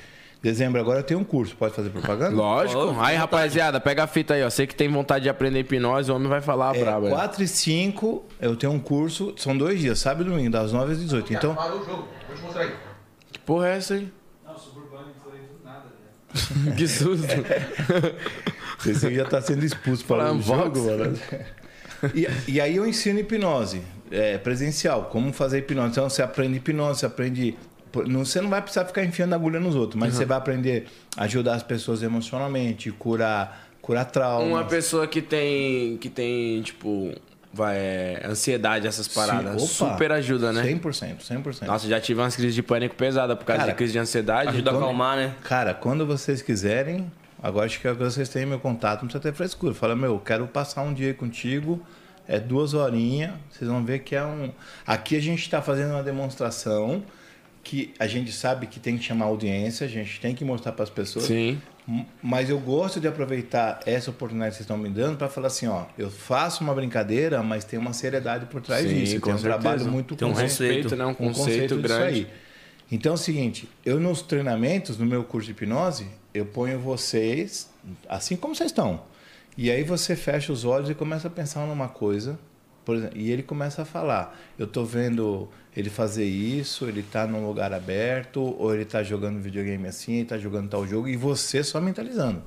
dezembro agora eu tenho um curso. Pode fazer propaganda?
Lógico. aí, rapaziada, pega a fita aí, ó. Sei que tem vontade de aprender hipnose, o homem vai falar
É,
brabo. né?
4 e 5, eu tenho um curso, são dois dias, sábado e domingo, das 9 às 18. Então,
Parou o jogo, vou te mostrar aí.
Que porra é essa aí?
né?
Não, suburbano não do nada, Que susto.
você já está sendo expulso para o
Falando
jogo,
Vox.
mano. E, e aí eu ensino hipnose é, presencial, como fazer hipnose. Então você aprende hipnose, você aprende. Não, você não vai precisar ficar enfiando agulha nos outros,
Uhum.
mas você vai aprender a ajudar as pessoas emocionalmente, curar, curar
Uma
traumas.
pessoa que tem. que tem, tipo. Vai, é, ansiedade, essas paradas.
Sim, opa,
super ajuda, né?
100%, 100%.
Nossa, já tive umas crises de pânico pesada por causa
Cara,
de crise de ansiedade.
Ajuda a
Então,
acalmar, né?
Cara, quando vocês quiserem, agora acho que vocês têm meu contato, não precisa ter frescura. Fala, meu, eu quero passar um dia contigo, é duas horinhas, vocês vão ver que é um. Aqui a gente está fazendo uma demonstração que a gente sabe que tem que chamar audiência, a gente tem que mostrar para as pessoas.
Sim.
M- Mas eu gosto de aproveitar essa oportunidade que vocês estão me dando para falar assim, ó, eu faço uma brincadeira, mas tem uma seriedade por trás
Sim,
disso.
com
Tem um
certeza.
trabalho muito
Tem um
consciente
Respeito, né? Um
um
conceito, grande.
disso aí. Então é o seguinte, eu nos treinamentos, no meu curso de hipnose, eu ponho vocês assim como vocês estão. E aí você fecha os olhos e começa a pensar numa coisa, por exemplo, e ele começa a falar. Eu tô vendo ele fazer isso, ele tá num lugar aberto, ou ele tá jogando videogame assim, ele tá jogando tal jogo, e você só mentalizando.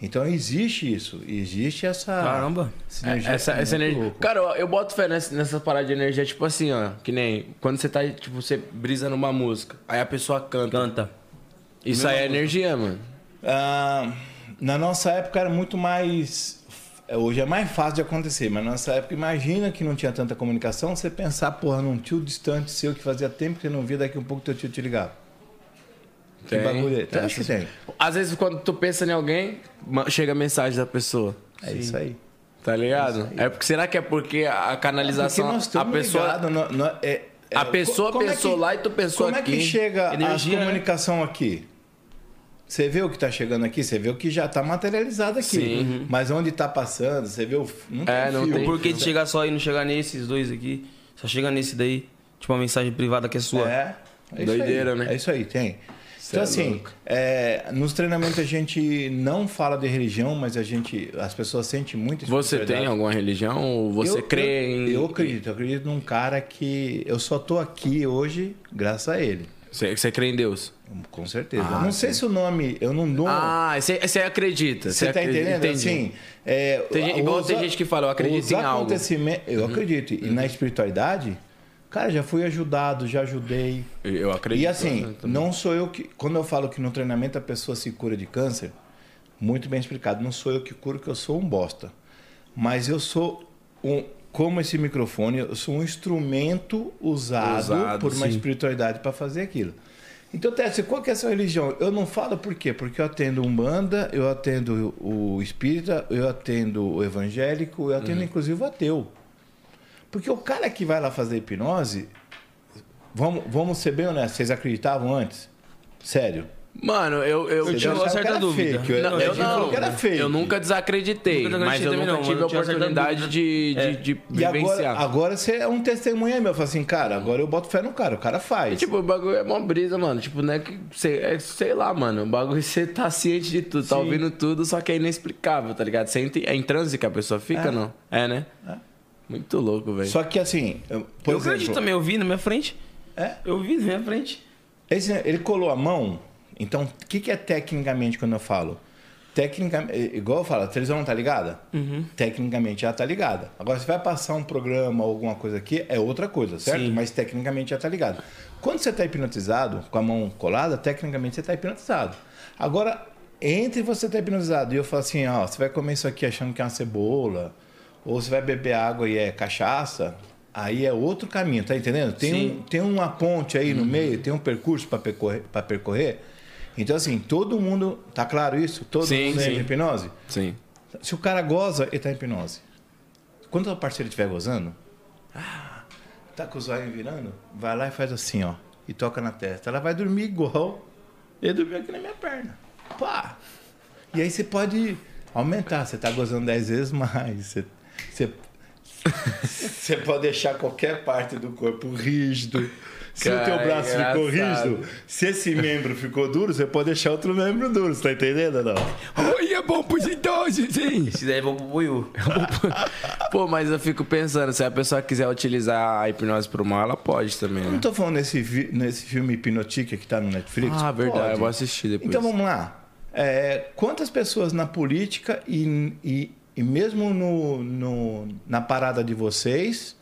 Então existe isso, existe essa
Caramba.
sinergia
Essa,
que é
essa
muito
energia.
louco.
né? Cara, eu, eu boto fé nessa, nessa parada de energia, tipo assim, ó. Que nem quando você tá, tipo, você brisa numa música. Aí a pessoa canta.
Canta.
Isso aí é energia, mano.
Ah, na nossa época era muito mais. Hoje é mais fácil de acontecer, mas na nossa época, imagina que não tinha tanta comunicação, você pensar, porra, num tio distante seu que fazia tempo que você não via, daqui a um pouco teu tio te ligava. Que
Tem.
bagulho é? Tem,
Tem
acho que tem.
Às vezes quando tu pensa em alguém, ma- chega a mensagem da pessoa.
É isso aí.
Tá ligado? É porque será que é porque a canalização.
Porque nós
a
estamos
pessoa.
ligados, nó- nó- é- é-
A pessoa
co- como
pensou
é que-
lá e tu pensou
Como é
aqui.
que chega
Energia,
a
né?
comunicação aqui? Você vê o que tá chegando aqui, você vê o que já tá materializado aqui.
Sim.
Mas onde tá passando, você vê o. f- Não
É, não
fio.
tem.
Por que de chegar só aí e não chegar nesses dois aqui? Só chega nesse daí. Tipo uma mensagem privada que é sua.
É. é
Doideira,
isso aí.
né?
É isso aí, tem.
é
então, assim,
louco.
é, nos treinamentos a gente não fala de religião, mas a gente. As pessoas sentem muito
Você tem
espiritualidade.
alguma religião? Ou você
Eu-
crê
eu,
em.
Eu acredito, eu acredito num cara que. Eu só tô aqui hoje, graças a ele.
Você, você crê em Deus?
Com certeza. Eu não sei se o nome. Eu não dou.
Ah, você, você acredita.
Você tá
acredita,
entendendo?
entendi.
Assim, é,
Tem gente- igual tem gente que fala, eu acredito
os
em algo. Uhum.
acontecime- Eu acredito. E na espiritualidade, cara, já fui ajudado, já ajudei.
Eu acredito. né,
E assim,
também.
não sou eu que. Quando eu falo que no treinamento a pessoa se cura de câncer, muito bem explicado, não sou eu que curo, que eu sou um bosta. Mas eu sou um. Como esse microfone, eu sou um instrumento usado,
Usado,
por uma
sim.
espiritualidade para fazer aquilo. Então, Tess, qual que é a sua religião? Eu não falo por quê? Porque eu atendo Umbanda, eu atendo o espírita, eu atendo o evangélico, eu
Uhum.
atendo inclusive o ateu. Porque o cara que vai lá fazer hipnose, vamos, vamos ser bem honestos, vocês acreditavam antes? Sério.
Mano, eu. eu
Eu tinha
achava
uma
que
certa
era
dúvida.
fake, eu-
Não,
a
eu
gente falou
não,
que era fake.
eu nunca desacreditei,
Nunca
mas eu
desacreditei
nunca
também, não,
tive
mas
a
eu tinha certa
oportunidade
dúvida.
de, de, de
E agora,
vivenciar.
agora você é um testemunha meu. Eu falo assim, cara, agora eu boto fé no cara, o cara faz.
Tipo, o bagulho é mó brisa, mano. Tipo, não é que. Cê, é, sei lá, mano. O bagulho você tá ciente de tudo, tá ouvindo tudo, só que é inexplicável, tá ligado? Você entra, em- é em transe que a pessoa fica, não? É, né? Muito louco, velho.
Só que assim, eu- por
eu
exemplo,
acredito também, eu vi na minha frente.
É?
Eu vi na minha frente.
esse- ele colou a mão. Então, o que, que é tecnicamente quando eu falo? Tecnicamente, igual eu falo, a televisão não tá ligada? Tecnicamente ela tá ligada. Agora, se vai passar um programa ou alguma coisa aqui, é outra coisa, certo? Mas tecnicamente ela tá ligada. Quando você tá hipnotizado, com a mão colada, tecnicamente você tá hipnotizado. Agora, entre você tá hipnotizado e eu falo assim, ó, você vai comer isso aqui achando que é uma cebola, ou você vai beber água e é cachaça, aí é outro caminho, tá entendendo? Tem, um, tem uma ponte aí
Uhum.
no meio, tem um percurso para percorrer, pra percorrer. Então, assim, todo mundo. Tá claro isso? Todo
Sim,
mundo
sim.
em hipnose?
Sim.
Se o cara goza, ele tá em hipnose. Quando o parceiro estiver gozando, ah, tá com os olhos virando, vai lá e faz assim, ó. E toca na testa. Ela vai dormir igual ele dormiu aqui na minha perna. Pá! E aí você pode aumentar. Você tá gozando 10 vezes mais. Você, você, você pode deixar qualquer parte do corpo rígido. Se o teu
Cara,
braço ficou
engraçado.
rígido, se esse membro ficou duro, você pode deixar outro membro duro. Você tá entendendo ou não?
Oi, é bom pros idosos, hein?
Esse daí é bom pro Buiu.
Pô, mas eu fico pensando, se a pessoa quiser utilizar a hipnose pro mal, ela pode também,
Eu
né?
não tô falando nesse, vi- nesse filme Hipnotica que tá no Netflix?
Ah, verdade,
Pode.
eu vou assistir depois.
Então vamos lá. É, quantas pessoas na política e, e, e mesmo no, no- na parada de vocês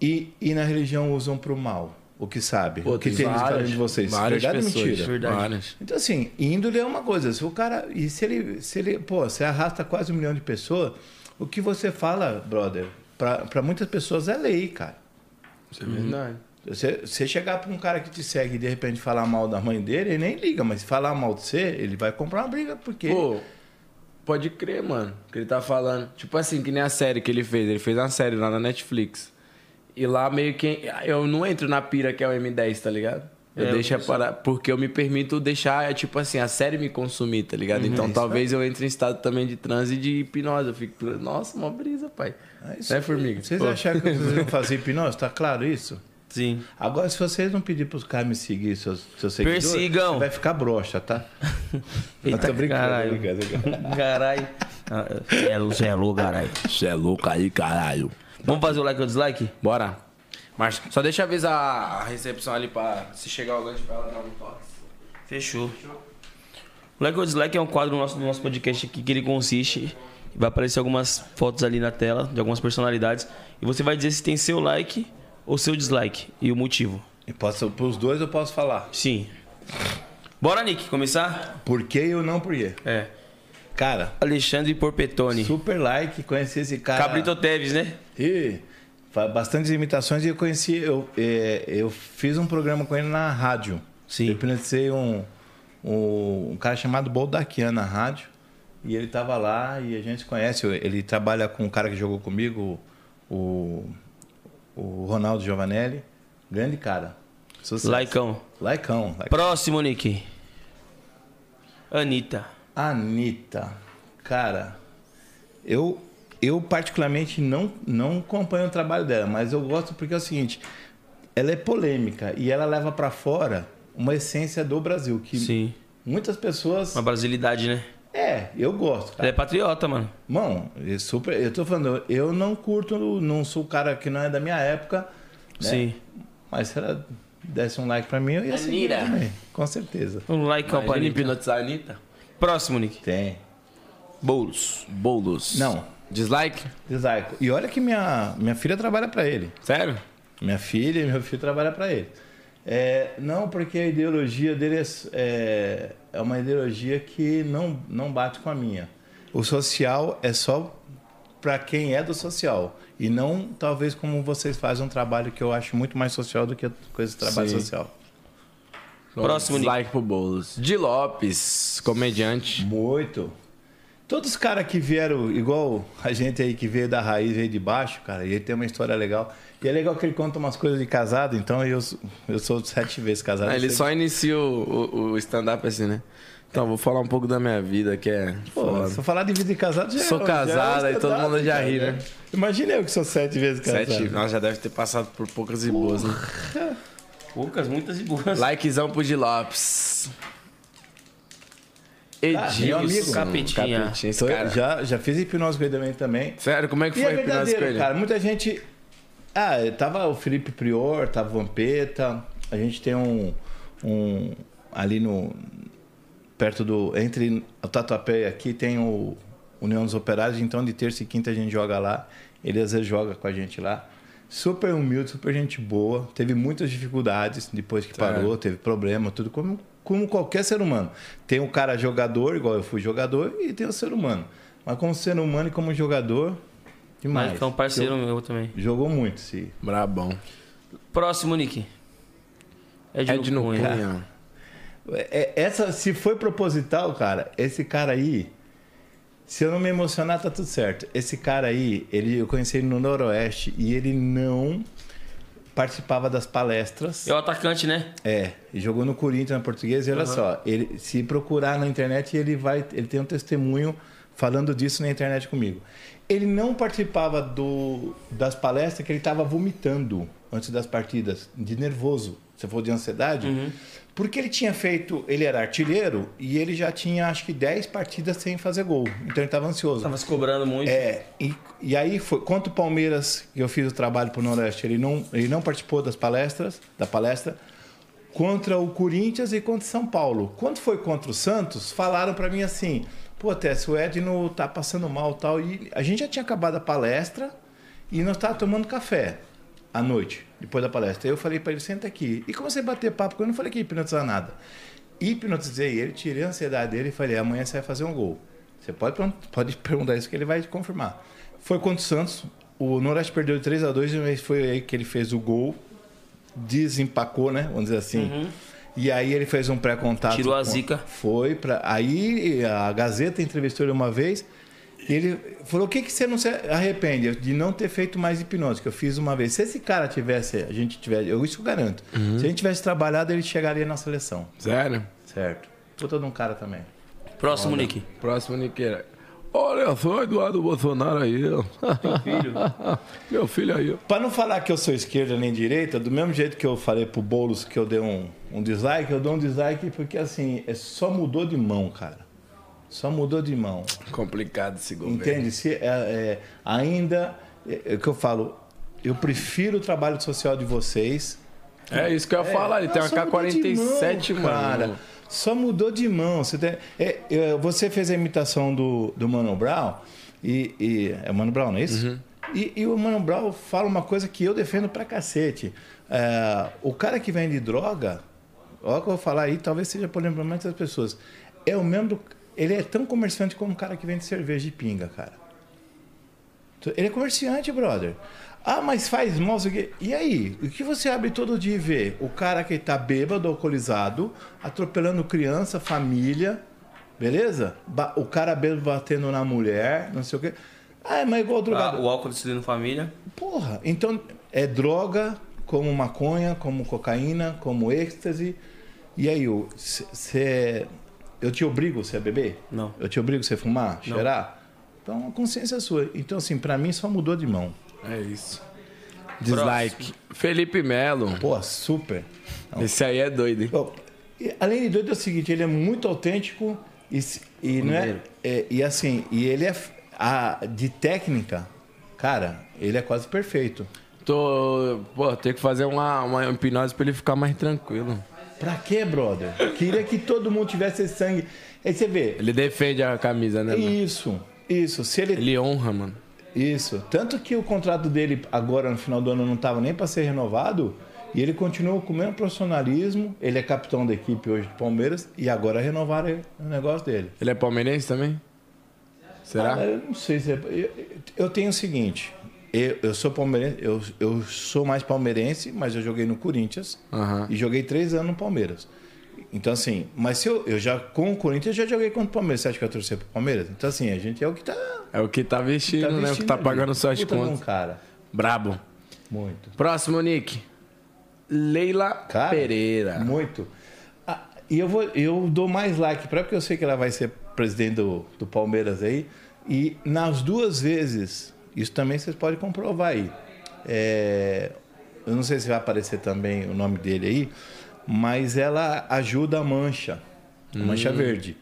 e, e na religião usam pro mal? O que sabe?
Pô,
o que tem eles
várias-
falando de vocês?
Várias
Verdade ou
pessoas,
mentira?
Verdade.
Várias.
Então, assim, índole é uma coisa. Se o cara. E se ele. Se ele pô, você arrasta quase um milhão de pessoas, o que você fala, brother, pra, pra muitas pessoas é lei, cara. Uhum.
Isso é verdade.
Você, você chegar pra um cara que te segue e de repente falar mal da mãe dele, ele nem liga, mas se falar mal de você, ele vai comprar uma briga, porque.
Pô, pode crer, mano, o que ele tá falando. Tipo assim, que nem a série que ele fez. Ele fez uma série lá na Netflix. E lá meio que. Eu não entro na pira que é o M10, tá ligado? Eu
É, eu
deixo a parar. Porque eu me permito deixar, é, tipo assim, a série me consumir, tá ligado?
Uhum.
então talvez eu entre em estado também de transe e de hipnose. Eu fico, nossa, uma brisa, pai.
É isso
né, formiga?
Vocês
Pô.
acharam que vocês vão fazer hipnose? Tá claro isso?
Sim.
Agora, se vocês não pedir pros caras me seguir, seus, seus seguidores,
Persigam.
você vai ficar broxa, tá? Eu
Tá
tô brincando,
caralho.
brincando, brincando.
Caralho. né, Ah, Cê é louco, cê é louco, caralho.
Você é louco aí, caralho.
Vamos fazer o like ou dislike?
Bora. Mas só deixa eu avisar a recepção ali pra se chegar o gancho pra ela dar um toque.
Fechou. O Like ou Dislike é um quadro nosso, do nosso podcast aqui que ele consiste. Vai aparecer algumas fotos ali na tela de algumas personalidades. E você vai dizer se tem seu like ou seu dislike e o motivo.
E posso, pros dois eu posso falar.
Sim. Bora, Nick, começar?
Por que eu não por quê?
É.
Cara,
Alexandre Porpetone.
super like, conheci esse cara.
Cabrito Teves, né?
E faz bastantes imitações e eu conheci, eu, é, eu fiz um programa com ele na rádio.
Sim.
Eu hipnotizei um, um, um cara chamado Boldaquian na rádio. E ele tava lá e a gente se conhece. Ele trabalha com um cara que jogou comigo, o, o Ronaldo Giovanelli. Grande cara. Sucesso.
Laicão.
Laicão. Laicão.
Próximo, Nick. Anitta.
Anitta. Cara, eu, eu particularmente não, não acompanho o trabalho dela, mas eu gosto porque é o seguinte: ela é polêmica e ela leva pra fora uma essência do Brasil, que
Sim.
muitas pessoas.
Uma brasilidade, né?
É, eu gosto.
Ele
Cara.
é patriota, mano.
Mão, eu, super, eu tô falando, eu não curto, não sou o cara que não é da minha época,
É.
né?
Sim.
mas se ela desse um like pra mim, eu ia seguir
Anira.
também, com certeza.
Um like pra
Imagina
Anitta.
hipnotizar a Anitta?
Próximo, Nick.
Tem.
Boulos. Boulos.
Não.
Dislike?
Design. E olha que minha, minha filha trabalha pra ele.
Sério?
Minha filha e meu filho trabalham para ele. É, não, porque a ideologia dele é, é, é uma ideologia que não, não bate com a minha. O social é só para quem é do social. E não, talvez, como vocês fazem um trabalho que eu acho muito mais social do que coisa de trabalho
Sim.
social.
Próximo,
Dislike pro Boulos. Di Lopes, comediante.
Muito. Todos os caras que vieram, igual a gente aí que veio da raiz, veio de baixo, cara, e ele tem uma história legal. E é legal que ele conta umas coisas de casado, então eu, sou- eu sou sete vezes casado.
Ah, ele
eu
só inicia o, o- o stand-up assim, né? Então, vou falar um pouco da minha vida, que é
Pô,
foda.
se eu falar de vida de casado, já
Sou
já
casado,
um
aí todo
stand-up,
mundo já
cara.
ri, né?
Imagina eu que sou sete vezes casado.
Sete. Nós já deve ter passado por poucas e boas, né?
Poucas, muitas e boas.
Likezão pro de Lopes.
Tá, meu
Edilson.
amigo.
Capetinha.
Capetinha, esse
Sou-
cara.
já, já fiz hipnose com ele também. também.
Sério, como é que
E é
foi a hipnose com
verdadeiro,
ele?
cara. Muita gente. Ah, tava o Felipe Prior, tava o Vampeta. A gente tem um. um ali no. Perto do. Entre o Tatuapé e aqui tem o União dos Operários. Então de terça e quinta a gente joga lá. Ele às vezes joga com a gente lá. Super humilde, super gente boa. Teve muitas dificuldades depois que parou, teve problema, tudo. Como, como qualquer ser humano. Tem o cara jogador, igual eu fui jogador, e tem o ser humano. Mas como ser humano e como jogador, demais.
Maricão, então, parceiro meu também.
Jogou muito, sim.
Brabão.
Próximo, Nick. É de
Ed no Cunha.
É- Essa, se foi proposital, cara, esse cara aí. Se eu não me emocionar, tá tudo certo. Esse cara aí, ele, eu conheci ele no Noroeste e ele não participava das palestras.
É o atacante, né?
É, e jogou no Corinthians na portuguesa e olha só, ele, se procurar na internet, ele vai. Ele tem um testemunho falando disso na internet comigo. Ele não participava do, das palestras que ele estava vomitando antes das partidas, de nervoso, se for de ansiedade, porque ele tinha feito. Ele era artilheiro e ele já tinha acho que 10 partidas sem fazer gol. Então ele estava ansioso.
Tava se cobrando muito.
É, e, e aí foi. Quanto o Palmeiras, que eu fiz o trabalho pro Noroeste, ele não, ele não participou das palestras, da palestra, contra o Corinthians e contra o São Paulo. Quando foi contra o Santos, falaram para mim assim: pô, Tess, o Edno tá passando mal tal. E a gente já tinha acabado a palestra e nós tava tomando café à noite, depois da palestra. Eu falei para ele: senta aqui. E comecei a bater papo, porque eu não falei que ia hipnotizar nada. Hipnotizei ele, tirei a ansiedade dele e falei: amanhã você vai fazer um gol. Você pode, pergun- pode perguntar isso que ele vai te confirmar. Foi contra o Santos. O Noroeste perdeu de 3 a 2 e foi aí que ele fez o gol. Desempacou, né? Vamos dizer assim. E aí ele fez um pré-contato.
Uhum. Tirou a
com-
zica.
Foi para Aí a Gazeta entrevistou ele uma vez. E ele falou: o que, que você não se arrepende de não ter feito mais hipnose? Que eu fiz uma vez. Se esse cara tivesse, a gente tivesse, eu isso eu garanto. Se a gente tivesse trabalhado, ele chegaria na seleção.
Sério?
Certo. Puta de um cara também.
Próximo, Nick.
Próximo, Niqueira. Olha só, Eduardo Bolsonaro aí.
Filho.
Meu filho aí.
Pra não falar que eu sou esquerda nem direita, do mesmo jeito que eu falei pro Boulos que eu dei um, um dislike, eu dou um dislike porque assim, é só mudou de mão, cara. Só mudou de mão.
Complicado esse governo.
Entende? Se, é, é, ainda, é, é o que eu falo, eu prefiro o trabalho social de vocês.
É isso que eu ia falar. Ele tem uma
Só mudou de
K-47,
mão,
mano.
Só mudou de mão. Você, tem- é, é, você fez a imitação do, do Mano Brown, e, e- É o Mano Brown, não é isso?
Uhum.
E, e o Mano Brown fala uma coisa que eu defendo pra cacete. É, o cara que vende droga, olha o que eu vou falar aí, talvez seja polêmico para muitas pessoas. É o mesmo. do- ele é tão comerciante como o cara que vende cerveja de pinga, cara. Tu- Ele é comerciante, brother. Ah, mas faz mal, sei o quê. E aí? O que você abre todo dia e vê? O cara que tá bêbado, alcoolizado, atropelando criança, família, beleza? Ba- o cara bêbado batendo na mulher, não sei o quê. Ah, mas igual
Ah,
drogado.
o álcool destruindo família.
Porra, então é droga como maconha, como cocaína, como êxtase. E aí, o- cê- cê- eu te obrigo você a beber?
Não.
Eu te obrigo você a fumar, cheirar? Então a consciência é sua. Então, assim, pra mim só mudou de mão.
É isso.
Dislike.
Felipe Melo.
Pô, super.
Esse aí é doido, hein?
Bom, e, além de doido é o seguinte, ele é muito autêntico e, se- e não é, é- e assim, e ele é f- a, de técnica, cara, ele é quase perfeito.
Tô. Pô, tem que fazer uma, uma hipnose pra ele ficar mais tranquilo.
Pra quê, brother? Queria que todo mundo tivesse esse sangue. Aí você vê,
Ele defende a camisa, né, mano?
isso, isso, se ele,
Ele honra, mano.
isso, tanto que o contrato dele agora no final do ano não tava nem pra ser renovado. E ele continua com o mesmo profissionalismo. Ele é capitão da equipe hoje do Palmeiras. E agora renovaram o negócio dele.
Ele é palmeirense também? Será?
Ah, eu não sei se é. Eu, eu tenho o seguinte. Eu, eu sou palmeirense, eu, eu sou mais palmeirense, mas eu joguei no Corinthians
Aham.
e joguei três anos no Palmeiras. Então, assim, mas se eu, eu já, com o Corinthians, eu já joguei contra o Palmeiras. Você acha que eu torcer pro Palmeiras? Então, assim, a gente é o que tá.
É o que tá vestindo,
tá
né? O que tá
ali.
pagando suas
Puta
contas.
Não, cara.
Brabo.
Muito.
Próximo, Nick. Leila
Cara,
Pereira.
Muito. Ah, e eu, vou, eu dou mais like pra ela, porque eu sei que ela vai ser presidente do, do Palmeiras aí. E nas duas vezes, isso também vocês podem comprovar aí. É, eu não sei se vai aparecer também o nome dele aí, mas ela ajuda a mancha, a mancha verde.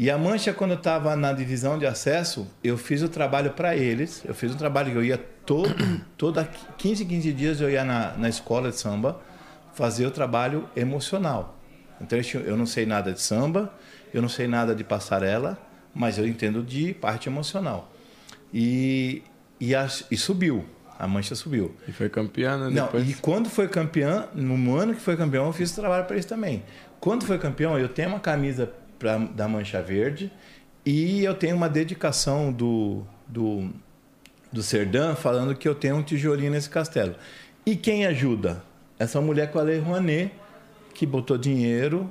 E a Mancha, quando eu estava na divisão de acesso, eu fiz o trabalho para eles. Eu fiz um trabalho que eu ia todo, toda 15, 15 dias eu ia na, na escola de samba fazer o trabalho emocional. Então eles tinham- eu não sei nada de samba, eu não sei nada de passarela, mas eu entendo de parte emocional. E, e, as- e subiu, a Mancha subiu.
E foi campeã, né?
Não,
Depois.
e quando foi campeão, no ano que foi campeão, eu fiz trabalho para eles também. Quando foi campeão, eu tenho uma camisa pra, da Mancha Verde e eu tenho uma dedicação do, do, do Serdã falando que eu tenho um tijolinho nesse castelo. E quem ajuda? Essa mulher com a Lei Rouanet, que botou dinheiro,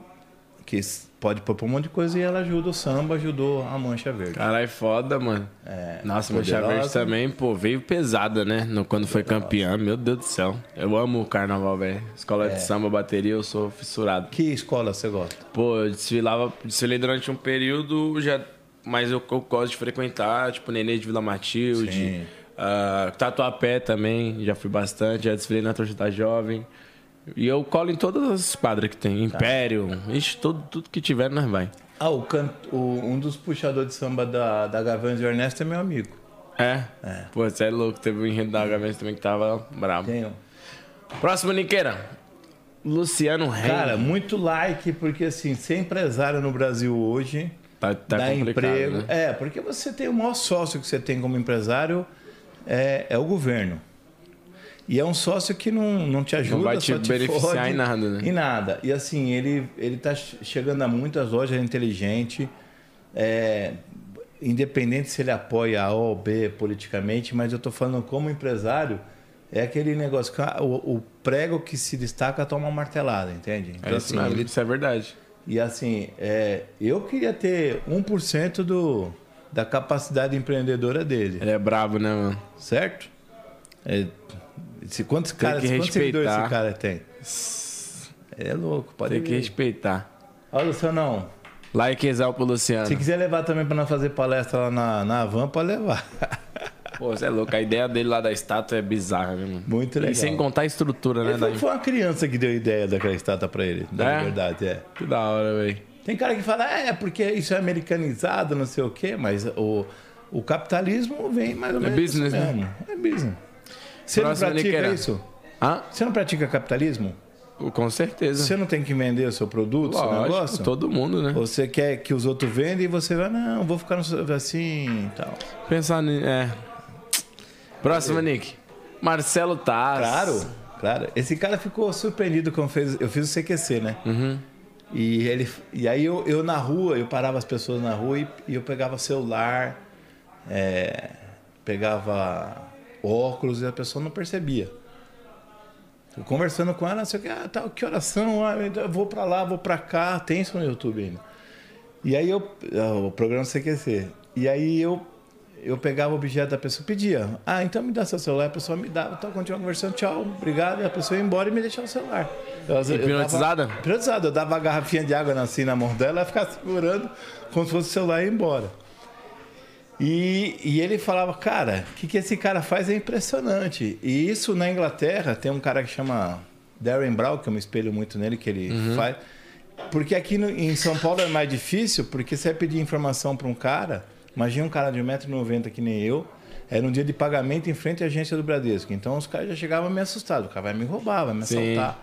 que s- pode pôr pra um monte de coisa e ela ajuda o samba, ajudou a Mancha Verde.
Caralho, foda, mano.
É,
Nossa, Mancha
poderosa.
Verde também, pô, veio pesada, né? No, quando foi campeã, meu Deus do céu. Eu amo o carnaval, velho. Escola
É.
de samba, bateria, eu sou fissurado.
Que escola você gosta?
Pô, eu desfilava, desfilei durante um período, já, mas eu, eu gosto de frequentar, tipo, Nenê de Vila Matilde,
Sim.
ah, Tatuapé também, já fui bastante, já desfilei na Torcida da Jovem. E eu colo em todas as quadras que tem,
Tá.
Império, ixi, tudo, tudo que tiver, nós vai.
Ah, o canto, o- um dos puxadores de samba da, da Gaviões do Ernesto é meu amigo.
É? Pô, você é louco, teve um enredo da HMS também que tava brabo.
Tenho.
Próximo, Niqueira. Luciano Reis.
Cara, muito like, porque assim, ser empresário no Brasil hoje
tá, tá
dá
complicado,
emprego.
né?
É, porque você tem o maior sócio que você tem como empresário é, é o governo. E é um sócio que não, não te ajuda,
vai te
só te
beneficiar
fode
em nada, né?
Em nada. E assim, ele, ele tá che- chegando a muitas lojas, ele é inteligente. é, independente se ele apoia A ou B politicamente, mas eu tô falando como empresário, é aquele negócio, que, ah, o, o prego que se destaca toma uma martelada, entende? Então,
É isso mesmo,
assim, ele
isso é verdade.
e assim, é, eu queria ter 1% do, da capacidade empreendedora dele,
Ele é brabo, né, mano?
certo? É, se, quantos
Tem
caras,
que
quantos seguidores
respeitar.
esse cara tem? Ele é louco, pode
Tem que
ver.
respeitar.
Ó, Lucianão,
Likezão pro Luciano.
se quiser levar também pra nós fazer palestra lá na, na van, pode levar.
Pô, você é louco. A ideia dele lá da estátua é bizarra, né, mano?
Muito legal.
E sem contar a estrutura, né?
Ele
Da...
foi, foi uma criança que deu a ideia daquela estátua pra ele, na
É?
verdade, é.
Que da hora, velho.
Tem cara que fala, é, porque isso é americanizado, não sei o quê, mas o, o capitalismo vem mais ou
É
menos.
business,
isso
né?
mesmo. É business. Você
Próximo,
não pratica
Niqueira.
isso?
Hã?
Você não pratica capitalismo?
Com certeza.
Você não tem que vender o seu produto, o seu
Lógico,
negócio?
todo mundo, né?
Você quer que os outros vendem e você vai, não, vou ficar no- assim e tal.
Pensar ni... É. Próximo, Nick. Marcelo Taz.
Claro, claro. Esse cara ficou surpreendido quando fez. Eu fiz o CQC, né? E, ele, e aí eu, eu na rua, eu parava as pessoas na rua e, e eu pegava celular, é, pegava óculos e a pessoa não percebia. Eu conversando com ela, não sei o que, ah, tal, que oração, ah, eu vou pra lá, vou pra cá, tem isso no YouTube ainda. E aí eu. ah, O programa CQC. E aí eu. Eu pegava o objeto da pessoa, pedia. Ah, então me dá seu celular. A pessoa me dava. Então continuava conversando, tchau, obrigado. E a pessoa ia embora e me deixava o celular. Eu, eu
Hipnotizada?
dava- hipnotizada. Eu dava a garrafinha de água assim na mão dela, ela ficava segurando como se fosse o celular e ia embora. E, e ele falava, cara, o que, que esse cara faz é impressionante. E isso na Inglaterra tem um cara que chama Darren Brown, que eu me espelho muito nele, que ele
Uhum.
faz. Porque aqui no- em São Paulo é mais difícil, porque você vai pedir informação para um cara, imagina um cara de 1,90m que nem eu, era um dia de pagamento em frente à agência do Bradesco. Então os caras já chegavam meio assustados, o cara vai me roubar, vai me
Sim.
assaltar.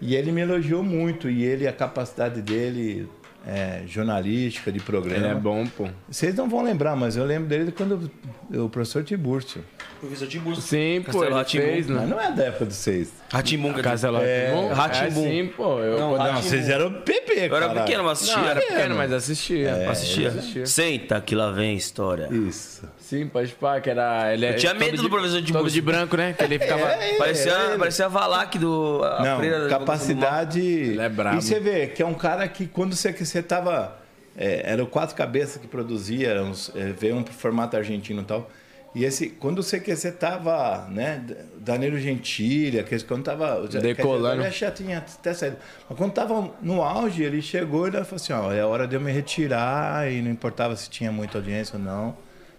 E ele me elogiou muito, e ele, a capacidade dele é, jornalística, de programa.
Ele é bom, pô.
Vocês não vão lembrar, mas eu lembro dele quando eu- o professor Tiburcio.
Eu fiz o Timbu.
Sim, pô,
Castelo
ele
Rá-Tim-Bum.
fez, né?
Mas não é da época de vocês.
Ratimbum, quer dizer.
Castelo
É,
Rá-Tim-Bum?
Rá-Tim-Bum.
É sim, pô. Eu,
Não,
quando-
Rá-
Não, vocês eram PP,
Eu era pequeno, mas assistia.
Não, era
era
pequeno, mas assistia.
assistia.
assistia.
Senta que lá vem história.
Isso.
Sim, pode pá, que era... Ele, é
tinha
todo
medo do
de-
professor de
Todo
música. É
de branco, né? Que ele ficava...
parecia, parecia a Valak do. A
É, Não,
freira-
capacidade.
Ele é brabo.
E você vê que é um cara que quando você, que você tava. É, era o quatro cabeças que produzia, era uns, é, veio um formato argentino e tal. E esse, quando você que você tava, né, Danilo Gentili, aqueles quando tava. já-
Decolando.
quer dizer, Já tinha até saído. Mas quando tava no auge, ele chegou e ele falou assim: ó, é hora de eu me retirar, e não importava se tinha muita audiência ou não.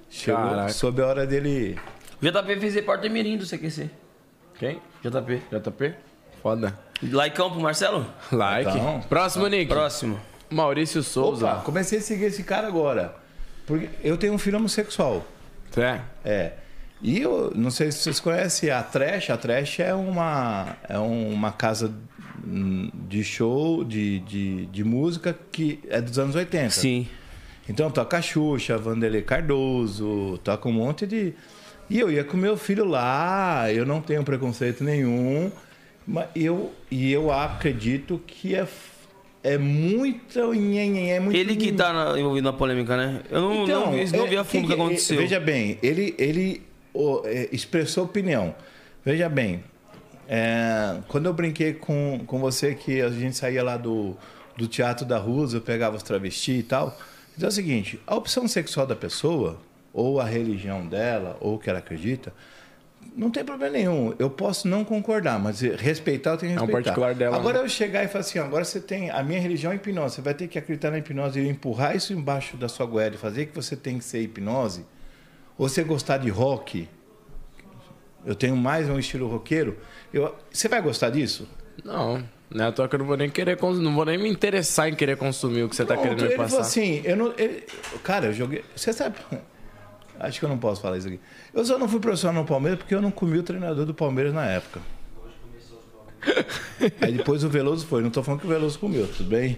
Chegou,
Caraca.
soube a hora dele.
JP fez repórter mirim do CQC.
Quem?
JP.
JP? Foda.
Likeão pro Marcelo?
Like.
Então.
Próximo, Nick.
Próximo.
Maurício Souza.
Opa, comecei a seguir esse cara agora. Porque eu tenho um filho homossexual.
É.
É. E eu não sei se vocês conhecem a Trash. A Trash é uma, é uma casa hum, de show, de, de, de música que é dos anos 80.
Sim.
Então toca Xuxa, Vanderlei Cardoso, toca um monte de. E eu ia com meu filho lá, eu não tenho preconceito nenhum. Mas eu, e eu acredito que é, f- é muito. nhenhenhé, É muito
Ele que tá na- envolvido na polêmica, né? Eu não, não, vi- não
é,
vi a fundo o que,
é,
aconteceu.
Veja bem, ele, ele ô, é, expressou opinião. Veja bem, é, quando eu brinquei com, com você que a gente saía lá do, do Teatro da Rusa, eu pegava os travestis e tal. Então é o seguinte, a opção sexual da pessoa, ou a religião dela, ou o que ela acredita, não tem problema nenhum. Eu posso não concordar, mas respeitar eu tenho que
É um
respeitar.
particular dela,
Agora
né?
eu chegar e falar assim, ó, agora você tem a minha religião é hipnose, você vai ter que acreditar na hipnose e empurrar isso embaixo da sua goela e fazer que você tem que ser hipnose. Ou você gostar de rock, eu tenho mais um estilo roqueiro, eu, você vai gostar disso?
Não. Não é à toa que eu não vou nem querer cons- Não vou nem me interessar em querer consumir o que você tá
Pronto,
querendo me
ele
passar.
falou assim, eu não. ele- cara, eu joguei. Você sabe. Acho que eu não posso falar isso aqui. Eu só não fui profissional no Palmeiras porque eu não comi o treinador do Palmeiras na época. Aí depois o Veloso foi. Não tô falando que o Veloso comeu, tudo bem?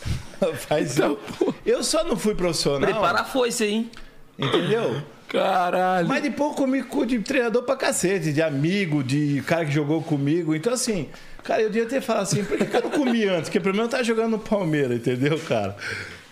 Faz
Então,
eu, eu só não fui profissional.
Prepara a foice aí, hein?
Entendeu?
Caralho.
Mas depois eu comi cu de treinador pra cacete, de amigo, de cara que jogou comigo. Então, assim, cara, eu devia ter falado assim, por que, que eu não comi antes? Porque pelo menos eu tava jogando no Palmeiras, entendeu, cara?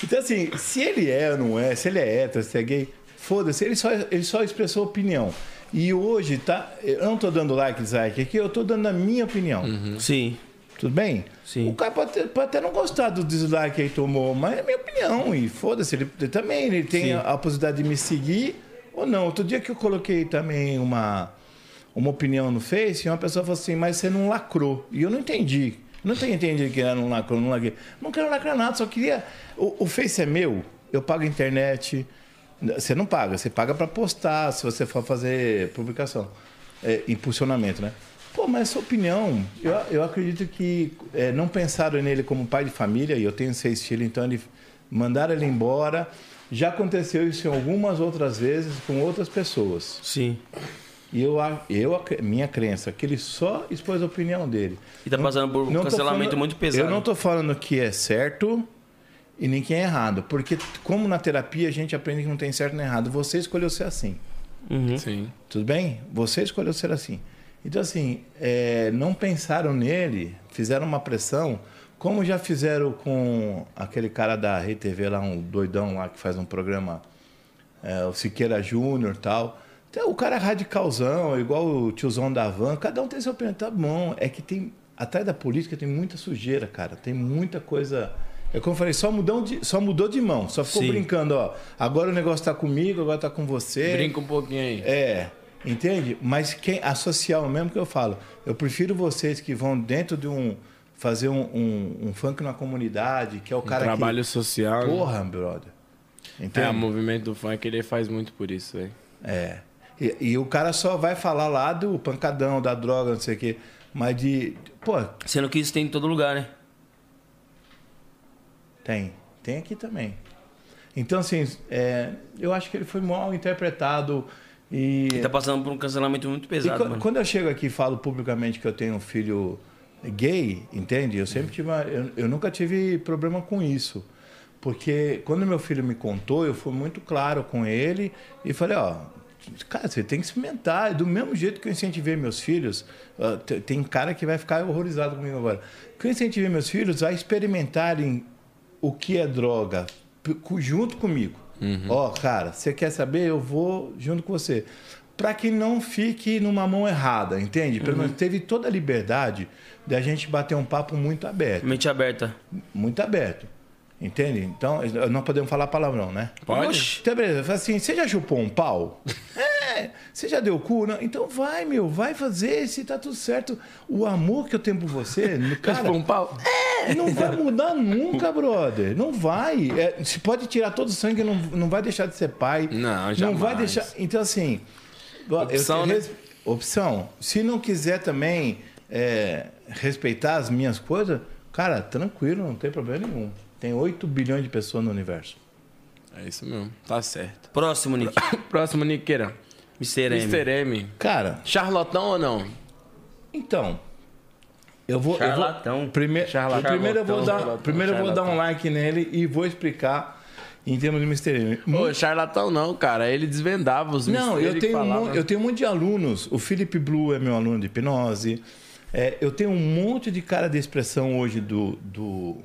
Então, assim, se ele é ou não é, se ele é hétero, se é gay, foda-se, ele só, ele só expressou opinião. E hoje, tá? Eu não tô dando like, dislike aqui, eu tô dando a minha opinião.
Sim.
Tudo bem?
Sim.
O cara pode, ter- pode até não gostar do dislike que ele tomou, mas é minha opinião. E foda-se, ele, ele também ele tem a, a possibilidade de me seguir ou não. Outro dia que eu coloquei também uma, uma opinião no Face, e uma pessoa falou assim, mas você não lacrou. E eu não entendi. Não tenho entendido que era um lacrou, não laguei. Não quero lacrar nada, só queria. O, o Face é meu, eu pago a internet. Você não paga, você paga pra postar, se você for fazer publicação. É, impulsionamento, né? Pô, mas sua opinião, eu, eu acredito que é, não pensaram nele como pai de família, e eu tenho seis filhos, então ele, mandaram ele embora. Já aconteceu isso em algumas outras vezes com outras pessoas.
Sim.
E eu, a- eu a- minha crença, que ele só expôs a opinião dele.
E tá passando por um
Não tô
cancelamento
falando-
muito pesado.
Eu não tô falando que é certo e nem que é errado, porque como na terapia a gente aprende que não tem certo nem errado, você escolheu ser assim.
Sim.
Tudo bem? Você escolheu ser assim. Então, assim, é, não pensaram nele, fizeram uma pressão, como já fizeram com aquele cara da RTV lá, um doidão lá que faz um programa, é, o Siqueira Júnior e tal. Então, o cara é radicalzão, igual o tiozão da van, cada um tem seu opinião. Tá bom, é que tem, atrás da política tem muita sujeira, cara, tem muita coisa. É como eu falei, só mudou de, só mudou de mão, só ficou
Sim.
brincando, ó. Agora o negócio tá comigo, agora tá com você.
Brinca um pouquinho aí.
É, entende? Mas quem a social mesmo que eu falo, eu prefiro vocês que vão dentro de um fazer um, um, um funk na comunidade, que é o cara
Trabalho
que
social. né?
porra, brother.
É, o
Entende?
movimento do funk ele faz muito por isso, velho.
É. E, e o cara só vai falar lá do pancadão, da droga, não sei o quê, mas de pô,
Sendo que isso tem em todo lugar, né?
Tem. Tem aqui também. Então, assim, é, eu acho que ele foi mal interpretado e.
Ele tá passando por um cancelamento muito
E
pesado,
quan-
mano.
quando eu chego aqui e falo publicamente que eu tenho um filho gay, entende? Eu sempre tive, uma- eu, eu nunca tive problema com isso, porque quando meu filho me contou, eu fui muito claro com ele e falei, ó, Cara, você tem que experimentar. Do mesmo jeito que eu incentivei meus filhos, ah, te- tem cara que vai ficar horrorizado comigo agora. Que eu incentivei meus filhos a experimentarem o que é droga p- co- junto comigo. Ó, cara, você quer saber? Eu vou junto com você. Pra que não fique numa mão errada, entende? Pelo menos teve toda a liberdade da gente bater um papo muito aberto.
Mente aberta.
Muito aberto. Entende? Então, não podemos falar palavrão, né?
Pode.
Então, beleza. Fala assim, você já chupou um pau? é. Você já deu cu? Não. Então vai, meu. Vai fazer se tá tudo certo. O amor que eu tenho por você, cara...
um pau.
Não vai mudar nunca, brother. Não vai. É, você pode tirar todo o sangue, não, não vai deixar de ser pai.
Não,
Não
jamais.
vai deixar... Então, assim... eu-
Opção, né?
res- Opção. Se não quiser também é, respeitar as minhas coisas, cara, tranquilo, não tem problema nenhum. Tem 8 bilhões de pessoas no universo.
É isso mesmo, tá certo.
Próximo, Nick.
Próximo, Niqueira.
Mr. M.
Mr. M.
Cara,
Charlotão ou não?
então. Eu vou. eu vou-
Charlatão.
prime-
Charlatão.
primeiro eu vou dar,
Charlatão,
primeiro eu vou dar um
charlatão.
like nele e vou explicar em termos de Mr. M.
Ô, charlatão não, cara. Ele desvendava os
Não,
mistérios
eu
que
tenho,
falava.
um, eu tenho um monte de alunos. O Felipe Blue é meu aluno de hipnose. É, eu tenho um monte de cara de expressão hoje do, do,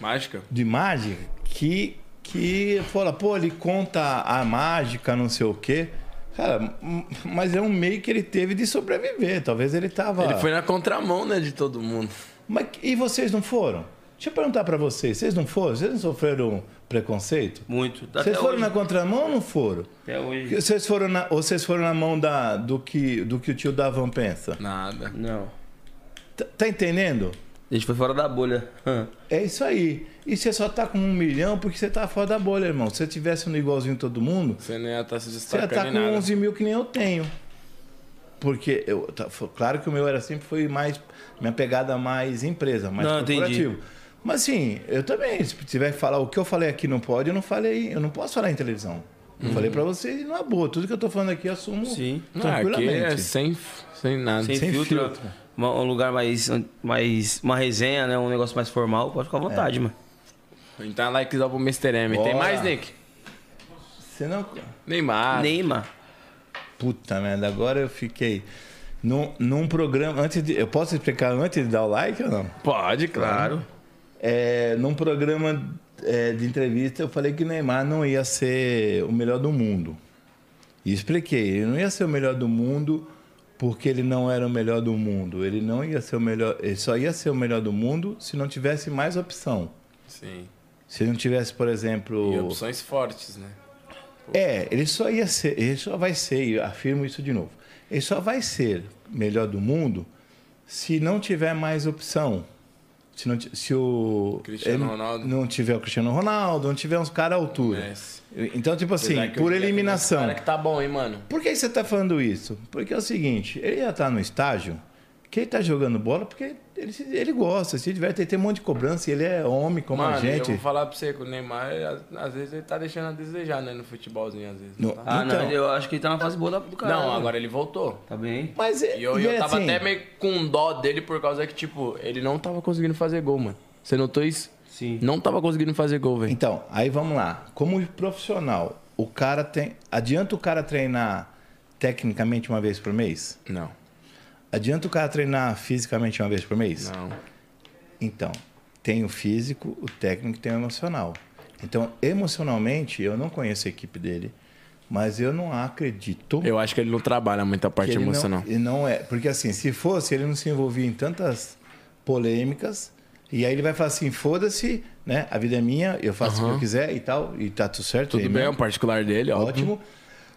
Mágica?
de mágica que, que fala, pô, ele conta a mágica, não sei o quê. Cara, m- mas é um meio que ele teve de sobreviver. Talvez ele tava.
Ele foi na contramão, né, de todo mundo.
Mas, e vocês não foram? Deixa eu perguntar pra vocês. Vocês não foram? Vocês não sofreram preconceito?
Muito. Tá Até
Vocês foram
hoje.
na contramão ou não foram?
Até hoje.
Vocês foram na, ou vocês foram na mão da, do, que, do que o tio Davan pensa?
Nada.
Não.
Tá, tá entendendo?
A gente foi fora da bolha. Hã.
É isso aí. E você só tá com um milhão porque você tá fora da bolha, irmão. Se você tivesse no igualzinho todo mundo,
Você não ia estar se
você ia
destacando
tá
em
com
nada.
11 mil que nem eu tenho. Porque, eu, tá, fo- claro que o meu era sempre foi mais. Minha pegada mais empresa, mais
Não, entendi.
corporativo. Mas assim, eu também, se tiver que falar o que eu falei aqui não pode, eu não falei, eu não posso falar em televisão. Eu falei pra vocês e não é boa. Tudo que eu tô falando aqui eu assumo
Uhum. Sim.
Ah, aqui
tranquilamente.
é sem, sem nada.
Sem,
Sem
filtro.
filtro.
Uma- Um lugar mais, mais. Uma resenha, né? Um negócio mais formal. Pode ficar à
É.
vontade, mano.
Então, likezão pro Mr. M. Tem
Bora.
mais, Nick?
é
Você não.
Neymar.
Neymar.
Puta merda, agora eu fiquei. Num, num programa. Antes de, eu posso explicar antes de dar o like ou não?
Pode, claro.
É, num programa é, de entrevista, eu falei que o Neymar não ia ser o melhor do mundo. E expliquei, ele não ia ser o melhor do mundo porque ele não era o melhor do mundo. Ele não ia ser o melhor. Ele só ia ser o melhor do mundo se não tivesse mais opção.
Sim.
Se não tivesse, por exemplo.
E opções fortes, né?
É, ele só ia ser, ele só vai ser, e eu afirmo isso de novo. Ele só vai ser melhor do mundo se não tiver mais opção. Se, não, ti- se o
Cristiano
ele
Ronaldo.
não tiver o Cristiano Ronaldo, não tiver uns caras à altura.
Messi.
Então, tipo assim,
Apesar que
por
hoje em dia tem muito
eliminação.
Cara que tá bom, hein, mano?
Por que você tá falando isso? Porque é o seguinte, ele já tá no estágio que ele tá jogando bola porque ele, se- ele gosta, se diverte, ele tem um monte de cobrança e ele é homem como
mano,
a
eu
gente.
vou falar pra você que o Neymar, às- às vezes ele tá deixando a desejar, né, no futebolzinho, às vezes.
No-
tá?
Ah,
Então.
não. Eu acho que ele tá na fase boa da- do cara. né?
Não, agora ele voltou.
Tá bem.
Mas é-
E eu,
e
eu
é
tava
assim,
até meio com dó dele por causa que, tipo, ele não tava conseguindo fazer gol, mano. Você notou isso?
Sim.
Não tava conseguindo fazer gol, velho.
Então, aí vamos lá. Como profissional, o cara tem. Adianta o cara treinar tecnicamente uma vez por mês?
Não,
Adianta o cara treinar fisicamente uma vez por mês?
não.
Então, tem o físico, o técnico e tem o emocional. Então, emocionalmente, eu não conheço a equipe dele, mas eu não acredito
Eu acho que ele não trabalha muita
que
parte
ele
emocional.
Não, ele não é. Porque assim, se fosse, ele não se envolvia em tantas polêmicas. E aí ele vai falar assim, foda-se, né? A vida é minha, eu faço o que eu quiser e tal, e tá tudo certo.
Tudo
aí
bem, é
mesmo.
um particular dele, ó.
Ótimo.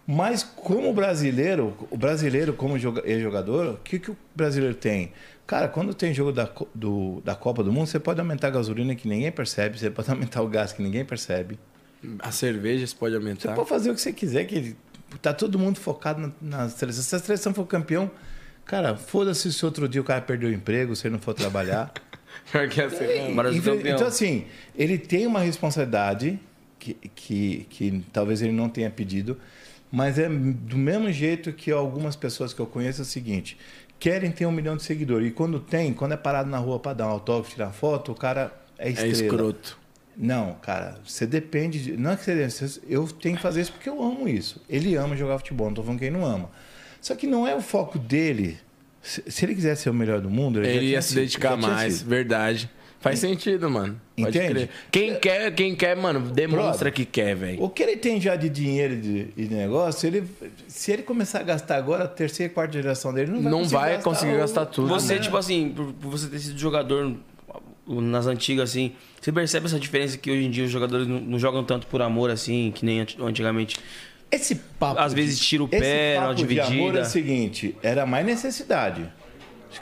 Mas como brasileiro, o brasileiro como joga- é jogador, o que, que o brasileiro tem? Cara, quando tem jogo da, co- do- da Copa do Mundo, você pode aumentar a gasolina que ninguém percebe, você pode aumentar o gás que ninguém percebe.
A cerveja você pode
Você
aumentar.
pode fazer o que você quiser, que tá todo mundo focado na- nas seleções. Se a seleção for campeão, cara, foda-se se outro dia o cara perdeu o emprego, se ele não for trabalhar.
Pior que é assim, né?
Brasil
Infel-
campeão.
Então, assim, ele tem uma responsabilidade que, que, que talvez ele não tenha pedido, mas é do mesmo jeito que algumas pessoas que eu conheço é o seguinte: querem ter um milhão de seguidores. E quando tem, quando é parado na rua para dar um autógrafo, tirar foto, o cara é
É
estrela.
escroto.
Não, cara, você depende de. Não é que você depende, você- eu tenho que fazer isso porque eu amo isso. Ele ama jogar futebol, não tô falando que ele não ama. Só que não é o foco dele. Se, se ele quiser ser o melhor do mundo, ele, já
Ele
tinha
ia se
sido,
dedicar
já tinha
mais,
sido.
verdade. Faz sentido, mano. Pode
Entende?
crer. Quem quer, quem quer, mano, demonstra
Brother,
que quer, velho.
O que ele tem já de dinheiro e de, e de negócio, ele, se ele começar a gastar agora, a terceira e quarta geração dele não vai
Não vai
conseguir gastar
conseguir
o-
gastar tudo. né?
Você,
mano.
tipo assim, por por você ter sido jogador nas antigas, assim, você percebe essa diferença que hoje em dia os jogadores não, não jogam tanto por amor, assim, que nem anti-
É,
antigamente.
Esse papo.
Às vezes tira o pé,
papo
uma
de amor é
dividida.
o seguinte: era mais necessidade.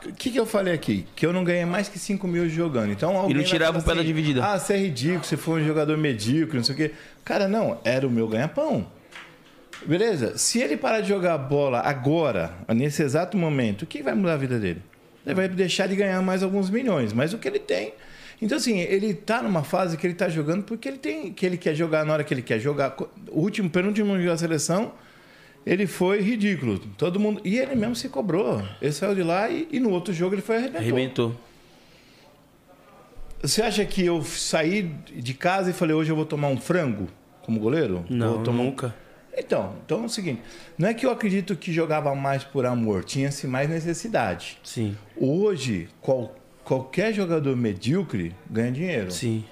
O que, que eu falei aqui? Que eu não ganhei mais que 5 mil jogando. Então, alguém vai
tirava
falar
o pé da dividida.
Ah, você é ridículo, você foi um jogador medíocre, não sei o quê. Cara, não, era o meu ganha-pão. Beleza? Se ele parar de jogar bola agora, nesse exato momento, o que vai mudar a vida dele? Ele vai deixar de ganhar mais alguns milhões, mas o que ele tem. Então, assim, ele tá numa fase que ele tá jogando porque ele tem. que ele quer jogar na hora que ele quer jogar. O último, penúltimo jogo da seleção, ele foi ridículo. Todo mundo. E ele mesmo se cobrou. Ele saiu de lá e, e no outro jogo ele foi arrebentado.
Arrebentou.
Você acha que eu saí de casa e falei, hoje eu vou tomar um frango como goleiro?
Não,
Vou tomar um
nunca.
então, então é o seguinte, não é que eu acredito que jogava mais por amor, tinha-se mais necessidade.
Sim,
Hoje, qual- qualquer jogador medíocre ganha dinheiro.
sim.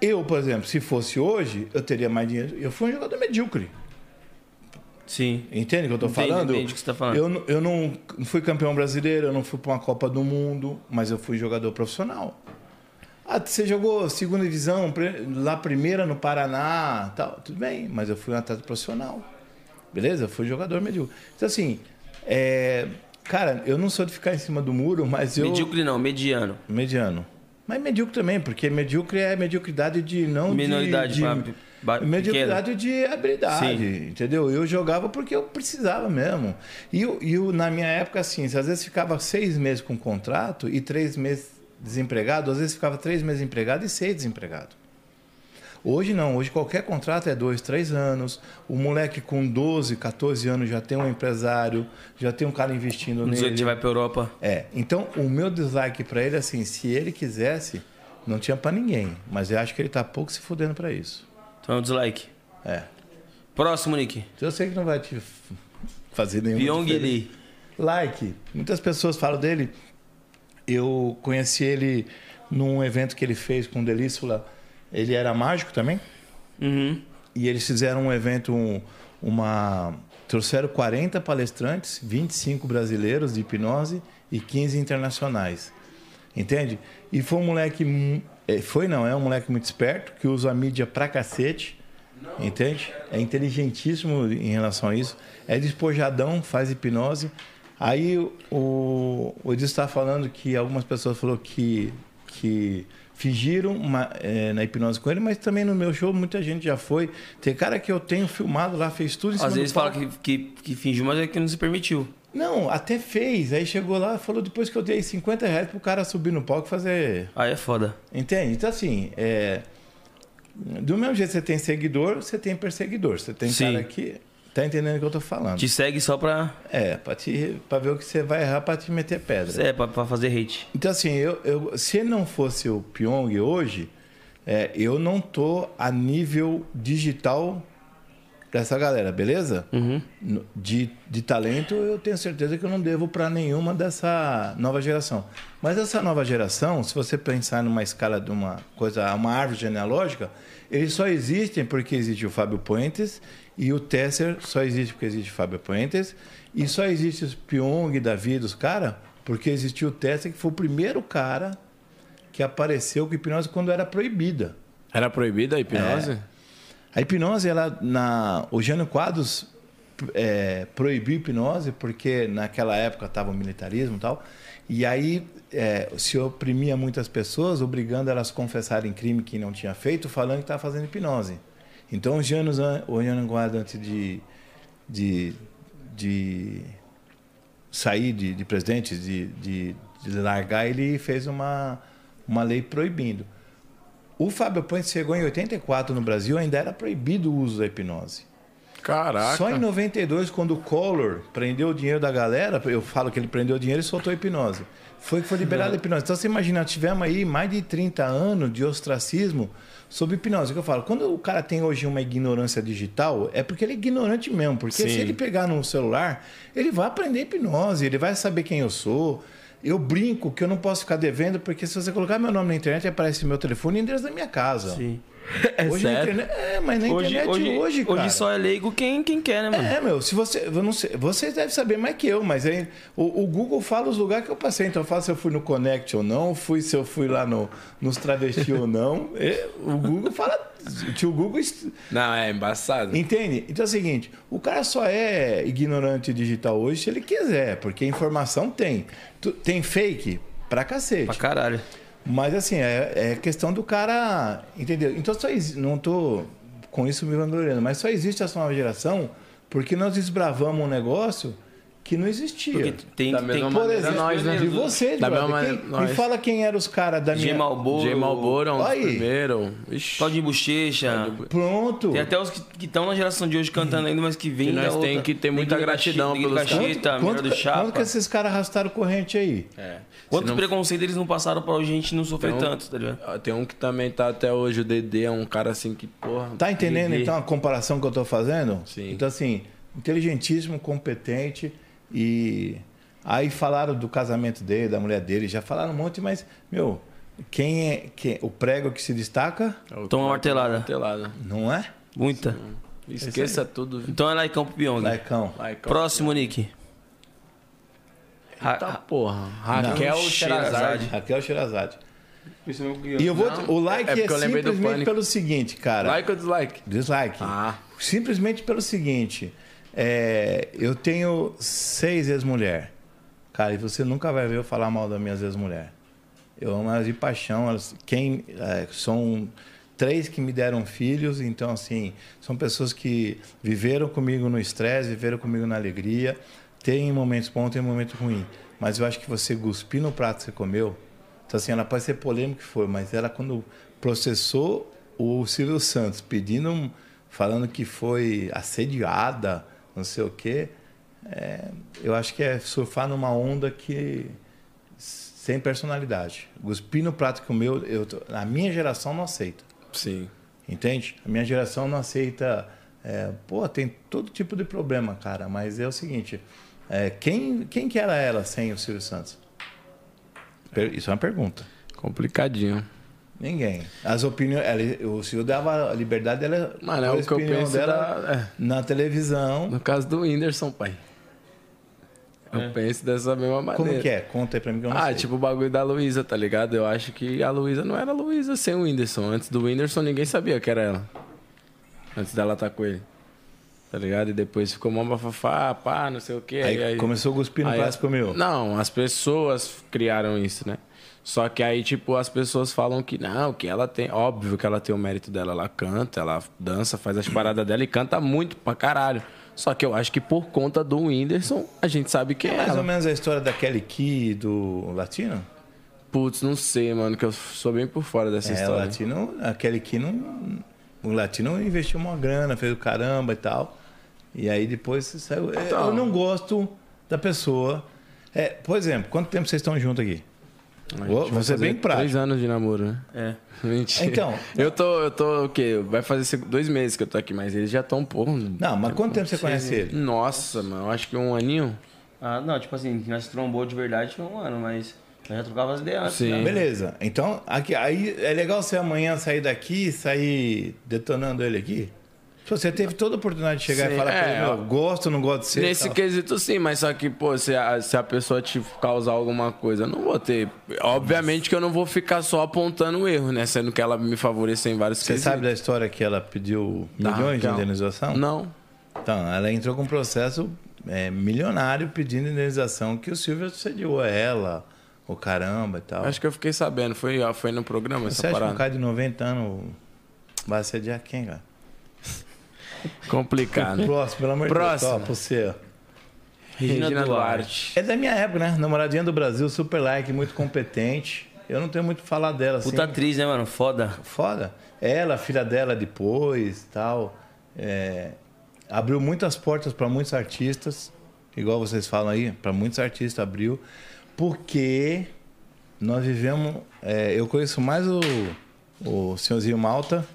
Eu, por exemplo, se fosse hoje, eu teria mais dinheiro. Eu fui um jogador medíocre.
Sim.
Entende o que eu tô
Entendi,
falando?
entendi o que você tá falando.
Eu, não- eu não fui campeão brasileiro, eu não fui pra uma Copa do Mundo, mas eu fui jogador profissional. Ah, você jogou segunda divisão, pre- lá primeira no Paraná, tal, tudo bem, mas eu fui um atleta profissional. Beleza? Eu fui jogador medíocre. Então assim, é, cara, eu não sou de ficar em cima do muro, mas eu
Medíocre não, mediano.
mediano. Mas medíocre também, porque medíocre é mediocridade de não de-
Minoridade,
de,
ba- ba-
mediocridade de habilidade,
Sim.
entendeu? Eu jogava porque eu precisava mesmo. E, eu- e eu, na minha época, assim, às vezes ficava seis meses com contrato e três meses desempregado, às vezes ficava três meses empregado e seis desempregado. Hoje não, hoje qualquer contrato é dois, três anos. O moleque com 12, 14 anos já tem um empresário, já tem um cara investindo
Não sei
nele.
que vai pra Europa.
É, então o meu dislike pra ele, assim, se ele quisesse, não tinha pra ninguém. Mas eu acho que ele tá pouco se fudendo pra isso.
Então é um dislike.
É.
Próximo, Nick.
Então, Eu sei que não vai te f- fazer nenhum.
Pyong Lee.
Like. Muitas pessoas falam dele. Eu conheci ele num evento que ele fez com o Delícula. Ele era mágico também.
Uhum.
E eles fizeram um evento, um- uma. Trouxeram 40 palestrantes, 25 brasileiros de hipnose e 15 internacionais. Entende? E foi um moleque. mu- eh, Foi não, é um moleque muito esperto, que usa a mídia pra cacete. Entende? É inteligentíssimo em relação a isso. É despojadão, faz hipnose. Aí o, o Edson está falando que algumas pessoas falou que, que fingiram uma- eh, na hipnose com ele, mas também no meu show muita gente já foi. Tem cara que eu tenho filmado lá, fez tudo em cima
Às
do
vezes fala
palco.
que, que, que fingiu, mas é que não se permitiu.
Não, até fez. Aí chegou lá e falou depois que eu dei 50 reais pro cara subir no palco e fazer
Aí é foda.
Entende? Então, assim, é, do mesmo jeito que você tem seguidor, você tem perseguidor. Você tem
Sim.
cara que tá entendendo o que eu tô falando.
Te segue só pra.
É, pra, te, pra ver o que você vai errar pra te meter pedra.
É, pra, pra fazer hate.
Então, assim, eu, eu- se ele não fosse o Pyong hoje, é, eu não tô a nível digital dessa galera, beleza? No- De, de talento, eu tenho certeza que eu não devo para nenhuma dessa nova geração. Mas essa nova geração, se você pensar numa escala de uma coisa, uma árvore genealógica, eles só existem porque existe o Fábio Puentes e o Tesser só existe porque existe o Fábio Puentes e só existe os Pyong, Davi, dos cara, porque existiu o Tesser que foi o primeiro cara que apareceu com hipnose quando era proibida.
Era proibida a hipnose?
É. A hipnose, ela, na, o Jânio Quadros é, proibiu a hipnose porque naquela época estava o militarismo e tal. E aí é, se oprimia muitas pessoas, obrigando elas a confessarem crime que não tinha feito, falando que estava fazendo hipnose. Então o Jânio, an- o Jânio Quadros, antes de, de, de sair de, de presidente, de, de, de largar, ele fez uma, uma lei proibindo. O Fábio Pontes chegou em 84 no Brasil, ainda era proibido o uso da hipnose.
Caraca.
Só em 92, quando o Collor prendeu o dinheiro da galera, eu falo que ele prendeu o dinheiro e soltou a hipnose. Foi que foi
Uhum.
liberada a hipnose. Então você imagina, tivemos aí mais de 30 anos de ostracismo sobre hipnose. É o que eu falo, quando o cara tem hoje uma ignorância digital, é porque ele é ignorante mesmo. Porque se ele pegar no celular, ele vai aprender hipnose, ele vai saber quem eu sou. Eu brinco que eu não posso ficar devendo, porque se você colocar meu nome na internet, aparece meu telefone e o endereço da minha casa.
Sim.
hoje na
sério?
internet- É, mas na
Hoje,
internet hoje,
hoje, hoje,
cara.
só é leigo quem, quem quer, né, mano?
É, meu, se você. Eu não sei, vocês devem saber mais que eu, mas aí, o, o Google fala os lugares que eu passei. Então eu falo se eu fui no Connect ou não, fui se eu fui lá no, nos travesti ou não. E o Google fala. o Tio Google. est-
Não, é embaçado.
Entende? Então é o seguinte: o cara só é ignorante digital hoje se ele quiser, porque informação tem. Tu- Tem fake pra cacete.
Pra caralho.
Mas assim, é, é questão do cara. Entendeu? Então só exi- não tô com isso me vangloriando, mas só existe essa nova geração porque nós desbravamos um negócio que não
Porque
existia.
tem,
Da mesma
tem
Por
tá maneira,
exemplo,
nós, né?
de vocês,
Da
brother.
mesma
Quem-
maneira,
me
nós.
fala quem eram os caras da
J
minha.
Malboro,
J Malboro é um dos
Aí.
primeiros. Ixi.
Claudio de Bochecha.
Pronto.
Tem até os que estão na geração de hoje cantando ainda, mas que vêm
Que nós
da outra.
tem que ter muita
Neguinho da Caxi-
gratidão
Neguinho
pelos
da Caxita, Mira
quanto,
do Chapa.
quanto que esses caras arrastaram corrente aí?
É.
Quanto
Se não-
preconceito eles não passaram pra hoje a gente não sofrer
Então-
tanto, tá ligado?
Tem um que também tá até hoje, o Dedê, é um cara assim que, porra.
Tá entendendo
Dedê.
então a comparação que eu tô fazendo?
Sim.
Então assim, inteligentíssimo, competente e aí falaram do casamento dele, da mulher dele, já falaram um monte, mas meu, quem é quem, o prego que se destaca,
É o-
Toma uma martelada.
martelada.
não é?
Muita.
Esqueça tudo. viu?
Então é Laicão pro Pyong.
Laicão.
Vai, calma.
Próximo, Nick.
Tá, porra. Raquel
Não.
Xerazade.
Raquel Xerazade. E eu vou o like
é
é,
porque eu lembrei do
simplesmente
Pânico.
pelo seguinte, cara.
Like ou dislike?
Dislike.
Ah.
Simplesmente pelo seguinte: é, eu tenho seis ex-mulher. Cara, e você nunca vai ver eu falar mal das minhas ex-mulher. Eu amo elas de paixão. Elas, quem, é, são três que me deram filhos, então, assim, são pessoas que viveram comigo no estresse, viveram comigo na alegria. Tem momentos bons, tem momentos ruins. Mas eu acho que você cuspir no prato que você comeu. Então, assim, ela pode ser polêmica que for, mas ela, quando processou o Silvio Santos pedindo, um- falando que foi assediada, não sei o quê, é, eu acho que é surfar numa onda que sem personalidade. Cuspir no prato que o meu, eu, tô- a minha geração não aceita,
Sim.
entende? A minha geração não aceita. é, pô, tem todo tipo de problema, cara, mas é o seguinte: é, quem, quem que era ela sem o Silvio Santos? Per- Isso é uma pergunta.
Complicadinho.
Ninguém. As opiniões. ela- o Silvio dava a liberdade dela.
Mano, é
pôr
o
as
que eu
opiniões
penso da- é.
na televisão.
No caso do Whindersson, pai. Eu penso dessa mesma maneira.
É. Como que é? Conta aí pra mim que eu não
Ah,
sei.
tipo o bagulho da Luísa, tá ligado? Eu acho que a Luísa não era a Luísa sem o Whindersson. Antes do Whindersson, ninguém sabia que era ela. Antes dela estar com ele. Tá ligado? E depois ficou mó bafafá, pá, não sei o quê.
Aí começou a cuspir no
aí
prato que comeu.
Não, as pessoas criaram isso, né? Só que aí, tipo, as pessoas falam que não, que ela tem. Óbvio que ela tem o mérito dela. Ela canta, ela dança, faz as paradas dela e canta muito pra caralho. Só que eu acho que por conta do Whindersson, a gente sabe quem
É
é
mais
ela.
ou menos a história da Kelly Key do Latino?
Putz, não sei, mano, que eu sou bem por fora dessa
é, o
história.
Latino, a Kelly Key não. O Latino investiu uma grana, fez o caramba e tal. E aí depois você saiu. É,
Então.
Eu não gosto da pessoa. É, por exemplo, quanto tempo vocês estão juntos aqui? Vou, vou ser
Fazer
é bem prático.
Três anos de namoro, né?
É.
Mentira.
Então-
Eu tô, eu tô, o quê? Vai fazer seg- dois meses que eu tô aqui, mas eles já estão, pô.
Não, mas quanto tempo você conhece ele?
Nossa, mano, eu acho que um aninho.
Ah, não, tipo assim, nós se trombou de verdade foi um ano, mas nós já trocava as ideias.
Sim.
né?
Beleza. Então, aqui, aí é legal você amanhã sair daqui e sair detonando ele aqui? Pô, Você teve toda a oportunidade de chegar
Sim,
e falar
é,
pra ele,
ó.
meu, gosto, não gosto de ser.
Nesse quesito, sim, mas só que, pô, se a, se a pessoa te causar alguma coisa, eu não vou ter. Obviamente que eu não vou ficar só apontando o erro, né? Sendo que ela me favoreceu em vários
Você
quesitos.
sabe da história que ela pediu milhões
então.
de indenização?
Não.
Então, ela entrou com um processo é, milionário pedindo indenização que o Silvio cediu a ela, o caramba e tal.
Acho que eu fiquei sabendo. Foi, ó, foi no programa essa
Você acha que um
parada.
cara de 90 anos vai sediar quem, cara?
Complicado.
Próximo, pelo amor de Deus.
Próximo.
Ó, pra você.
Regina,
Regina
Duarte.
É da minha época, né? Namoradinha do Brasil, super like, muito competente. Eu não tenho muito o que falar dela, assim.
Puta atriz, né, mano? Foda.
Foda. Ela, a filha dela depois tal. É, Abriu muitas portas para muitos artistas, igual vocês falam aí, para muitos artistas abriu, porque nós vivemos. é, eu conheço mais o, o senhorzinho Malta,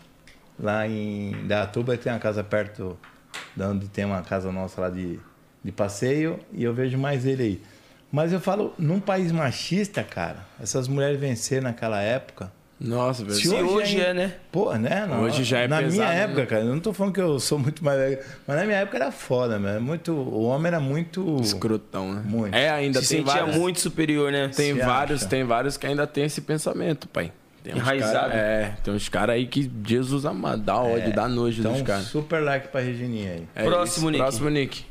lá em Datuba, tem uma casa perto da onde tem uma casa nossa lá de, de passeio, e eu vejo mais ele aí. Mas eu falo, num país machista, cara, essas mulheres venceram naquela época.
Nossa, velho.
Se hoje
ainda-
é, né?
Pô, né? Não,
Hoje já é
Na minha
pesado, né?
época, cara, eu não tô falando que eu sou muito mais velho, mas na minha época era foda, mano. É Muito, o homem era muito.
Escrotão, né?
Muito.
É, ainda
Se
tem
sentia
vários.
muito superior, né?
Tem
Se
vários,
acha.
tem vários que ainda tem esse pensamento, pai. Tem uns
Enraizado.
Cara, é, tem uns caras aí que Jesus amado, dá ódio, dá nojo
Então,
dos caras.
super like pra Regininha aí.
É
Próximo, Nick.
Próximo, Nick.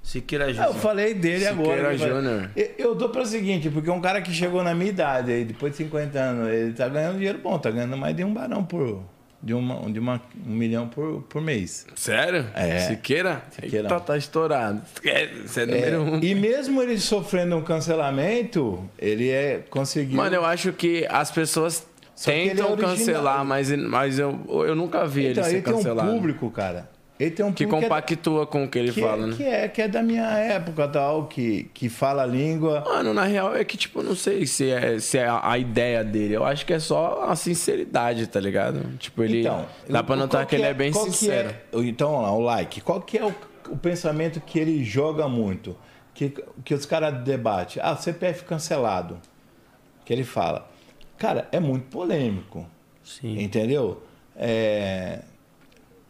Siqueira
Ah, Eu
Júnior.
falei dele agora.
Siqueira
né, cara?
Júnior.
Eu- Eu dou para o seguinte, porque um cara que chegou na minha idade, aí, depois de 50 anos, ele tá ganhando dinheiro bom, tá ganhando mais de um barão por. De, uma, de uma, um milhão por, por
Um
mês.
Sério?
É.
Siqueira?
Siqueira.
Eita, tá estourado. Esquece, Você é número um.
E mesmo ele sofrendo um cancelamento, ele é, conseguiu.
Mano, eu acho que as pessoas
Só que ele é
tentam
original.
cancelar, mas, mas eu, eu nunca vi
então,
ele
ele
ser
tem
cancelado.
um público, cara. Ele tem um
que
público é-
compactua com o que ele
que,
fala, né?
que é, que é da minha época tal, que, que fala a língua.
Mano, na real é que, tipo, eu não sei se é, se é a ideia dele. Eu acho que é só a sinceridade, tá ligado? Tipo, ele. dá pra
Então, o-
notar
qual
que ele é, bem
qual que
sincero.
é- então, ó lá, o like. Qual que é o, o pensamento que ele joga muito? Que, que os caras debatem. Ah, CPF cancelado. Que ele fala. Cara, é muito polêmico.
Sim.
Entendeu? É,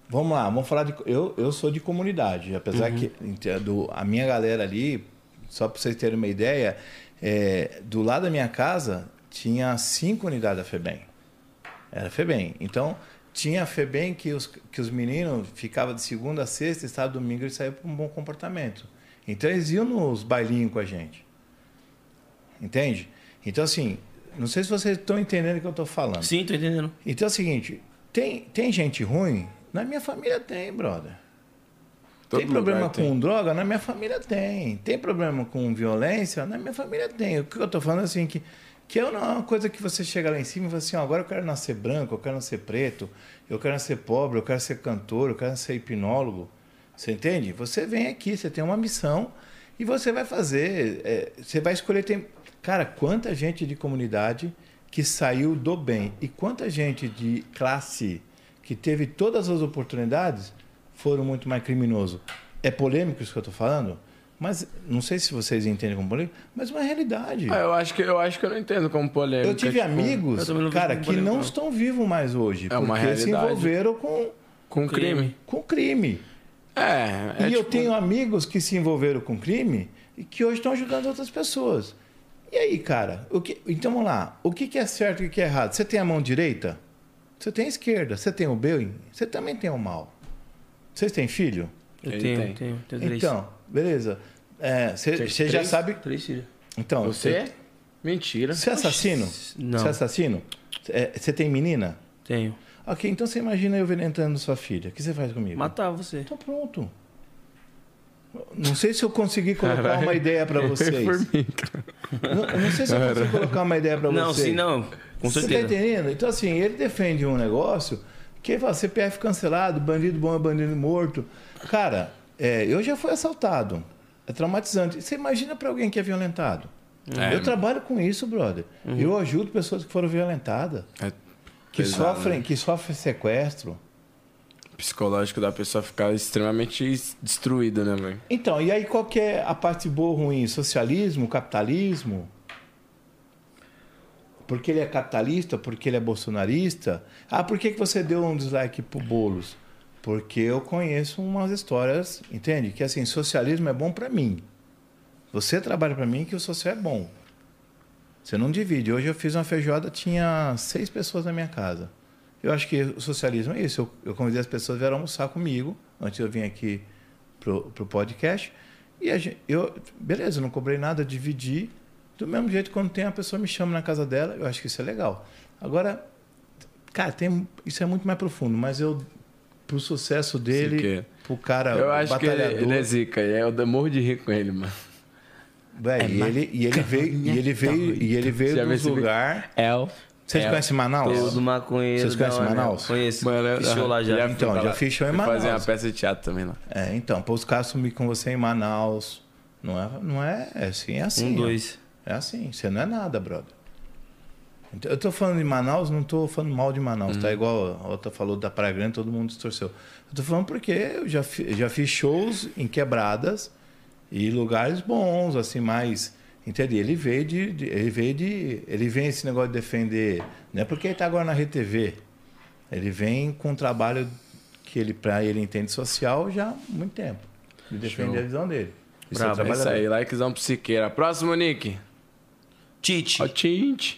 Vamos lá, vamos falar de. Eu, eu sou de comunidade, apesar que ente- do, a minha galera ali, só para vocês terem uma ideia, é, do lado da minha casa tinha cinco unidades da FEBEM. Era FEBEM. Então, tinha a FEBEM que os, que os meninos ficavam de segunda a sexta, e sábado domingo eles saíam para um bom comportamento. Então, eles iam nos bailinhos com a gente. Entende? Então, assim, não sei se vocês estão entendendo o que eu estou falando.
Sim, tô entendendo.
Então é o seguinte, tem, tem gente ruim? Na minha família tem, brother.
Todo
tem problema
lugar
com droga? Na minha família tem. Tem problema com violência? Na minha família tem. O que eu tô falando é assim, que, que eu não é uma coisa que você chega lá em cima e fala assim, ó, agora eu quero nascer branco, eu quero nascer preto, eu quero nascer pobre, eu quero ser cantor, eu quero ser hipnólogo. Você entende? Você vem aqui, você tem uma missão e você vai fazer. é, você vai escolher. Tem... Cara, quanta gente de comunidade que saiu do bem e quanta gente de classe que teve todas as oportunidades foram muito mais criminosos. É polêmico isso que eu estou falando, mas não sei se vocês entendem como polêmico, mas é uma realidade.
Ah, eu acho que eu acho que eu não entendo como polêmica.
eu tive
tipo,
amigos,
eu também não vi
cara,
como
que
polêmico,
não
não.
estão vivos mais hoje,
É uma
porque se
realidade.
envolveram com,
Com crime.
com crime.
É. é
e eu
tipo-
tenho amigos que se envolveram com crime e que hoje estão ajudando outras pessoas. E aí, cara, o que, então vamos lá. O que, que é certo e o que é errado? Você tem a mão direita? Você tem a esquerda? Você tem o bem? Você também tem o mal. Vocês têm filho?
Eu
Ele
tenho,
tem.
tenho. Tenho três.
Então, beleza. Você já sabe.
Três filhos.
Então,
Você? Mentira.
Você é assassino?
Não.
Você é assassino? Você tem menina?
Tenho.
Ok, então você imagina eu violentando sua filha. O que você faz comigo?
Matar você.
Então pronto. Não sei se eu consegui colocar uma ideia pra vocês. não, não sei se eu consegui colocar uma ideia pra
Não,
vocês.
sim, não. Com
Você tá
certeza.
entendendo? Então, assim, ele defende um negócio que ele fala, CPF cancelado, bandido bom é bandido morto. Cara, é, eu já fui assaltado. É traumatizante. Você imagina pra alguém que é violentado. Eu trabalho com isso, brother. Eu ajudo pessoas que foram violentadas,
É
que
pesado,
sofrem,
né?
que sofrem sequestro.
O psicológico da pessoa ficar extremamente destruído, né, velho?
Então, e aí qual que é a parte boa ou ruim? Socialismo, capitalismo? Porque ele é capitalista, porque ele é bolsonarista? Ah, por que, que você deu um dislike pro Boulos? Porque eu conheço umas histórias, entende? Que assim, socialismo é bom pra mim. Você trabalha pra mim que o social é bom. Você não divide. Hoje eu fiz uma feijoada, tinha seis pessoas na minha casa. Eu acho que o socialismo é isso. Eu, eu convidei as pessoas, vieram almoçar comigo antes de eu vir aqui pro, pro podcast. E a gente, eu, beleza, eu não cobrei nada, eu dividi. Do mesmo jeito, quando tem uma pessoa me chama na casa dela, eu acho que isso é legal. Agora, cara, tem, isso é muito mais profundo, mas eu, pro sucesso dele,
Sim, que-
pro cara
Eu acho que ele,
batalhador.
ele é zica. Eu morro de rir com ele, mano.
É, Véi, e, ele, e ele veio, e ele veio, e ele veio
Já
de
percebi.
lugar.
El
Vocês
É.
conhecem Manaus?
Todo maconheiro.
Vocês
da
conhecem
hora, né?
Manaus?
Conheço.
Mano, eu-
Fiz show lá já.
Guilherme
Então,
foi pra
já
lá.
fiz show em
Fui Fazer uma
Manaus.
peça de teatro também lá.
É, então, pô, os caras sumir com você em Manaus. Não é, não é, é assim, é assim.
Um,
ó.
dois.
É assim, você não é nada, brother. Então, Eu tô falando de Manaus, não tô falando mal de Manaus,
Uhum.
tá? Igual a outra falou da Praia Grande, todo mundo distorceu. Eu tô falando porque eu já, fi- já fiz shows em quebradas e lugares bons, assim, mais. Entende? Ele veio de, de- Ele veio de. Ele vem esse negócio de defender. Não é porque ele tá agora na RTV. Ele vem com um trabalho que ele, pra ele entende social já há muito tempo. De defender
Show.
a visão dele. Isso é
Bravo, é
trabalho
isso aí. Likezão pro Siqueira. Próximo, Nick.
Tite.
Ó, Tint.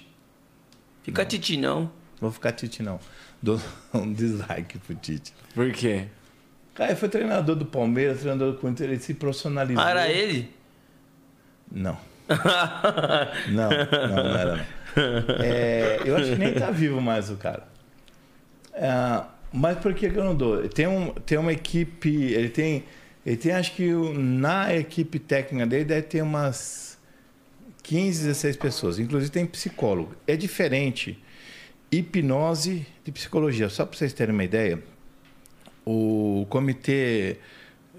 Fica Titi, não.
Vou ficar Tite, não. Dou um dislike pro Tite.
Por quê?
Cara, ele foi treinador do Palmeiras, treinador do Corinthians, ele se profissionalizou.
Ah, era ele?
Não. não, não, não era, não. É, eu acho que nem tá vivo mais o cara. É, mas por que, que eu não dou? Tem, um, tem uma equipe. Ele tem. Ele tem, acho que o- na equipe técnica dele deve ter umas 15, 16 pessoas. Inclusive tem psicólogo. É diferente hipnose de psicologia. Só para vocês terem uma ideia, o Comitê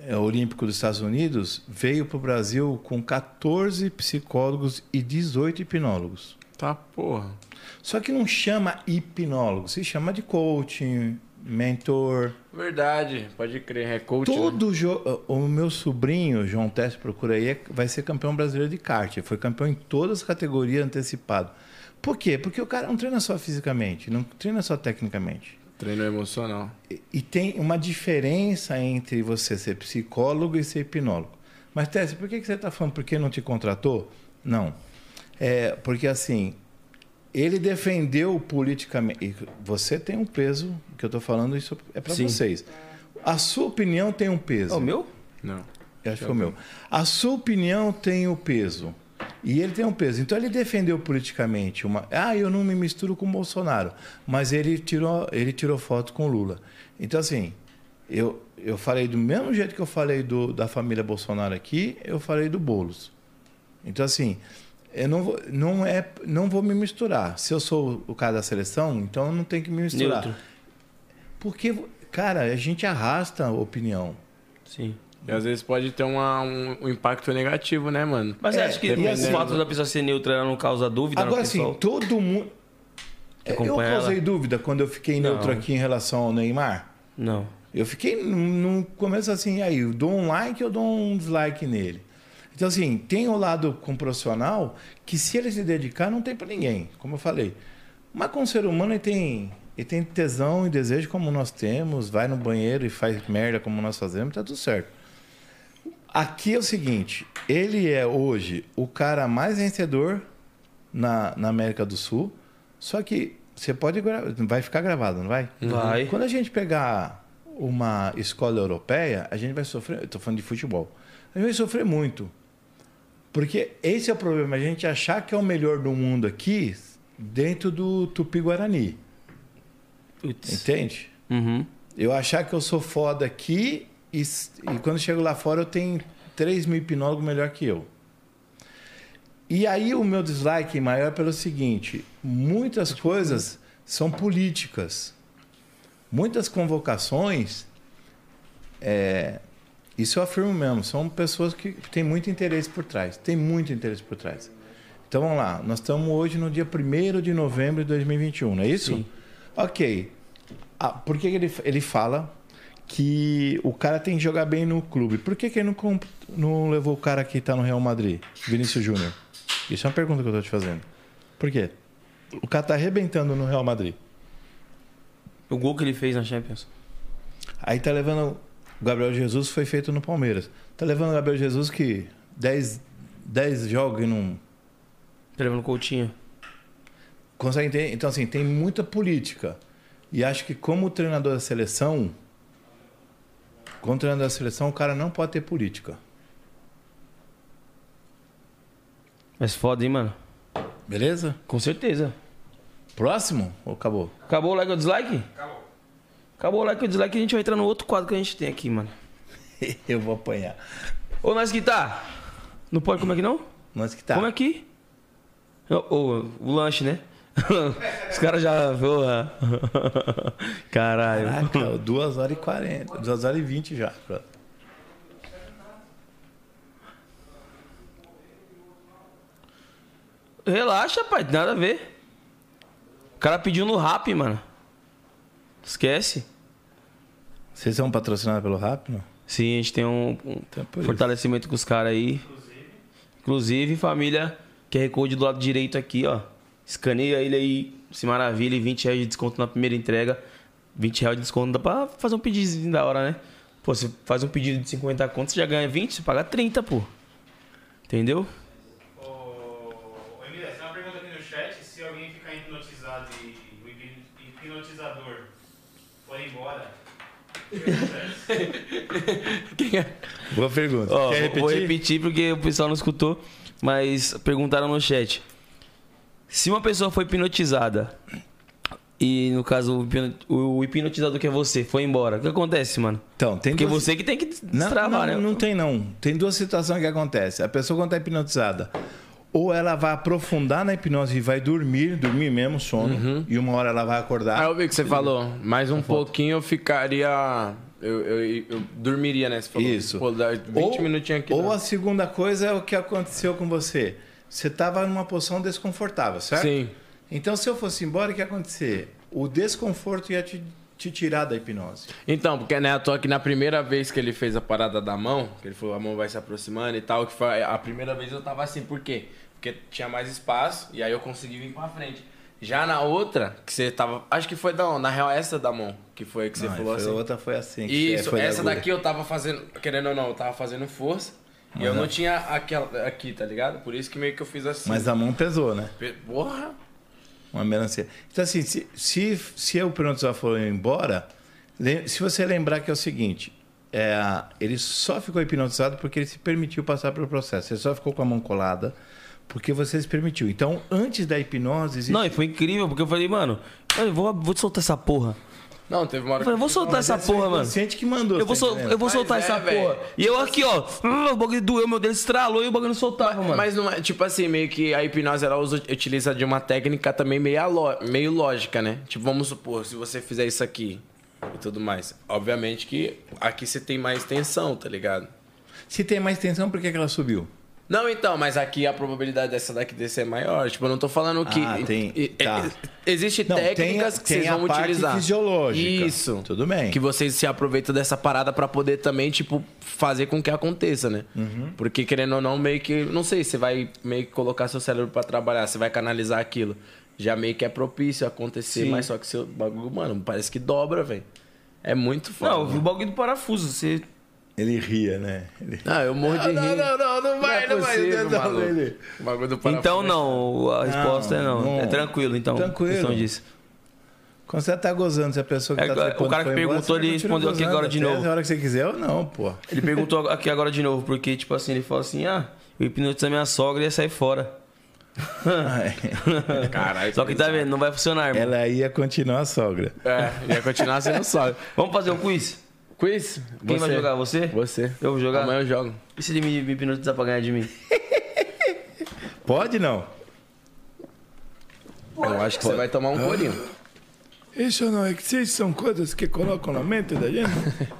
eh, Olímpico dos Estados Unidos veio para o Brasil com 14 psicólogos e 18 hipnólogos.
Tá porra.
Só que não chama hipnólogo, se chama de coaching, mentor.
Verdade, pode crer. É coach. né?
Todo jo- o meu sobrinho, João Teste, procura aí, é- vai ser campeão brasileiro de kart. Ele Foi campeão em todas as categorias antecipado. Por quê? Porque o cara não treina só fisicamente, não treina só tecnicamente.
Treino emocional.
E- E tem uma diferença entre você ser psicólogo e ser hipnólogo. Mas, Tess, por que que você está falando porque não te contratou? Não. É, porque, assim, ele defendeu politicamente. e Você tem um peso, que eu estou falando, isso é para
Sim.
vocês. A sua opinião tem um peso.
É o meu?
Não.
Eu acho que foi o meu. A sua opinião tem o peso. E ele tem um peso. Então ele defendeu politicamente uma. Ah, eu não me misturo com o Bolsonaro. Mas ele tirou, ele tirou foto com o Lula. Então, assim, eu, eu falei do mesmo jeito que eu falei do, da família Bolsonaro aqui, eu falei do Boulos. Então, assim, eu não vou, não é, não vou me misturar. Se eu sou o cara da seleção, então eu não tenho que me misturar.
Neutro.
Porque, cara, a gente arrasta a opinião.
Sim.
E às vezes pode ter uma- um, um impacto negativo, né, mano?
Mas
É,
eu acho que
e
o
assim-
fato da pessoa ser neutra ela não causa dúvida
Agora
no
sim,
pessoal.
todo mundo.
Que
Eu
acompanha
causei
ela.
dúvida quando eu fiquei
Não.
neutro aqui em relação ao Neymar.
Não.
Eu fiquei no começo assim, aí, eu dou um like ou dou um dislike nele. Então, assim, tem o lado com o profissional que se ele se dedicar, não tem pra ninguém, como eu falei. Mas com o ser humano ele tem, ele tem tesão e desejo como nós temos, vai no banheiro e faz merda como nós fazemos, tá tudo certo. Aqui é o seguinte, ele é hoje o cara mais vencedor na, na América do Sul, só que você pode gra- vai ficar gravado, não vai?
Vai.
Quando a gente pegar uma escola europeia, a gente vai sofrer, eu tô falando de futebol. A gente vai sofrer muito. Porque esse é o problema, a gente achar que é o melhor do mundo aqui dentro do Tupi-Guarani,
Putz.
entende?
Uhum.
Eu achar que eu sou foda aqui e, s- e quando chego lá fora eu tenho 3 mil hipnólogos melhor que eu. E aí o meu dislike maior é pelo seguinte: muitas coisas são políticas. Muitas convocações, é, isso eu afirmo mesmo, são pessoas que têm muito interesse por trás. Tem muito interesse por trás. Então vamos lá, nós estamos hoje no dia 1 de novembro de 2021, não é isso? Ok. Ah, por que que ele, ele fala que o cara tem que jogar bem no clube? Por que, que ele não, comp- não levou o cara que tá no Real Madrid, Vinícius Júnior? Isso é uma pergunta que eu tô te fazendo. Por quê? O cara tá arrebentando no Real Madrid.
O gol que ele fez na Champions.
Aí tá levando. O Gabriel Jesus foi feito no Palmeiras. Tá levando o Gabriel Jesus que 10, 10 jogos e não.
Pelo no Coutinho.
Consegue entender? Então, assim, tem muita política. E acho que como treinador da seleção. Como treinador da seleção, o cara não pode ter política.
Mas foda, hein, mano?
Beleza?
Com certeza.
Próximo? Ou acabou?
Acabou o like ou o dislike? Acabou. Acabou o like ou o dislike a gente vai entrar no outro quadro que a gente tem aqui, mano.
Eu vou apanhar.
Ô, nós que tá? é Não é pode comer aqui não?
Nós que tá.
Come aqui. Ô, ô, o lanche, né? Os caras já. Porra. Caralho.
Caraca, 2 Ah, horas e 40, 2 horas e 20 já. pronto.
Relaxa, pai, tem nada a ver. O cara pediu no rap, mano. Esquece.
Vocês são patrocinados pelo Rap, não?
Sim, a gente tem um, um
por
fortalecimento com os caras aí. Inclusive, família, QR Code do lado direito aqui, ó. Escaneia ele aí, se maravilha, e 20 reais de desconto na primeira entrega. 20 reais de desconto dá pra fazer um pedidinho da hora, né? Pô, você faz um pedido de 50 conto, você já ganha 20, você paga 30, pô. Entendeu?
Ô, Emília, tem uma pergunta aqui no chat. Se alguém ficar hipnotizado e o hipno- hipnotizador for embora,
Boa pergunta.
Ó,
Quer repetir?
Vou repetir porque o pessoal não escutou, mas perguntaram no chat. Se uma pessoa foi hipnotizada, e no caso o hipno- o hipnotizador que é você foi embora, o que acontece, mano?
Então, tem
Porque
duas-
você que tem que des-
Não,
destravar, né?
não, não tem não. Tem duas situações que acontecem. A pessoa quando está hipnotizada, ou ela vai aprofundar na hipnose e vai dormir, dormir mesmo, sono,
Uhum.
e uma hora ela vai acordar.
Aí eu vi que você falou, mais um pouquinho eu ficaria. Eu, eu, eu dormiria, né? Você falou.
Isso.
Pô, dá 20 minutinhos aqui. né?
Ou
dá.
a segunda coisa é o que aconteceu com você. Você estava numa posição desconfortável, certo?
Sim.
Então, se eu fosse embora, o que ia acontecer? O desconforto ia te, te tirar da hipnose.
Então, porque né, eu tô aqui na primeira vez que ele fez a parada da mão, que ele falou a mão vai se aproximando e tal, que foi a primeira vez eu tava assim, por quê? Porque tinha mais espaço e aí eu consegui vir pra frente. Já na outra, que você tava, acho que foi da mão, na real essa da mão, que foi que você
Não,
falou
foi-
assim.
A outra foi assim. que
Isso,
foi da
essa
agulha.
daqui eu tava fazendo, querendo ou não, eu tava fazendo força. E eu não tinha aquela aqui, tá ligado? Por isso que meio que eu fiz assim.
Mas a mão pesou, né?
Pe- Porra!
Uma melancia. Então, assim, se, se, se eu pronto já for embora, lem- se você lembrar que é o seguinte, é, ele só ficou hipnotizado porque ele se permitiu passar pelo processo. Ele só ficou com a mão colada porque você se permitiu. Então, antes da hipnose, existe...
Não, e foi incrível, porque eu falei, mano, eu vou, vou soltar essa porra.
Não, teve uma
Eu
hora que
falei, eu vou soltar
é
essa porra, mano.
Sente que mandou.
Eu vou,
tá
sol-
entendendo?
eu vou
Mas
soltar
é,
essa
velho.
porra. E eu aqui, ó, o bagulho doeu, meu dedo estralou e o bagulho não soltava, mano.
Mas não é, tipo assim, meio que a hipnose ela usa- utiliza de uma técnica também meio, aló- meio lógica, né? Tipo, vamos supor, se você fizer isso aqui e tudo mais. Obviamente que aqui você tem mais tensão, tá ligado?
Se tem mais tensão, por que, que ela subiu?
Não, então, mas aqui a probabilidade dessa daqui descer é maior. Tipo, eu não tô falando que.
Ah, tem-
e- e-
tá.
Existem
Não, tem-
técnicas que
tem
vocês
a
vão
parte
utilizar.
fisiológica.
Isso.
Tudo bem.
Que vocês se aproveitam dessa parada pra poder também, tipo, fazer com que aconteça, né?
Uhum.
Porque querendo ou não, meio que. Não sei, você vai meio que colocar seu cérebro pra trabalhar, você vai canalizar aquilo. Já meio que é propício acontecer, mas só que seu bagulho, mano, parece que dobra, velho. É muito foda.
Não, eu vi o
mano.
bagulho do parafuso. Você
Ele ria, né? Ele...
não, Ah, eu morro de rir.
não, não
é possível,
não, não,
maluco.
ele-
O bagulho do parafuso.
Então não, a resposta é não.
não.
É tranquilo, então.
Tranquilo.
Questão disso.
Quando você tá gozando, se a pessoa que
É,
tá
o
trepando
cara que
foi embora,
perguntou,
você
ele
continua
respondeu aqui
gozando
agora de
até
novo.
A hora que você quiser ou não, pô.
Ele perguntou aqui agora de novo, porque, tipo assim, ele falou assim: ah, eu hipnotizei minha sogra e ia sair fora.
Caralho.
Só que tá vendo, não vai funcionar, irmão.
Ela ia continuar a sogra.
É, ia continuar sendo só.
Vamos fazer um quiz?
Quiz?
Quem vai
você.
jogar? Você?
Você.
Eu vou jogar?
Amanhã eu jogo.
E se ele me, me hipnotizar pra ganhar de mim?
Pode não?
Eu acho que você vai tomar um corinho.
Isso não, é que vocês são coisas que colocam na mente da gente.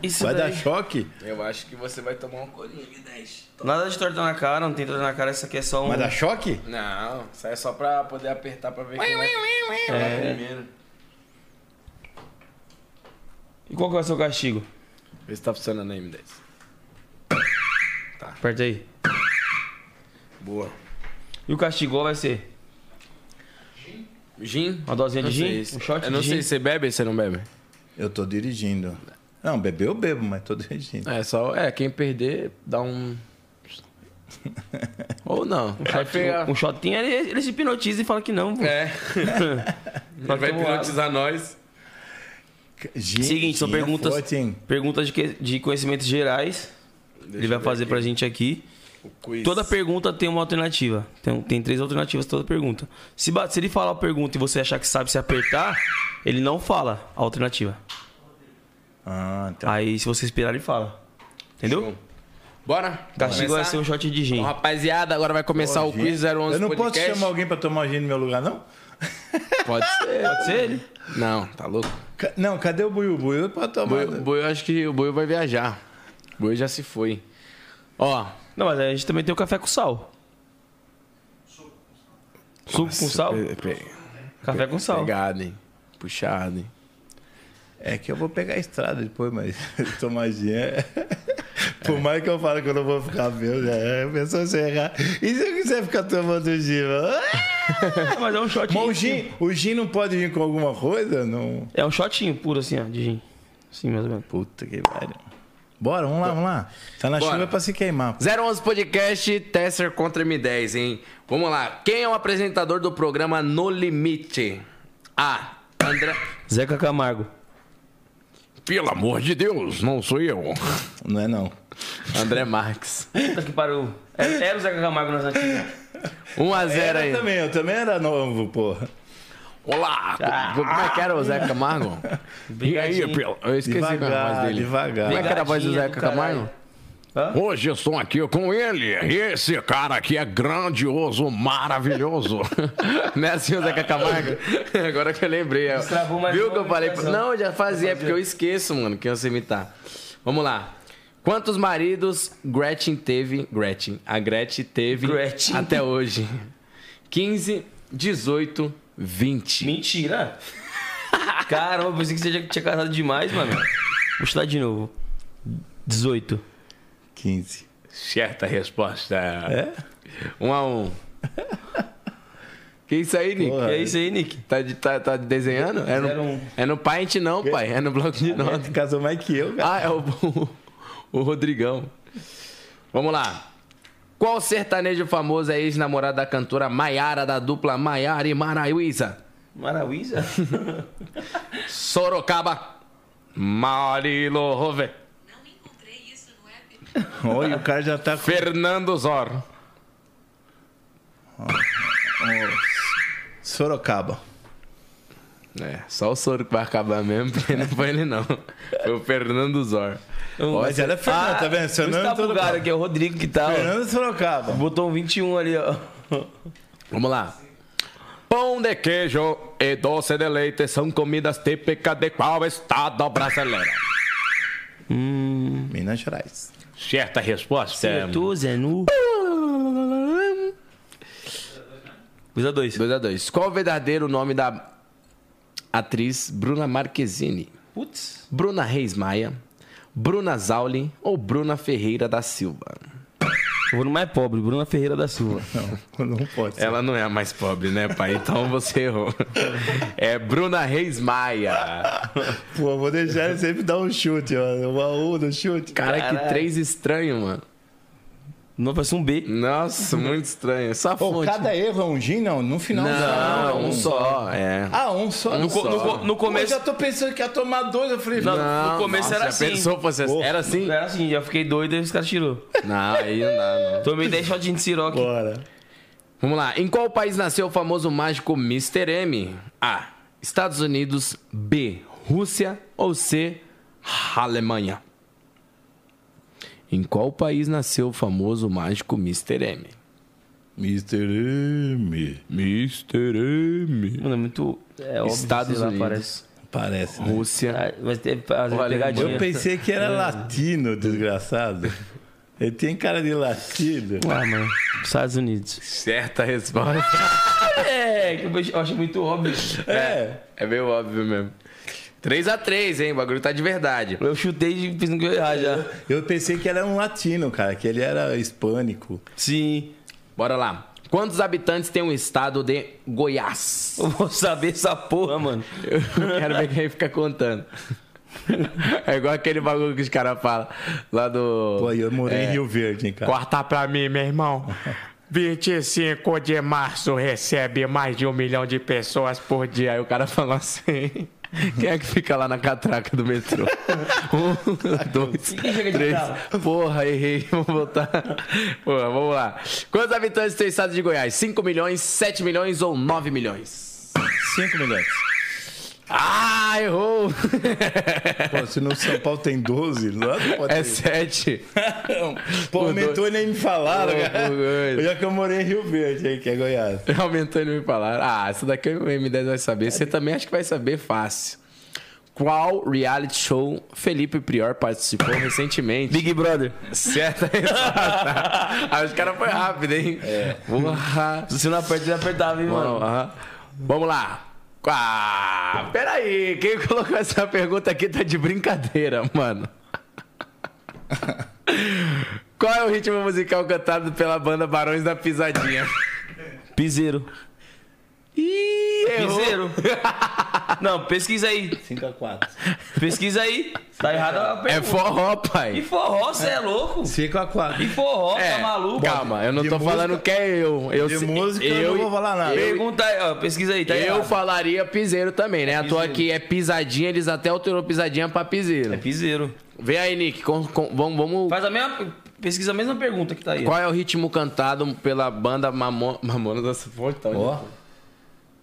Isso
Vai dar
daí.
choque?
Eu acho que você vai tomar um corinho de 10.
Nada de torta na cara, não tem torta na cara, isso aqui é só um.
Vai dar choque?
Não, isso aí é só pra poder apertar pra ver quem é. vai
É.
acabar primeiro.
E qual que vai ser o castigo?
Vê se tá funcionando aí, M10.
Aperta aí.
Boa.
E o castigo qual vai ser?
Gin?
Uma dosinha de
Não
gin?
sei se-
Um shot
Eu não
de
sei
gin?
se você bebe ou você não bebe.
Eu tô dirigindo. Não, beber eu bebo, mas tô dirigindo.
É, só... É, quem perder, dá um... Ou não. Vai pegar...
Um shotinho, ele, ele se hipnotiza e fala que não. pô.
É.
Só que eu-
nós.
Gin-
Seguinte, são
gin é
perguntas-
forte, hein?
Perguntas de, que- de conhecimentos gerais. ele vai fazer pra gente aqui. Toda pergunta tem uma alternativa. Tem, tem três alternativas toda pergunta. Se, ba- se ele falar a pergunta e você achar que sabe se apertar, ele não fala a alternativa.
Ah, tá.
Aí, se você esperar, ele fala. Entendeu?
Bora?
Castigo vai
Começar?
ser um shot de
Então,
gin.
rapaziada, agora vai começar o Quiz 011
Eu não posso
podcast.
chamar alguém pra tomar gin no meu lugar, não?
Pode ser.
Pode ser ele?
Não, tá louco?
Ca- Não, cadê o Buiu? Buiu pode tomar.
Boi, Boi, eu acho que o Boi vai viajar. O Boi já se foi. Ó,
Não, mas a gente também tem o café com sal. Suco com sal?
pe- pe-
Café com sal.
pegado, hein? Puxado, hein?
É que eu vou pegar a estrada depois, mas tomar gin é... Por mais que eu fale que eu não vou ficar meu, já é. A pessoa se errar. E se eu quiser ficar tomando gin? mano?
Ah, Mas é um shot.
Mas o gin, o gin não pode vir com alguma coisa? Não.
É um shotinho puro assim, ó, de gin. Assim, mais ou menos.
Puta que pariu. Bora, vamos lá, vamos lá. Tá na
Bora.
chuva é pra se queimar.
011 Podcast, Tesser contra M10, hein? Vamos lá. Quem é o apresentador do programa No Limite? A. André.
Zeca Camargo.
Pelo amor de Deus, não sou eu.
Não é não.
André Marques.
Puta que pariu. Era, era o Zeca Camargo nas antigas.
1 a 0
Era
aí.
É, eu também, eu também era novo, porra.
Olá! co- Como é que era o Zeca Camargo? E aí,
Brigadinho.
Pelo? Eu esqueci qual era a voz
Devagar,
dele.
devagar.
Como é que era a voz do
Brigadinho
Zeca
do caralho.
Camargo?
Hã?
Hoje estou aqui com ele. Esse cara aqui é grandioso, maravilhoso. não é assim o Zeca Camargo? Agora que eu lembrei. ó.
Destravou mais
Viu
uma
que eu falei? pra-
imitação.
Não, eu já fazia, é porque eu esqueço, mano, que você imitar. Vamos lá. Quantos maridos Gretchen teve? Gretchen. A Gretchen teve
Gretchen.
até hoje. 15, 18, 20.
Mentira. Caramba, pensei que você já tinha casado demais, mano. Vou chutar de novo. 18.
15.
Certa resposta. É? Um a um. que isso aí, Nick?
E é isso aí, Nick.
Tá, de- tá, tá desenhando? É
Zero
no,
um.
é no Paint não, pai. É no bloco de notas.
Ele casou mais que eu, cara.
Ah, é o, o Rodrigão. Vamos lá. Qual sertanejo famoso é ex-namorado da cantora Maiara, da dupla Maiara e Maraíza?
Maraíza?
Sorocaba. Marilo Rove.
Não encontrei isso no app.
Olha, o cara já tá com.
Fernando Zor.
Sorocaba.
É, só o soro que vai acabar mesmo, porque não foi ele não. Foi o Fernando Zor.
Mas era Fernando, tá vendo? Seu
não
nome é
está bugado
Sorocaba.
é aqui, é o Rodrigo que tá. ó.
Fernando Sorocaba.
Botou um 21 ali, ó.
Vamos lá. Pão de queijo e doce de leite são comidas típicas de qual estado brasileiro?
Minas Gerais.
Certa resposta.
Acertou, Zé Nu. 2x2.
2x2. Qual o verdadeiro nome da atriz Bruna Marquezine?
Putz.
Bruna Reis Maia, Bruna Zauli ou Bruna Ferreira da Silva?
Vou no mais pobre, Bruna Ferreira da Silva.
Não, não pode ser.
Ela não é a mais pobre, né, pai? Então você errou. É Bruna Reis Maia.
Pô, vou deixar ele sempre dar um chute, ó. Um a um no chute.
Cara, que
Caralho.
três estranho, mano.
Não, parece um B.
Nossa, muito estranho. Só a
Pô,
fonte.
cada erro é um gin, não? No final.
Não, um só, é.
Ah, um só.
Um
Pô,
só.
No, co- no
eu
começo.
já tô pensando que ia tomar dois. Eu falei,
Não,
Não,
no começo
nossa,
era
já
assim.
Pensou, fosse assim. Era assim?
Era assim, já fiquei doido e os caras tirou.
Não, aí não dá, não.
Tomei 10 shotinhos de siroque.
bora.
Vamos lá. Em qual país nasceu o famoso mágico Mr. M? A. Estados Unidos. B. Rússia. Ou C. Alemanha. Em qual país nasceu o famoso mágico Mr. M?
Mr. M.
Mr. M.
Mano, é muito. É óbvio,
Estados
sei lá,
Unidos.
parece.
Parece. né?
Rússia.
Ah, Mas tem às vezes
Olha,
pegadinha.
eu
Eu pensei que
É.
era latino, desgraçado. Ele tem cara de latino.
Ah, mano. Estados Unidos.
Certa resposta.
É, que eu acho muito óbvio.
É, é meio óbvio mesmo. 3x3, hein? O bagulho tá de verdade.
Eu chutei e fiz que eu ia errar já.
Eu pensei que era um latino, cara, que ele era hispânico.
Sim.
Bora lá. Quantos habitantes tem o estado de Goiás?
Eu vou saber essa porra, mano.
Eu quero ver quem fica contando. É igual aquele bagulho que os caras falam lá do.
Pô, eu morei
É.
em Rio Verde, hein, cara.
Corta pra mim, meu irmão. 25 de março recebe mais de um milhão de pessoas por dia.
Aí o cara fala assim. Quem é que fica lá na catraca do metrô? Um, dois,
Quem chega de
três.
carro?
Porra, errei. Vamos voltar. Porra, vamos lá. Quantos habitantes tem o estado de Goiás? 5 milhões, 7 milhões ou 9 milhões?
5 milhões.
Ah, errou!
Pô, se no São Paulo tem 12, lá não pode
É
ter.
7.
um.
Pô, aumentou e nem me falaram,
Pô,
cara.
pô, doido.
Já que eu morei em Rio Verde, aí, que é Goiás.
Aumentou e não me falaram. Ah, essa daqui o M10 vai saber. Você também acho que vai saber fácil. Qual reality show Felipe Prior participou recentemente?
Big Brother.
Certa resposta. Aí os caras foi rápido, hein? É. Porra.
Se você não aperta, ele apertava, hein, mano.
Bom, aham. Vamos lá. Ah, peraí. Quem colocou essa pergunta aqui tá de brincadeira, mano. Qual é o ritmo musical cantado pela banda Barões da Pisadinha?
Piseiro.
Ih, errou.
Piseiro. não, pesquisa aí.
5x4.
Pesquisa aí. Tá errada a
É
pergunta.
forró,
E
pai.
forró, você é louco?
5x4.
E forró,
É,
tá maluco?
calma, eu não
De
tô
música-
falando que é eu. eu
De
sei-
música eu,
eu
não vou falar nada.
Pergunta aí, ó, pesquisa aí, tá
Eu
errado.
falaria piseiro também, né? A tua aqui é pisadinha, eles até alterou pisadinha pra
É
piseiro.
piseiro.
Vem aí, Nick, com- com- vamos, vamos
Faz a mesma. Pesquisa a mesma pergunta que tá aí.
Qual é o ritmo cantado pela banda Mamon... Mamonas da Fortão?
Ó.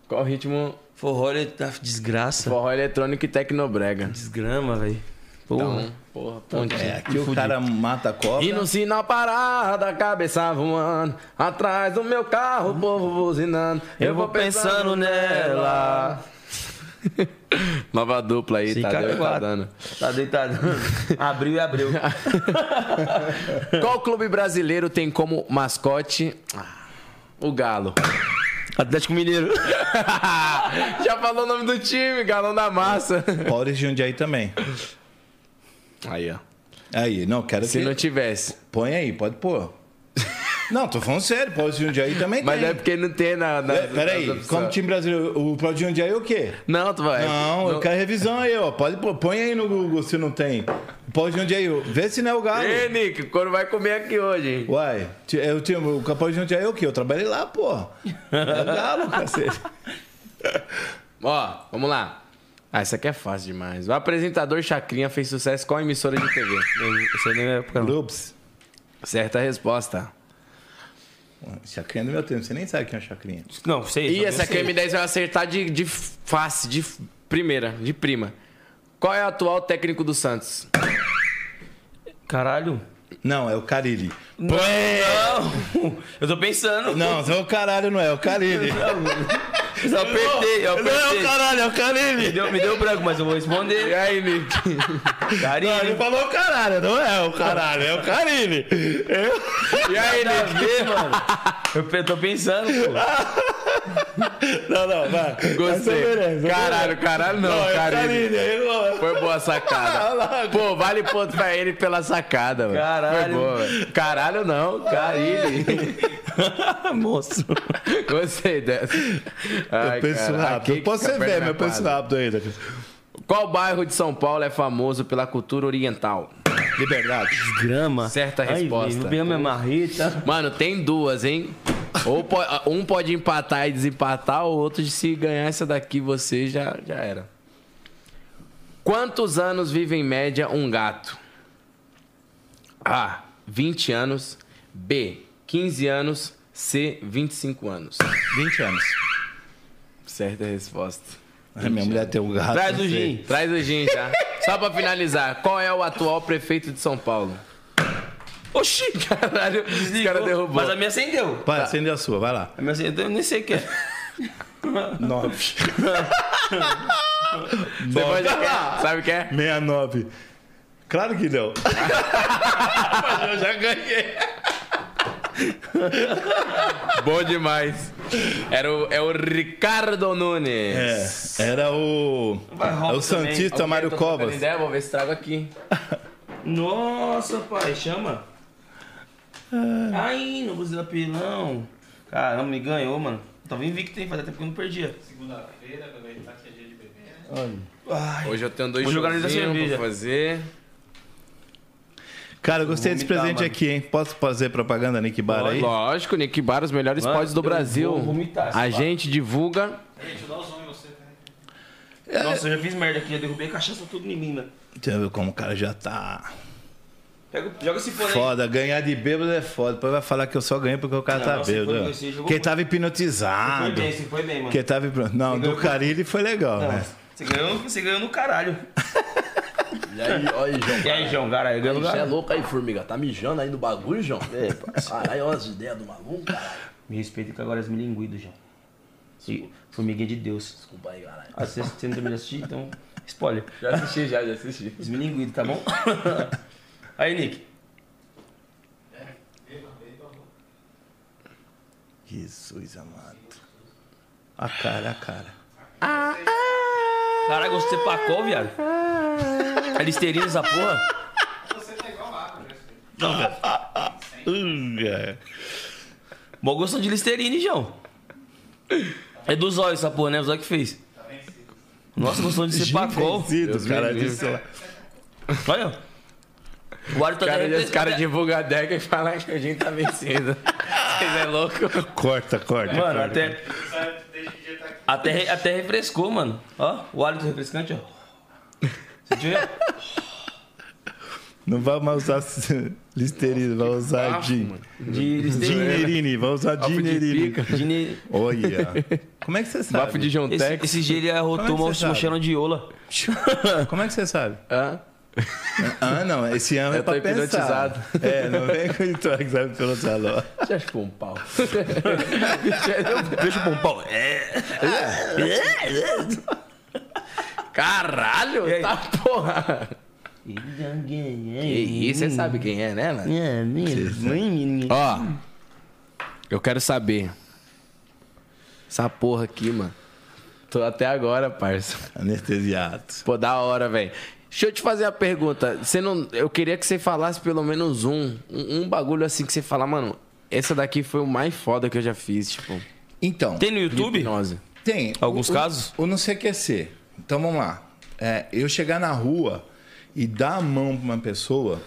Qual é o ritmo
Forró ele tá desgraça.
forró eletrônico e tecnobrega?
Desgrama, velho.
Então, porra, ponte.
É, aqui o cara mata a cobra.
E no sinal parada, cabeça voando Atrás do meu carro, o povo buzinando
Eu vou pensando nela.
Nova dupla aí,
Sim,
tá,
cara,
deu, tá
quatro.
dando
Tá deitado. abriu e abriu.
Qual clube brasileiro tem como mascote Ah, o Galo?
Atlético Mineiro.
Já falou o nome do time, Galão da Massa.
Paulista de Jundiaí também.
Aí, ó.
Aí, não, quero
Se
que...
não tivesse.
Põe aí, pode pôr. Não, tô falando sério, Paulista de Jundiaí também
Mas
tem.
é porque não tem na. na
É, peraí,
na opção.
como time brasileiro, o Paulista de Jundiaí é o quê?
É Não, tu vai.
Não, eu quero revisão aí, ó. Pode pôr, põe aí no Google se não tem. Paulista de Jundiaí, vê se não é o Galo.
Ei, Nick, quando vai comer aqui hoje, hein?
Uai, ti- eu tinha, o Capão de Jundiaí é o quê? Eu trabalhei lá, pô. É o Galo, cacete.
Ó, vamos lá. Ah, isso aqui é fácil demais. O apresentador Chacrinha fez sucesso com a emissora de TV.
Você nem é época, não.
Loops.
Certa resposta.
Chacrinha do meu tempo, você nem sabe quem é Chacrinha.
Não, sei.
E
talvez
essa aqui
sei.
o M10 vai acertar de, de face, de f- primeira, de prima. Qual é o atual técnico do Santos?
Caralho.
Não, é o Cariri.
Não, não. Eu tô pensando.
Não, é o caralho, não é, é o Cariri.
Eu só apertei, eu
Não é o
apertei.
caralho, é o
Me
Cariri.
deu, me deu branco, mas eu vou responder. E aí, Nick?
Não, ele
Carinho.
falou o caralho, não é o caralho, é o Cariri. Eu-
E aí, Nick? Ver, mano. Eu pe- tô pensando, pô.
Não, não, vai.
Gostei. Caralho, caralho não,
Não, é o
Cariri.
Cariri, aí não.
Foi boa a
Ah,
sacada. Pô, vale ponto pra ele pela sacada, velho.
Caralho.
Foi boa, velho. Caralho não, Cariri.
Moço.
Gostei dessa. Ai,
Eu penso
cara,
rápido.
aqui
Eu posso
fica
ser
a perna
velho, mas
na
eu penso
quadra.
rápido ainda.
Qual bairro de São Paulo é famoso pela cultura oriental?
Liberdade.
Grama.
Certa resposta.
Ai, grama é marreta.
Mano, tem duas, hein? Ou po- um pode empatar e desempatar, o outro se ganhar essa daqui você já, já era. Quantos anos vive em média um gato? A. 20 anos. B. 15 anos. C. 25 anos.
20 anos.
Certa resposta.
Ai, minha mulher tem um gato.
Traz
não
o
sei.
gin.
Traz o Gin já. Só pra finalizar, qual é o atual prefeito de São Paulo?
Oxi!
Caralho, os
Desligou.
caras derrubou.
Mas a minha acendeu.
Vai, acende a sua, vai lá.
A minha acendeu, eu nem sei o que é.
9.
Você pode- Sabe o que é?
69. Claro que não.
Bom demais. Era o, é o Ricardo Nunes.
É, era o.
Vai,
É
Rob
o Santista
Ok,
Mário
tô trocando
Covas.
Ideia, vou ver se trago aqui.
Nossa, pai, chama.
É.
Ai, no buzina pilão. Caramba, me ganhou, mano. Tava invicto, hein? Fazia tempo que eu não perdia.
Segunda-feira, quando ele tá aqui é dia de beber.
Hoje eu tenho dois
Vou jogar nessa
showzinhos pra
cerveja.
fazer.
Cara, eu gostei desse
vomitar,
presente
mano.
aqui, hein? Posso fazer propaganda Nick Bar aí?
Lógico, Nick Bar, os melhores
Mano,
pods do
eu
Brasil.
vou vomitar,
A
esse
gente divulga.
Deixa eu dar o zoom em você,
É.
peraí.
Nossa, eu já fiz merda aqui, já derrubei a cachaça tudo em mim, mano.
Deixa eu ver como o cara já tá.
Pega, joga esse fone aí.
Foda, ganhar de bêbado é foda. Depois vai falar que eu só ganhei porque o cara
Não,
tá
nossa, foi
bêbado.
bem, você jogou
Quem
muito.
tava
Foi
hipnotizado.
bem, sim, foi bem, mano.
Quem tava hipnotizado. Não, do Carilli foi legal,
Não,
né?
Você ganhou, você ganhou no caralho.
E aí, ó aí, João.
E aí, João, cara, aí ganhou no
Você é
caralho.
louco aí, formiga. Tá mijando aí no bagulho, João? É, Caralho, olha as ideias do maluco, caralho.
Me respeita que agora és milinguido, João. E formiguinha de Deus.
Desculpa aí, caralho.
Ah, você, você não terminou de assistir, então. Spoiler.
Já assisti, já, já assisti.
Desmilinguido, tá bom? Aí, Nick.
Jesus amado. A cara, a cara.
Caralho, gostei pacou, viado. É listerina essa porra? Não, velho.
Uga.
Bom gostão de listerine, João. É do zóio essa porra, né? O zóio que fez. Nossa, gostou de ser pacol.
Vencidos, Tá cara disse lá.
Olha. O Ari tá
Cara,
derretendo.
os caras divulgam a deck e falam que a gente tá vencido. Vocês é louco?
Corta, corta.
Mano,
corta.
até. Até, re- até refrescou, mano. Ó, o hálito refrescante, ó. Sentiu? ó?
Não vai mais usar Listerine, vai usar din...
De listerina.
Dinerine, vai usar Dinerine.
De ne-
Olha. Como é que você sabe?
Bafo de John
Esse,
Tex.
esse dia ele arrotou
Como é
uma
que você sabe?
mochila de iola.
Como é que você sabe?
Hã?
Ah, não, esse ano
Eu
é pra
tô
pensar.
hipnotizado.
É, não vem com o Trox, sabe, pelo salão.
Já chupou um pau.
Deixa o pompão. É.
Caralho,
E aí?
tá porra. Que isso, você sabe quem é, né, mano? Ó, eu quero saber. Essa porra aqui, mano. Tô até agora, parça.
Anestesiado.
Pô, da hora, velho. Deixa eu te fazer a pergunta. Você não, eu queria que você falasse pelo menos um, um, um bagulho assim que você fala, mano. Essa daqui foi o mais foda que eu já fiz, tipo.
Então,
Tem no YouTube?
Hipnose.
tem.
Alguns
o- o-
casos?
O não sei o que ser. Então vamos lá. É, eu chegar na rua e dar a mão pra uma pessoa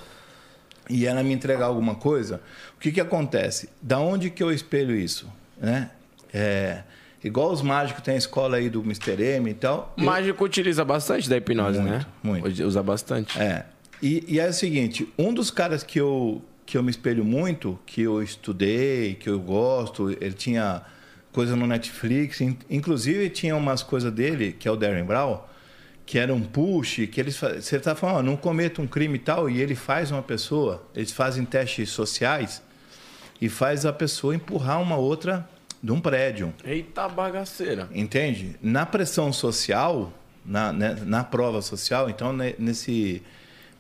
e ela me entregar alguma coisa, o que que acontece? Da onde que eu espelho isso? Né? É, igual os mágicos, tem a escola aí do Mr. M e tal. eu-
Mágico utiliza bastante da hipnose,
Muito,
né?
muito.
Hoje Usa bastante.
É. E, e é o seguinte, um dos caras que eu, que eu me espelho muito, que eu estudei, que eu gosto, ele tinha coisa no Netflix, in- inclusive tinha umas coisas dele, que é o Darren Brown, que era um push, que eles fa- você tá falando, ó, não cometa um crime e tal, e ele faz uma pessoa, eles fazem testes sociais e faz a pessoa empurrar uma outra de um prédio.
Eita bagaceira.
Entende? Na pressão social, na, né, na prova social, então ne- nesse,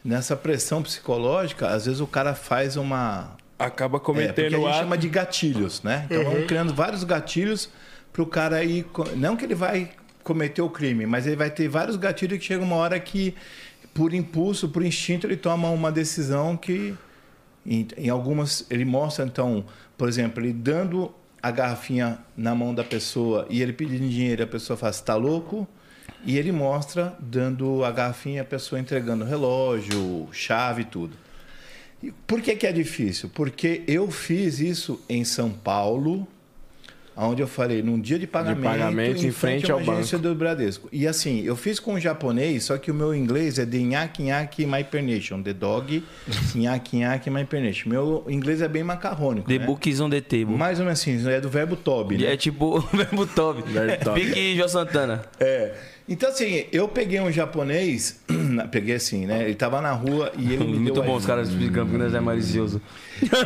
nessa pressão psicológica, às vezes o cara faz uma.
Acaba
É, porque a
cometendo
gente
ato.
chama de gatilhos, né? Então vamos criando vários gatilhos para o cara ir. co- Não que ele vai cometer o crime, mas ele vai ter vários gatilhos que chega uma hora que, por impulso, por instinto, ele toma uma decisão que. Em, em algumas, ele mostra, então, por exemplo, ele dando a garrafinha na mão da pessoa e ele pedindo dinheiro, a pessoa fala, "Você tá louco? E ele mostra dando a garrafinha, a pessoa entregando relógio, chave e tudo. E por que, que é difícil? Porque eu fiz isso em São Paulo, onde eu falei, num dia de pagamento,
pagamento, em frente
a
ao
uma agência do Bradesco. E assim, eu fiz com um japonês, só que o meu inglês é de nhaque, nhaque, my pernation. The dog, nhaque, nhaque, my pernation. Meu inglês é bem macarrônico,
The
né?
book is on the table.
Mais ou menos assim, é do verbo tob,
E
né?
é tipo o verbo top.
top.
Pique João Santana.
É. Então, assim, eu peguei um japonês, peguei assim, né? Ele tava na rua e ele me deu um
Muito
o
bom os
iPhone.
caras explicando que nós é malicioso.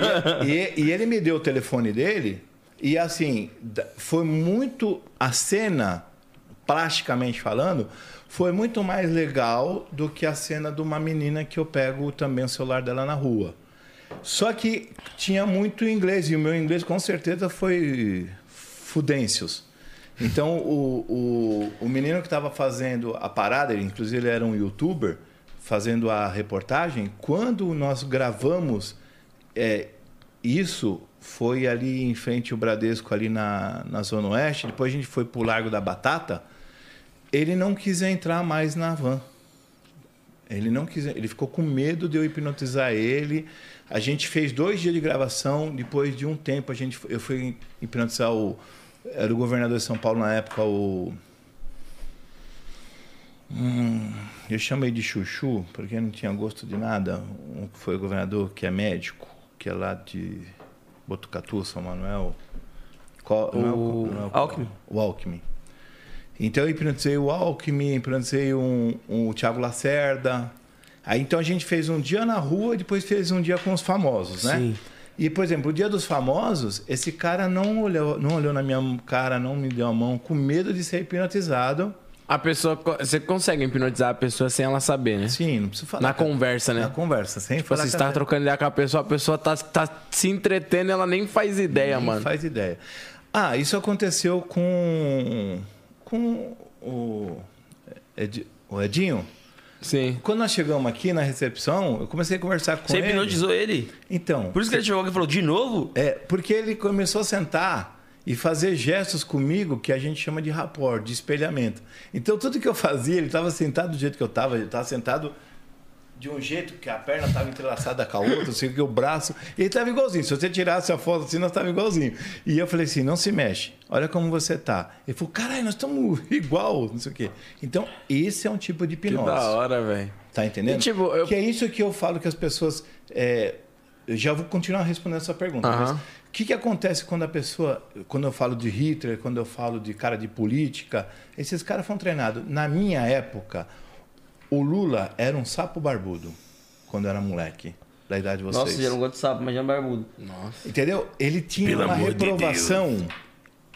E, e ele me deu o telefone dele e assim da- foi muito a cena, plasticamente falando, foi muito mais legal do que a cena de uma menina que eu pego também o celular dela na rua. Só que tinha muito inglês e o meu inglês com certeza foi fudêncios. Então o, o, o menino que estava fazendo a parada, ele, inclusive ele era um youtuber, fazendo a reportagem, quando nós gravamos é, isso foi ali em frente ao Bradesco, ali na, na Zona Oeste. Depois a gente foi pro Largo da Batata. Ele não quis entrar mais na van. Ele não quis, ele ficou com medo de eu hipnotizar ele. A gente fez dois dias de gravação. Depois de um tempo, a gente, eu fui hipnotizar o. Era o governador de São Paulo na época, o. Hum, eu chamei de Chuchu, porque não tinha gosto de nada. Um que foi governador, que é médico, que é lá de Botucatu, São Manuel. Co- não é Co- não é
Alckmin?
O Alckmin. Então eu hipnotizei o Alckmin, hipnotizei um, um Tiago Lacerda. Aí então a gente fez um dia na rua, depois fez um dia com os famosos, né?
Sim.
E, por exemplo, o dia dos famosos, esse cara não olhou, não olhou na minha cara, não me deu a mão, com medo de ser hipnotizado.
A pessoa, co- você consegue hipnotizar a pessoa sem ela saber, né?
Sim, não precisa falar.
Na conversa, né? Na
conversa, sem
tipo,
falar
Você
com
está
a-
trocando ideia com a pessoa, a pessoa tá, tá se entretendo, ela nem faz ideia,
Nem
mano.
faz ideia. Ah, isso aconteceu com. com o. Ed- o Edinho?
Sim.
Quando nós chegamos aqui na recepção, eu comecei a conversar com
Você
ele.
hipnotizou ele?
Então.
Por isso que ele chegou aqui e falou, de novo?
É, porque ele começou a sentar e fazer gestos comigo que a gente chama de rapport, de espelhamento. Então tudo que eu fazia, ele estava sentado do jeito que eu estava, ele estava sentado de um jeito que a perna estava entrelaçada com a outra, assim, que o braço. Ele estava igualzinho. Se você tirasse a foto assim, nós estávamos igualzinho. E eu falei assim: não se mexe, olha como você tá. Ele falou: caralho, nós estamos igual, não sei o quê. Então, esse é um tipo de
Que
hipnose.
da hora, velho.
Tá entendendo?
E, tipo, eu-
Que é isso que eu falo que as pessoas. é, eu já vou continuar respondendo essa pergunta.
Aham.
mas O que, que acontece quando a pessoa. Quando eu falo de Hitler, quando eu falo de cara de política, esses caras foram treinados. Na minha época, o Lula era um sapo barbudo quando eu era moleque. Da idade de vocês.
Nossa, já não gosto de sapo, mas já é barbudo. Nossa.
Entendeu? Ele tinha
Pelo
uma
amor de
reprovação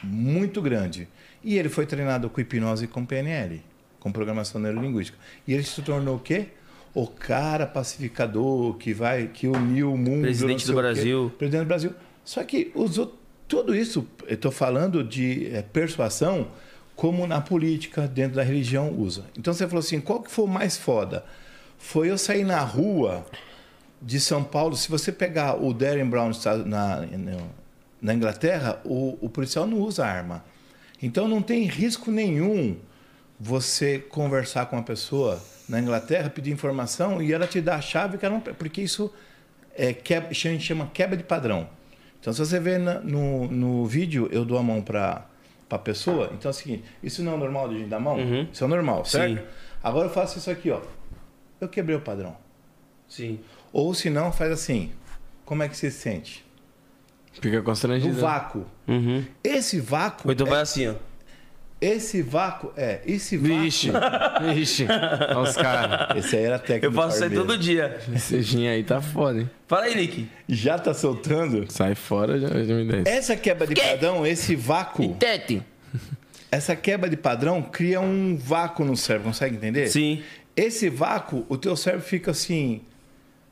muito grande. E ele foi treinado com hipnose e com PNL, com programação neurolinguística. E ele se tornou o quê? O cara pacificador que vai que uniu o mundo.
Presidente
não sei
do
o quê.
Brasil.
Presidente do Brasil. Só que usou tudo isso, eu estou falando de eh, persuasão, como na política, dentro da religião usa. Então você falou assim, qual que foi o mais foda? Foi eu sair na rua de São Paulo, se você pegar o Darren Brown nos Estados- na, no- na Inglaterra, o, o policial não usa arma. Então não tem risco nenhum você conversar com uma pessoa na Inglaterra, pedir informação e ela te dá a chave, que ela não, porque isso é, quebra, a gente chama quebra de padrão. Então se você vê na- no, no vídeo, eu dou a mão para a pessoa, então é o seguinte, isso não é normal de gente dar a mão?
Uhum.
Isso é normal, certo?
Sim.
Agora eu faço isso aqui, ó. Eu quebrei o padrão.
Sim.
Ou se não, faz assim. Como é que você se sente?
Fica constrangido.
No vácuo.
Uhum.
Esse vácuo.
Ou então
é-
vai assim, ó.
Esse vácuo é. Esse vácuo.
Vixe. Vixe. Olha os caras.
Esse aí era técnico.
Eu faço isso aí
barbeiro.
todo dia.
Esse gin aí tá foda, hein?
Fala aí, Nick.
Já tá soltando?
Sai fora, já, já me desce.
Essa quebra de padrão, esse vácuo.
Tete.
Essa quebra de padrão cria um vácuo no cérebro, consegue entender?
Sim.
Esse vácuo, o teu cérebro fica assim.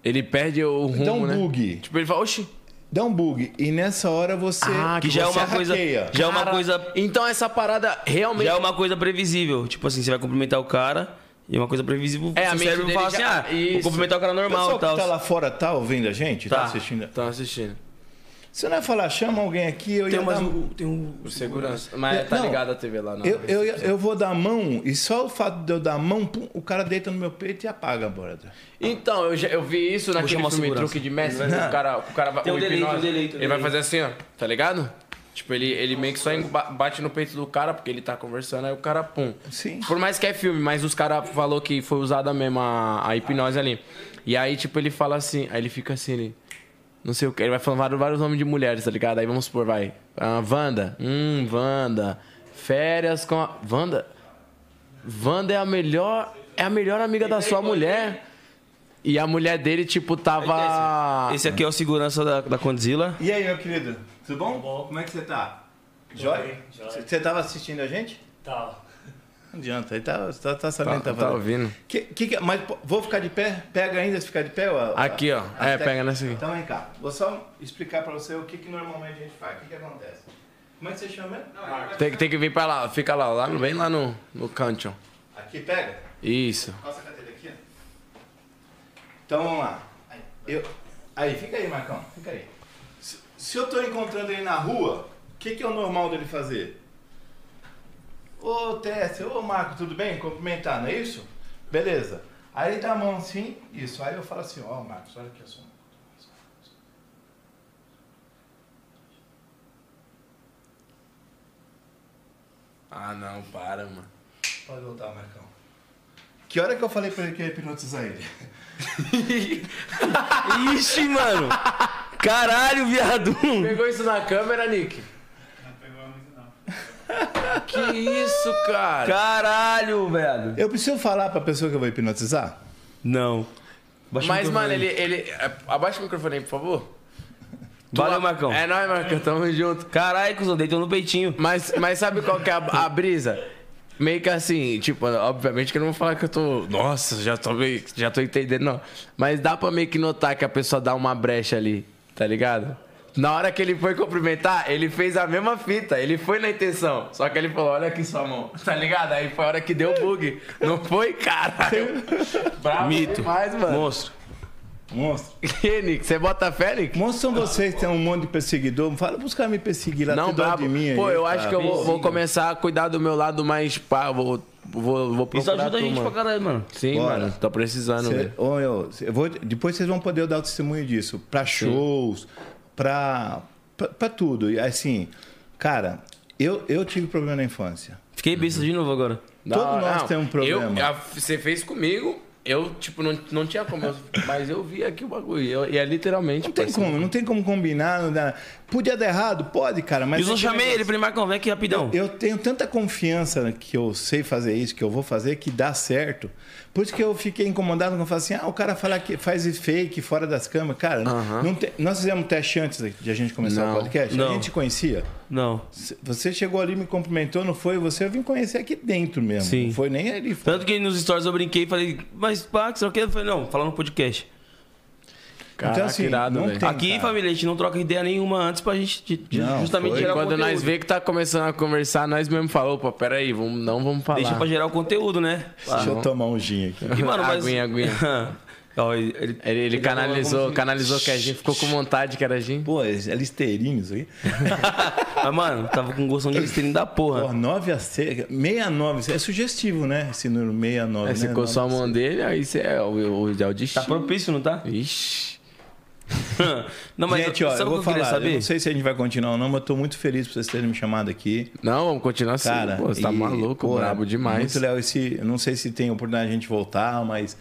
Ele perde o rumo,
dá
Então,
um
né?
bug.
Tipo, ele fala, oxi.
Dá um bug. E nessa hora você.
Ah,
Que já é
você
uma coisa.
hackeia.
Já é uma
Cara,
coisa.
Então essa parada realmente...
Já é uma coisa previsível. Tipo assim, você vai cumprimentar o cara e é uma coisa previsível.
É, a
seu
mente
cérebro
dele
fala assim:
já-
ah, vou
Isso.
cumprimentar o cara
O pessoal
normal e
que
tal.
tá lá fora tá ouvindo a gente? Tá,
Tá.
assistindo?
Tá assistindo.
Se eu não ia falar, chama alguém aqui, eu
Tem
ia
mais
dar...
um. Tem um.
O segurança.
É,
Mas tá
Não.
ligado a TV lá, não.
Eu, eu, ia- eu vou dar a mão, e só o fato de eu dar a mão, pum, o cara deita no meu peito e apaga, brother.
Então, eu, já- eu vi isso naquele
chamar o
filme
segurança.
Truque de Mestre. né? O cara, o cara vai...
Tem um
o
delay, tem um
hipnose,
delay, tem um
Ele vai
delay.
fazer assim, ó. Tá ligado? Tipo, ele, ele meio que só enba- bate no peito do cara, porque ele tá conversando, aí o cara, pum.
Sim.
Por mais que é filme, mas os caras falou que foi usada mesmo a, a hipnose ali. E aí, tipo, ele fala assim, aí ele fica assim, ele. Não sei o que. Ele vai falando vários, vários nomes de mulheres, tá ligado? Aí vamos supor, vai. Ah, Wanda. Hum, Wanda. Férias com a. Wanda. Wanda é a melhor. É a melhor amiga da sua mulher. E a mulher dele, tipo, tava.
Esse aqui é o segurança da, da Condzilla.
E aí, meu querido, tudo bom? Como é que você tá? Jóia? Você você tava assistindo a gente?
Tá.
Não adianta, ele tá, tá, tá sabendo
Tá,
o que tá
tá
fazendo.
ouvindo.
Que, que, que- mas pô, vou ficar de pé? Pega ainda se ficar de pé? ó,
Aqui, ó.
as
É,
tec-
pega nessa aqui.
Então vem cá, vou só explicar pra você o que, que normalmente a gente faz, o que, que acontece. Como é que você chama? ele?
Tem, que- tem que vir pra lá, fica lá, lá no- bem lá no, no canto.
Aqui, pega.
Isso.
Passa a cadeira aqui, ó. Então vamos lá. Aí, eu- aí, fica aí, Marcão. Fica aí. Se, se eu tô encontrando ele na rua, o que, que é o normal dele fazer? Ô Tessa, ô Marco, tudo bem? Cumprimentar, não é isso? Beleza. Aí ele dá a mão assim, isso. Aí eu falo assim, ó Marcos, olha aqui a sua mão.
Ah, não, para, mano.
Pode voltar, Marcão. Que hora que eu falei pra ele que ia hipnotizar ele?
Ixi, mano! Caralho, viado!
Pegou isso na câmera, Nick?
Não pegou muito, não.
Que isso, cara?
Caralho, velho.
Eu preciso falar pra pessoa que eu vou hipnotizar?
Não.
Mas, mano, ele, ele. é, Abaixa o microfone aí, por favor.
Valeu, Marcão.
É nóis, Marcão, tamo junto.
Caralho, cuzão, deitou no peitinho.
Mas, mas sabe qual que é a, a brisa? Meio que assim, tipo, obviamente que eu não vou falar que eu tô. Nossa, já tô, meio- já tô entendendo, não. Mas dá pra meio que notar que a pessoa dá uma brecha ali, tá ligado? Na hora que ele foi cumprimentar, ele fez a mesma fita, ele foi na intenção. Só que ele falou, olha aqui sua mão, tá ligado? Aí foi a hora que deu o bug. Não foi, caralho? Bravo
Mito.
demais, mano.
Monstro.
Monstro.
Que, Nick? Você bota fé, Nick?
Monstros são vocês que tem um monte de perseguidor. Fala pros caras me perseguir lá,
Não,
tem dó
brabo.
Tá de mim aí, tá.
Pô, eu
cara.
acho que eu vou, vou começar a cuidar do meu lado mais pá, vou, vou, vou procurar
Isso ajuda a gente
turma.
pra caralho, mano.
Sim,
Bora.
mano, tô precisando,
Cê-
velho.
Ô, eu, cê- eu vou, depois vocês vão poder dar o testemunho disso. Pra shows, pra, pra, pra tudo. E assim, cara, eu, eu tive problema na infância.
Fiquei besta de novo agora.
Da
Todos
hora.
nós temos um problema.
eu- a- você fez comigo, eu, tipo, não, não tinha como, eu- mas eu vi aqui o bagulho. eu- e é literalmente.
Não tem como, não tem como combinar. Não dá. Podia dar errado? Pode, cara.
E
Mas
eu só
é que
chamei
negócio-
ele, falei, Marcão, vem aqui rapidão.
Eu tenho tanta confiança que eu sei fazer isso, que eu vou fazer, que dá certo. Por isso que eu fiquei incomodado quando eu falo assim: ah, o cara fala que faz fake fora das câmeras. Cara, não te- nós fizemos teste antes de a gente começar
Não.
o podcast.
Não.
A gente conhecia.
Não.
C- Você chegou ali, me cumprimentou, não foi você? Eu vim conhecer aqui dentro mesmo.
Sim.
Não foi nem ali.
Tá
Foi.
Tanto que nos stories eu brinquei e falei, mas pá, que você não quer? Eu falei, não, fala no podcast.
Caraca, irado,
Então, assim, não
velho.
tem,
Aqui,
cara.
família, a gente não troca ideia nenhuma antes pra gente de- de-
Tá. Não,
justamente
foi.
gerar o
Quando
conteúdo.
nós vê que tá começando a conversar, nós mesmo falamos, opa, peraí, vamos, não vamos falar.
Deixa pra gerar o conteúdo, né?
Deixa eu tomar um gin aqui.
E, mano, mas...
Aguinha, aguinha.
Ó, ele, ele-
Ele, ele canalizou, canalizou que a gente ficou com vontade que era Jim.
Pô, é listerine isso aí.
Mas, mano, tava com gostão de listerine da
Pô,
porra.
9 a 6, 69, é sugestivo, né? Esse número 69.
Aí você É,
né?
ficou só a
9 a 6.
mão dele, aí você é o, o, é o
Tá
destino.
propício, não tá?
Ixi.
não, mas
gente, ó,
sabe
eu
o
vou
que eu queria
falar. Eu
saber?
não sei se a gente vai continuar ou não, mas eu tô muito feliz por vocês terem me chamado aqui.
Não, vamos continuar assim.
Cara,
Pô, você tá
e,
maluco,
pô, é
brabo demais.
Muito legal esse. eu Não sei se tem oportunidade de a gente voltar, mas.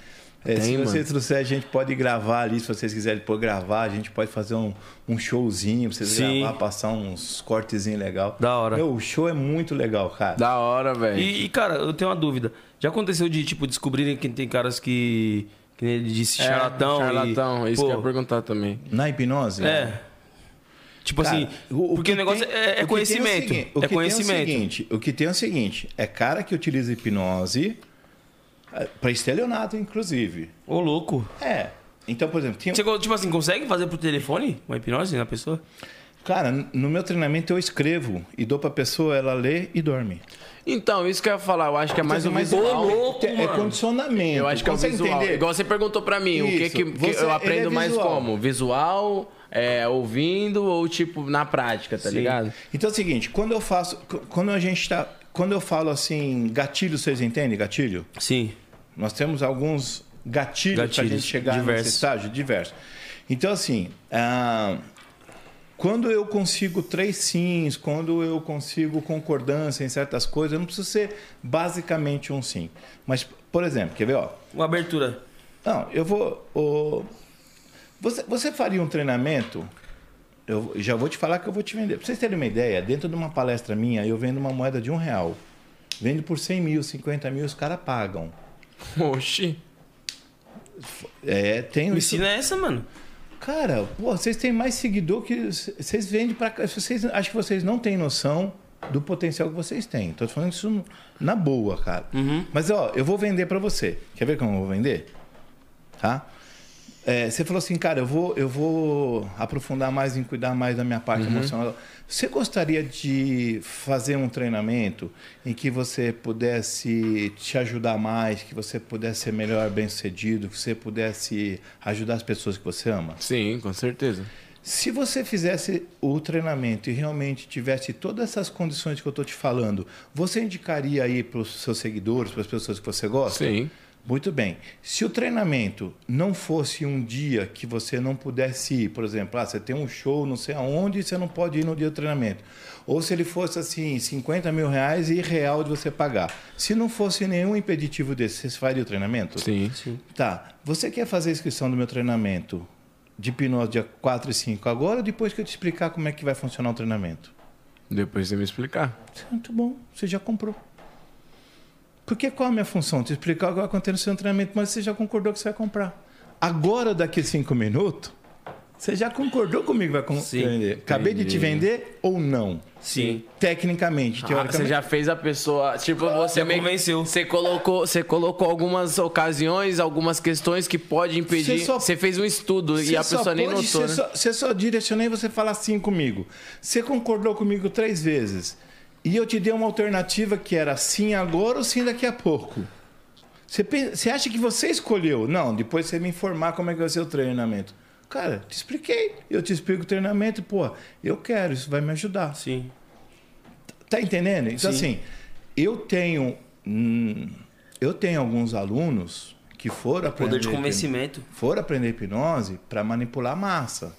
é,
Tem,
se você
mano.
trouxer, a gente pode gravar ali. Se vocês quiserem pôr gravar, a gente pode fazer um, um showzinho pra vocês
Sim.
gravar, passar uns cortezinhos legal.
Da hora.
Meu, o show é muito legal, cara.
Da hora, velho.
E, e, cara, eu tenho uma dúvida. Já aconteceu de, tipo, descobrirem que tem caras que. Que nem ele disse
É,
charlatão. e-
Charlatão, isso
pô,
que
é
eu ia perguntar também.
Na hipnose?
É. Tipo
Cara,
assim, porque
que
o negócio
tem-
é- é,
o que
conhecimento.
tem o segui- o
é
que tem o
conhecimento.
seguinte, o que tem é o seguinte: é cara que utiliza hipnose ah, pra estelionato, inclusive.
Ô, louco.
É. Então, por exemplo, tinha...
Você, co- tipo assim, consegue fazer por telefone uma hipnose na pessoa?
cara, no meu treinamento eu escrevo e dou pra pessoa, ela lê e dorme.
Então, isso que eu ia falar, eu acho que é mais
Então,
o
mas
visual.
é- é, é condicionamento.
Eu acho que é o
Consegue
visual.
entender?
Igual você perguntou pra mim, o que,
Isso,
que, que
você-
eu
ele
aprendo
é
mais
visual.
como? Visual, é, ouvindo ou tipo na prática, tá ligado?
Então é o seguinte, quando eu faço, quando a gente tá, quando eu falo assim, gatilho, vocês entendem gatilho?
Sim.
Nós temos alguns gatilhos, para a
Gatilhos,
gente chegar
diversos.
nesse estágio, diversos. Então, assim, ah, quando eu consigo três sims, quando eu consigo concordância em certas coisas, eu não preciso ser basicamente um sim. Mas, por exemplo, quer ver? Ó,
Uma abertura.
não, eu vou. ô, você, você faria um treinamento? Eu já vou te falar que eu vou te vender. Pra vocês terem uma ideia, dentro de uma palestra minha, eu vendo uma moeda de um real. Vendo por 100 mil, 50 mil, os caras pagam.
Oxi.
É, tem
Me
isso.
ensina essa, mano.
Cara, pô, vocês têm mais seguidor que. Vocês vendem pra. cá. Vocês, acho que vocês não têm noção do potencial que vocês têm. Tô falando isso na boa, cara. Mas, ó, eu vou vender pra você. Quer ver como eu vou vender? Tá? É, você falou assim, cara, eu vou, eu vou aprofundar mais em cuidar mais da minha parte emocional. Você gostaria de fazer um treinamento em que você pudesse te ajudar mais, que você pudesse ser melhor bem-sucedido, que você pudesse ajudar as pessoas que você ama?
Sim, com certeza.
Se você fizesse o treinamento e realmente tivesse todas essas condições que eu estou te falando, você indicaria aí para os seus seguidores, para as pessoas que você gosta?
Sim.
Muito bem. Se o treinamento não fosse um dia que você não pudesse ir, por exemplo, ah, você tem um show não sei aonde e você não pode ir no dia do treinamento. Ou se ele fosse assim, 50 mil reais e real de você pagar. Se não fosse nenhum impeditivo desse, você faria o treinamento?
Sim.
Tá. Você quer fazer a inscrição do meu treinamento de hipnose dia 4 e 5 agora ou depois que eu te explicar como é que vai funcionar o treinamento?
Depois você me explicar.
Muito bom, você já comprou. Porque qual é a minha função? Te explicar o que vai acontecer no seu treinamento, mas você já concordou que você vai comprar. Agora, daqui cinco minutos, você já concordou comigo que vai com-
Sim,
vender. Acabei de te
entendi.
vender ou não?
Sim.
Tecnicamente,
Ah,
teoricamente.
você já fez a pessoa. Tipo, você me
convenceu.
Você colocou, você colocou algumas ocasiões, algumas questões que pode impedir.
Você só-
Você fez um estudo
Você
e a
só
pessoa nem
pôde-
notou.
Você
né?
só, você só direcionei você falar assim comigo. Você concordou comigo três vezes. E eu te dei uma alternativa que era sim agora ou sim daqui a pouco. Você, pe- você acha que você escolheu? Não, depois você me informar como é que vai ser o treinamento. Cara, te expliquei. Eu te explico o treinamento, pô, eu quero, isso vai me ajudar.
Sim.
Tá entendendo? Então,
Sim.
assim, eu tenho. hum, eu tenho alguns alunos que foram aprender.
Poder de
hipno-
convencimento.
Foram aprender hipnose para manipular a massa.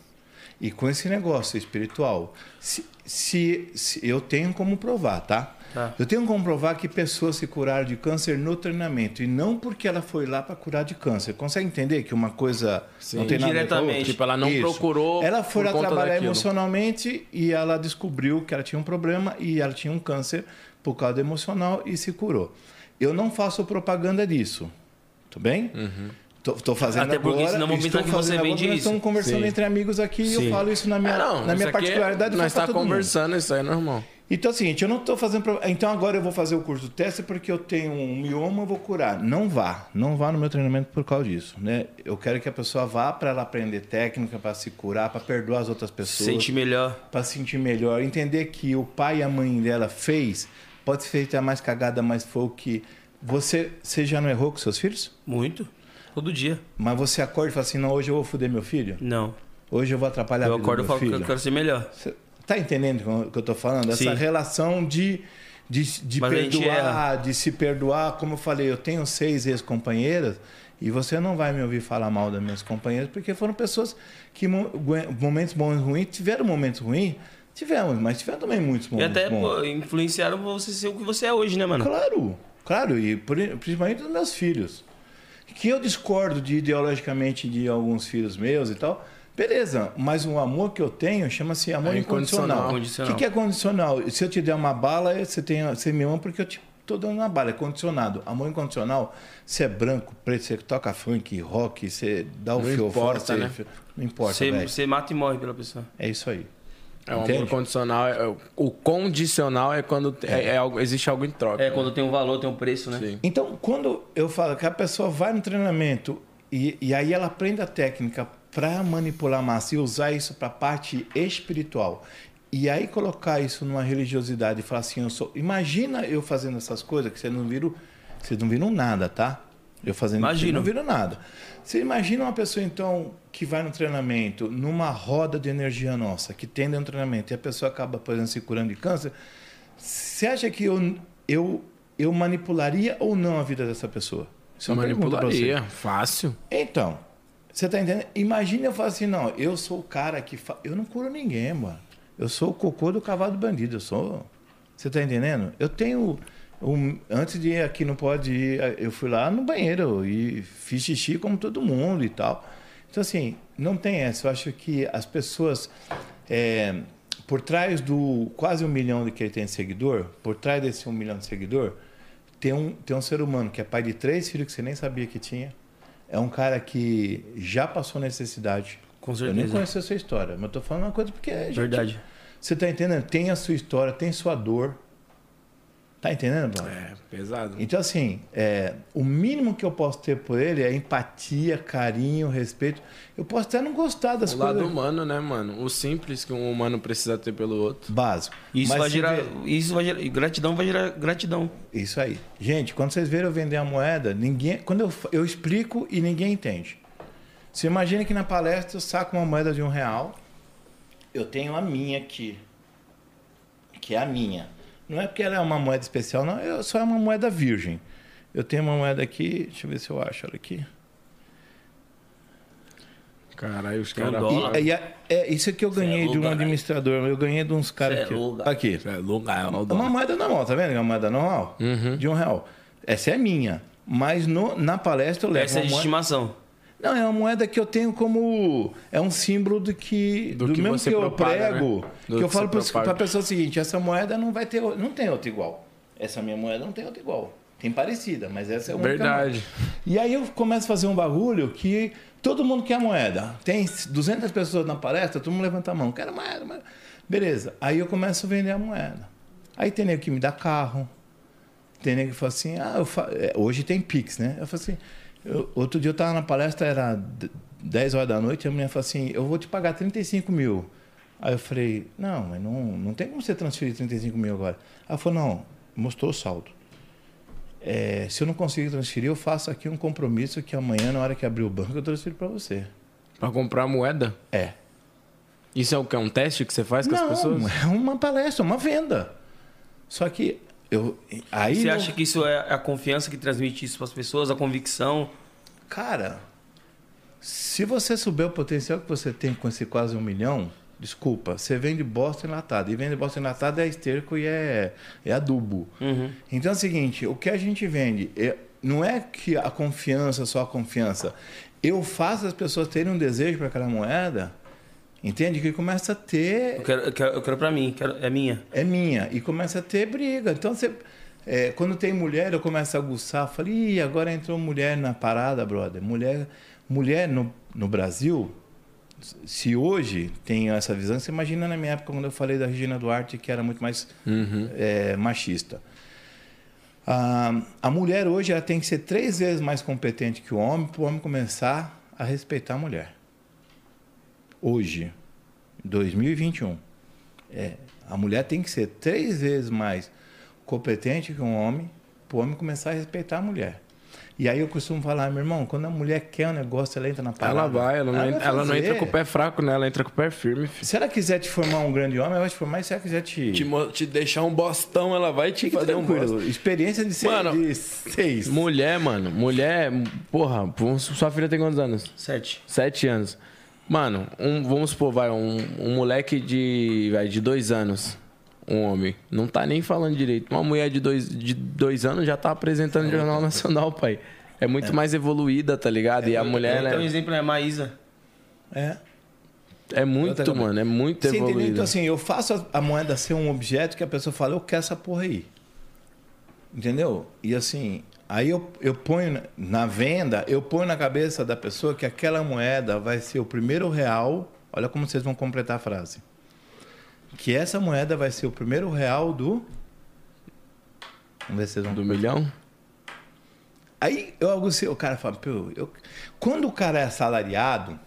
E com esse negócio espiritual. Se, se, se- eu tenho como provar, tá?
Tá.
Eu tenho como provar que pessoas se curaram de câncer no treinamento e não porque ela foi lá para curar de câncer. Consegue entender que uma coisa não tem nada a ver com a outra?
Diretamente. Tipo, ela não procurou
Ela foi
por
lá
conta
trabalhar
daquilo.
emocionalmente emocionalmente e ela descobriu que ela tinha um problema e ela tinha um câncer por causa do emocional e se curou. Eu não faço propaganda disso, tudo bem?
Uhum.
Tô, tô fazendo
Até porque
agora,
senão vão pensar
estou
que
fazendo
você
agora,
vende
nós estamos
isso.
conversando
Sim.
entre amigos aqui e
Sim.
eu falo isso na minha,
Ah, não,
na
isso
minha
aqui é-
particularidade.
nós
tá
tá conversando, isso aí é normal.
Então é o seguinte, eu não estou fazendo... pro- Então agora eu vou fazer o curso teste porque eu tenho um mioma, eu vou curar. Não vá, não vá no meu treinamento por causa disso, né? Eu quero que a pessoa vá para ela aprender técnica, para se curar, para perdoar as outras pessoas.
Sente melhor.
Pra sentir melhor, entender que o pai e a mãe dela fez, pode ser feita mais cagada, mas foi o que você, você já não errou com seus filhos?
Muito. Todo dia.
Mas você acorda e fala assim: "Não, hoje eu vou foder meu filho?"
Não.
Hoje eu vou atrapalhar
Eu
a vida
acordo e
do
falo
meu
que
filho.
eu quero ser melhor.
Tá entendendo o que eu tô falando? Essa
Sim.
relação de, de, de
Mas a gente
perdoar, de se perdoar. Como eu falei, eu tenho seis ex-companheiras e você não vai me ouvir falar mal das minhas companheiras, porque foram pessoas que mo- gue- momentos bons e ruins, tiveram momentos ruins, tivemos, mas tiveram também muitos
E
momentos
até
bons.
pô, influenciaram você ser o que você é hoje, né, mano?
Claro, claro, e pri- principalmente dos meus filhos. Que eu discordo de ideologicamente de alguns filhos meus e tal. Beleza, mas o amor que eu tenho chama-se amor
É
incondicional.
incondicional.
O que, que é condicional? Se eu te der uma bala, você, tem, você me ama porque eu te tô dando uma bala. É condicionado. Amor incondicional, você é branco, preto, você toca funk, rock, você dá o
Não
fiofó.
importa,
você-
né?
Não importa,
Você,
velho.
você mata e morre pela pessoa.
É isso aí.
É um amor
Entende?
condicional. é- é- o condicional é quando é- é algo- existe algo em troca.
É, quando tem um valor, tem um preço, né? Sim.
Então, quando eu falo que a pessoa vai no treinamento e, e aí ela aprende a técnica para manipular a massa e usar isso para a parte espiritual, e aí colocar isso numa religiosidade e falar assim, eu sou. Imagina eu fazendo essas coisas que vocês não viram, vocês não viram nada, tá? Eu fazendo vocês
Imagino.
não viram nada. Você imagina uma pessoa então que vai no treinamento, numa roda de energia nossa, que tem dentro do treinamento, e a pessoa acaba, por exemplo, se curando de câncer, você acha que eu, eu, eu manipularia ou não a vida dessa pessoa? Isso é uma pergunta pra você.
manipularia. Fácil.
Então, você tá entendendo? Imagina eu falar assim, não, eu sou o cara que... Fa... Eu não curo ninguém, mano. Eu sou o cocô do cavalo do bandido, eu sou... Você tá entendendo? Eu tenho... um- Antes de ir aqui no Pode Ir, eu fui lá no banheiro e fiz xixi como todo mundo e tal. Então, assim, não tem essa. Eu acho que as pessoas... é, Por trás do quase um milhão de que ele tem de seguidor, por trás desse um milhão de seguidor, tem um, tem um ser humano que é pai de três filhos que você nem sabia que tinha. É um cara que já passou necessidade. Com Eu nem
certeza.
conheço a sua história, mas eu tô falando uma coisa porque é gente-
Verdade.
Você tá entendendo? Tem a sua história, tem sua dor. Tá entendendo, Bola? É,
pesado.
Então, assim, é, o mínimo que eu posso ter por ele é empatia, carinho, respeito. Eu posso até não gostar das
O
coisas.
lado humano, né, mano? O simples que um humano precisa ter pelo outro.
Básico.
Isso
Mas
vai,
se
gerar,
vê-
isso vai gerar. Gratidão vai gerar gratidão.
Isso aí. Gente, quando vocês verem eu vender a moeda, ninguém. Quando eu, fa- eu explico e ninguém entende. Você imagina que na palestra eu saco uma moeda de um real. Eu tenho a minha aqui. Que é a minha. Não é porque ela é uma moeda especial, não. Eu, só é uma moeda virgem. Eu tenho uma moeda aqui. Deixa eu ver se eu acho ela aqui.
Caralho, os
E-
caras.
e a- é, isso aqui eu ganhei de um administrador. Eu ganhei de uns caras aqui. Aqui.
É louco, é
É uma moeda normal, tá vendo? É uma moeda normal.
Uhum.
De um real. Essa é minha. Mas no- na palestra eu levo
Essa é
uma
de
moeda.
estimação.
Não, é uma moeda que eu tenho como. É um símbolo do que. Do,
que
mesmo
você
que eu
propaga,
prego.
né?
Que
Do
eu
que
falo
você
pros-
propaga.
pra pessoa o seguinte: essa moeda não vai ter. o- Não tem outra igual. Essa minha moeda não tem outra igual. Tem parecida, mas essa é uma.
Verdade.
E aí eu começo a fazer um bagulho que todo mundo quer moeda. Tem 200 pessoas na palestra, todo mundo levanta a mão. Quero moeda, moeda. Beleza. Aí eu começo a vender a moeda. Aí tem nego que me dá carro. Tem nego que fala assim, ah, eu fa- é, hoje tem Pix, né? Eu falo assim, eu- outro dia eu tava na palestra, era d- 10 horas da noite, e a mulher falou assim, eu vou te pagar 35 mil. Aí eu falei, não, mas não, não tem como você transferir 35 mil agora. Ela falou, não, mostrou o saldo. É, se eu não conseguir transferir, eu faço aqui um compromisso que amanhã, na hora que abrir o banco, eu transfiro para você.
Pra comprar moeda?
É.
Isso é o que? É um teste que você faz com
não,
as pessoas?
é uma palestra, uma venda. Só que eu... Aí
Você
eu-
acha que isso é a confiança que transmite isso para as pessoas, a convicção?
Cara, se você souber o potencial que você tem com esse quase um milhão, desculpa, você vende bosta enlatada. E vende bosta enlatada é esterco e é, é adubo. Então é o seguinte, o que a gente vende é- não é que a confiança, só a confiança. Eu faço as pessoas terem um desejo para aquela moeda, entende? Que começa a ter
Eu quero, eu quero, eu quero para mim, quero- é minha.
é minha. E começa a ter briga. Então você. é, quando tem mulher, eu começo a aguçar. Falei, Ih, agora entrou mulher na parada, brother. Mulher, mulher no, no Brasil, se hoje tem essa visão, você imagina na minha época quando eu falei da Regina Duarte, que era muito mais
Uhum.
é, machista. A, a mulher hoje ela tem que ser três vezes mais competente que o homem para o homem começar a respeitar a mulher. Hoje, 2021. É, a mulher tem que ser três vezes mais competente que um homem para o homem começar a respeitar a mulher. E aí eu costumo falar, meu irmão, quando a mulher quer um negócio, ela entra na parada.
Ela vai, ela, não, en- ela não entra
fazer.
com o pé fraco, né? Ela entra com o pé firme. filho.
Se ela quiser te formar um grande homem, ela vai te formar. E se ela quiser te...
Te, mo- te deixar um bostão, ela vai te
Fique
fazer um
tranquilo,
bosta.
Experiência de ser...
Mano,
de seis.
Mulher, mano, mulher, porra, vamos- sua filha tem quantos anos?
Sete.
Sete anos. Mano, um- vamos supor, vai, um, um moleque de, vai, de dois anos, um homem, não tá nem falando direito. Uma mulher de dois, de dois anos já tá
É
apresentando o Jornal Nacional, pai. É muito mais evoluída, tá ligado? e a mulher,
Então, um
né?
exemplo é a Maísa.
É.
É muito, mano, é muito
Você entendeu? Então,
evoluída.
assim, eu faço a- a moeda ser um objeto que a pessoa fala, eu quero essa porra aí. Entendeu? E assim, aí eu, eu ponho na- na venda, eu ponho na cabeça da pessoa que aquela moeda vai ser o primeiro real. Olha como vocês vão completar a frase. Que essa moeda vai ser o primeiro real do. Vamos ver se vocês vão.
Do milhão?
Aí eu algo assim, o cara fala, pô, eu... quando o cara é assalariado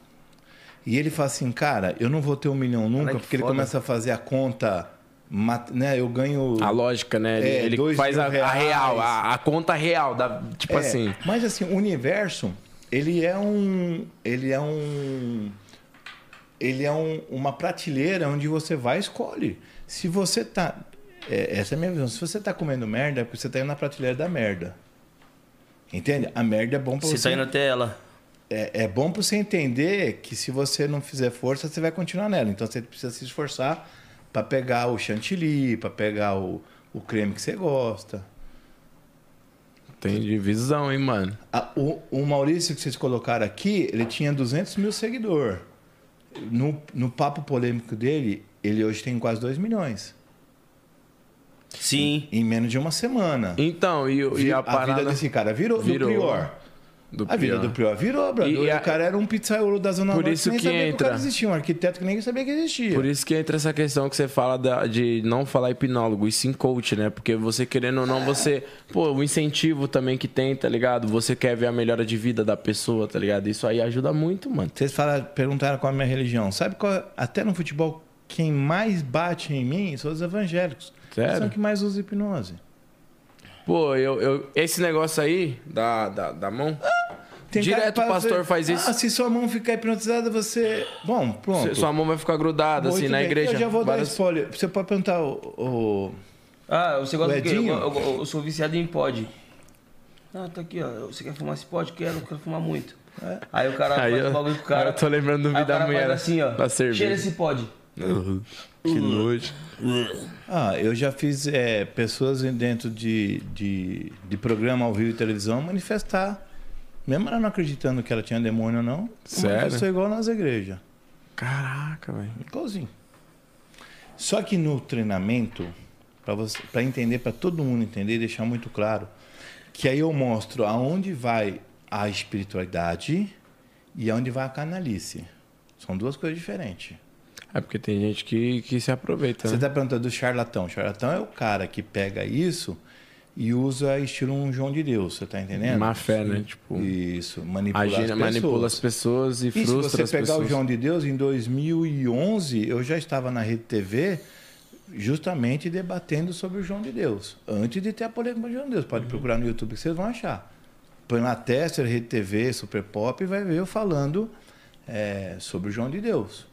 e ele fala assim, cara, eu não vou ter um milhão nunca,
Caralho, que
porque ele
foda.
começa a fazer a conta, mat- né? Eu ganho.
A lógica, né? Ele,
É,
ele
dois
faz
mil
a, a
reais.
real, a, a conta real, da, tipo
É,
assim.
Mas assim, o universo, ele é um. Ele é um. Ele é um- uma prateleira onde você vai e escolhe. Se você tá. é, essa é a minha visão. Se você tá comendo merda, é porque você tá indo na prateleira da merda. Entende? A merda é bom pra você.
tá
Você tá saindo até ela.
É, é bom para você entender que se você não fizer força, você vai continuar nela. Então você precisa se esforçar para pegar o chantilly, para pegar o, o creme que você gosta.
Tem divisão, hein, mano?
A- o, o Maurício que vocês colocaram aqui, ele tinha 200 mil seguidores. No, no papo polêmico dele, ele hoje tem quase 2 milhões.
Sim.
Em menos de uma semana.
Então, e, o- e a
a
parada...
vida desse cara virou,
Virou.
do Prior.
do
a vida
Prior.
do Prior virou, brother.
E- e a-
O cara era um pizzaiolo da Zona
Por
Norte
isso
nem
que
sabia que o cara
entra.
existia. Um arquiteto que nem sabia que existia.
Por isso que entra essa questão que você fala da- de não falar hipnólogo e sim coach, né? Porque você querendo ou não, você. Pô, o incentivo também que tem, tá ligado? Você quer ver a melhora de vida da pessoa, tá ligado? Isso aí ajuda muito, mano.
Vocês falaram, perguntaram qual é a minha religião. Sabe qual? Até no futebol, quem mais bate em mim são os evangélicos.
Sério?
Eles São que mais usam hipnose.
Pô, eu, eu- esse negócio aí da, da, da mão.
cara que
direto o
fala,
pastor faz isso.
Ah, se sua mão ficar hipnotizada, você. Bom, pronto.
Sua mão vai ficar grudada,
Muito
assim, na
bem.
igreja.
Eu já vou
Várias-
dar spoiler. Você pode perguntar o. o-
Ah, você gosta
O
do quê? Eu,
Edinho?
eu- eu- eu sou viciado em pod. Ah, tá aqui, ó. Você quer fumar esse pod? Quero, quero fumar muito.
É.
Aí o cara
Aí
faz
eu-
o bagulho com o cara.
eu tô lembrando do
Aí
vídeo
o
da
cara faz
mulher
assim, ó.
da cerveja.
Cheira esse pod.
Que nojo.
Ah, eu já fiz é, pessoas dentro de, de, de programa ao vivo e televisão manifestar Mesmo ela não acreditando que ela tinha demônio ou não,
Sério?
manifestou igual nas igrejas.
Caraca, velho.
Igualzinho. Um Só que no treinamento, pra você- pra entender, pra todo mundo entender e deixar muito claro, que aí eu mostro aonde vai a espiritualidade e aonde vai a canalice. São duas coisas diferentes.
É porque tem gente que, que se aproveita.
Você tá
né?
está perguntando do charlatão. Charlatão é o cara que pega isso e usa estilo um João de Deus, você tá entendendo?
Má fé, né? Tipo,
isso, manipula
Agina-
as pessoas.
manipula as pessoas e frustra
se você
as
pegar
pessoas.
o João de Deus, em 2011, eu já estava na Rede TV justamente debatendo sobre o João de Deus. Antes de ter a polêmica com o João de Deus. Pode procurar no YouTube que vocês vão achar. Põe lá Tester, Rede TV, Super Pop e vai ver eu falando é, sobre o João de Deus.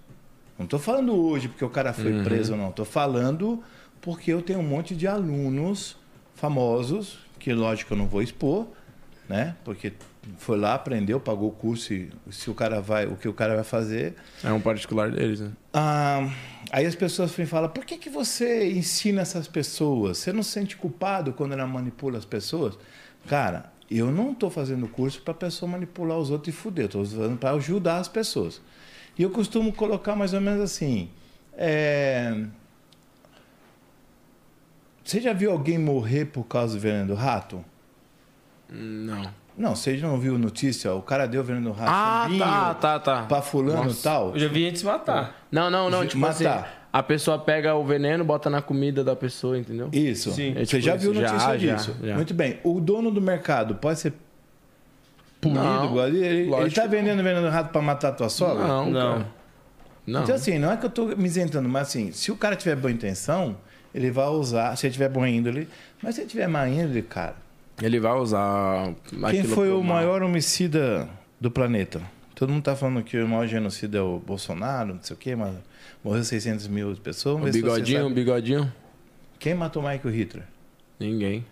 Não estou falando hoje porque o cara foi
Uhum.
preso ou não. Estou falando porque eu tenho um monte de alunos famosos, que lógico eu não vou expor, né? Porque foi lá, aprendeu, pagou o curso e se o cara vai, o que o cara vai fazer.
É um particular deles, né?
Ah, aí as pessoas vêm e falam, por que, que você ensina essas pessoas? Você não se sente culpado quando ela manipula as pessoas? Cara, eu não estou fazendo curso para a pessoa manipular os outros e fuder. Estou fazendo para ajudar as pessoas. E eu costumo colocar mais ou menos assim... é, Você já viu alguém morrer por causa do veneno do rato?
Não.
Não, você já não viu notícia? O cara deu veneno do rato.
Ah,
chumbinho,
tá, tá, tá.
Pra fulano e
Nossa.
tal.
Eu já vi gente se matar.
Não, não, não.
Ju-
Tipo
matar.
assim, a pessoa pega o veneno, bota na comida da pessoa, entendeu?
É tipo Isso. Você já viu notícia disso? Muito bem. O dono do mercado pode ser punido?
Não,
igual ele, ele, ele
lógico.
tá vendendo vendendo rato pra matar a tua sogra?
Não, Não. cara. Não.
Então assim, não é que eu tô me isentando, mas assim, se o cara tiver boa intenção, ele vai usar, se ele tiver boa índole, mas se ele tiver má índole, cara...
Ele vai usar
Quem
aquilo
foi
pro
o
mal.
maior homicida do planeta? Todo mundo tá falando que o maior genocida é o Bolsonaro, não sei o quê, mas morreu 600 mil pessoas.
O
Vamos ver se você
um bigodinho, o
sabe.
bigodinho?
Quem matou Michael Hitler?
Ninguém.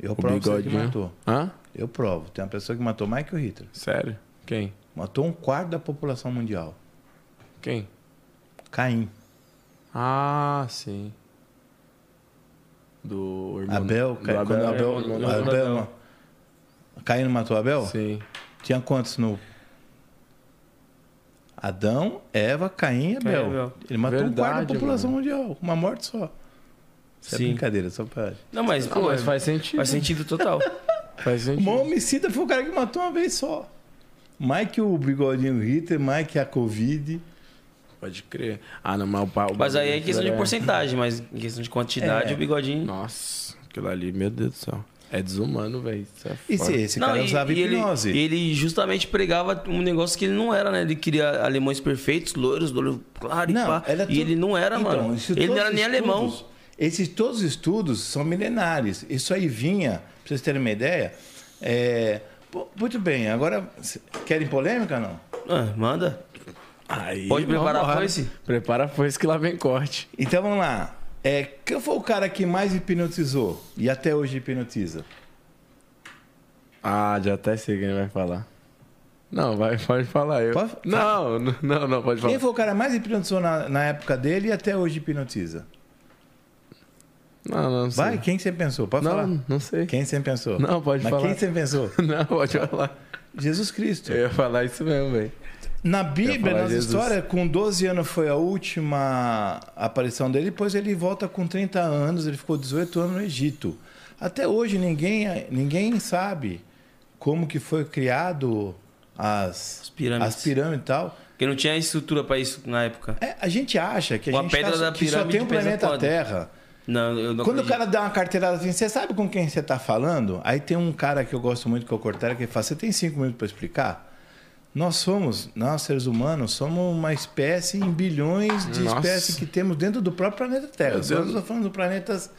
Eu
O
provo que você que
bigodinho.
matou.
Hã?
Eu provo. Tem uma pessoa que matou Michael Hitler.
Sério? Quem?
Matou um quarto da população mundial.
Quem?
Caim.
Ah, sim. Do irmão.
Abel,
do
Caim. Quando Abel,
irmão
Abel,
do-
Caim não matou Abel?
Sim.
Tinha quantos no... Adão, Eva, Caim e Abel.
Caim e Abel.
Ele matou um quarto da
Verdade,
população mundial. Uma morte só. Isso é
Sim.
brincadeira, só pra...
Não, mas, pô,
mas faz sentido.
Faz sentido total.
faz
O maior homicida foi o cara que matou uma vez só. Mike o bigodinho Hitler, Mike a Covid.
Pode crer. Ah, não, mas o pau.
Mas aí é questão de porcentagem, mas em questão de quantidade,
É.
o bigodinho.
Nossa, aquilo ali, meu Deus do céu. É desumano, velho. é
E Ele, ele justamente pregava um negócio que ele não era, né? Ele queria alemães perfeitos, loiros, loiro claro e pá.
era
E
tudo-
ele não era,
Então,
mano.
esses
Ele não
todos
era nem
estudos-
alemão.
Esses todos os estudos são milenares. Isso aí vinha, pra vocês terem uma ideia. é, pô, Muito bem, agora. cê- Querem polêmica não?
Ah, manda.
Pode preparar a
foice?
foice?
Prepara a foice que lá vem corte.
Então vamos lá. É, quem foi o cara que mais hipnotizou e até hoje hipnotiza?
Ah, já até sei quem vai falar. Não, vai, pode falar eu. Não, n- não, não, pode falar.
Quem foi o cara mais hipnotizou na, na época dele e até hoje hipnotiza?
Não, não sei.
Vai, quem você pensou? Pode
Não,
falar.
não sei.
Quem você pensou?
Não, pode
Mas
falar.
quem você pensou?
Não, pode falar.
Jesus Cristo.
Eu ia falar isso mesmo, velho.
Na
Eu ia
Bíblia,
falar
nas
Jesus.
histórias, com 12 anos foi a última aparição dele, depois ele volta com 30 anos, ele ficou 18 anos no Egito. Até hoje ninguém, ninguém sabe como que foi criado as, as
pirâmides.
pirâmides e tal.
Porque não tinha estrutura pra isso na época.
É, a gente acha que a
Uma
gente
pedra
tá-
da
que só
pirâmide
tem o
pesa
planeta
quanto?
Terra.
Não, eu não
Quando o
acredito.
cara dá uma carteirada assim, você sabe com quem você tá falando? Aí tem um cara que eu gosto muito, que é o Cortella, que ele fala, você tem cinco minutos para explicar? Nós somos, nós seres humanos, somos uma espécie em bilhões de
Nossa.
espécies que temos dentro do próprio planeta Terra.
Meu
Nós
Deus.
estamos falando do planetas,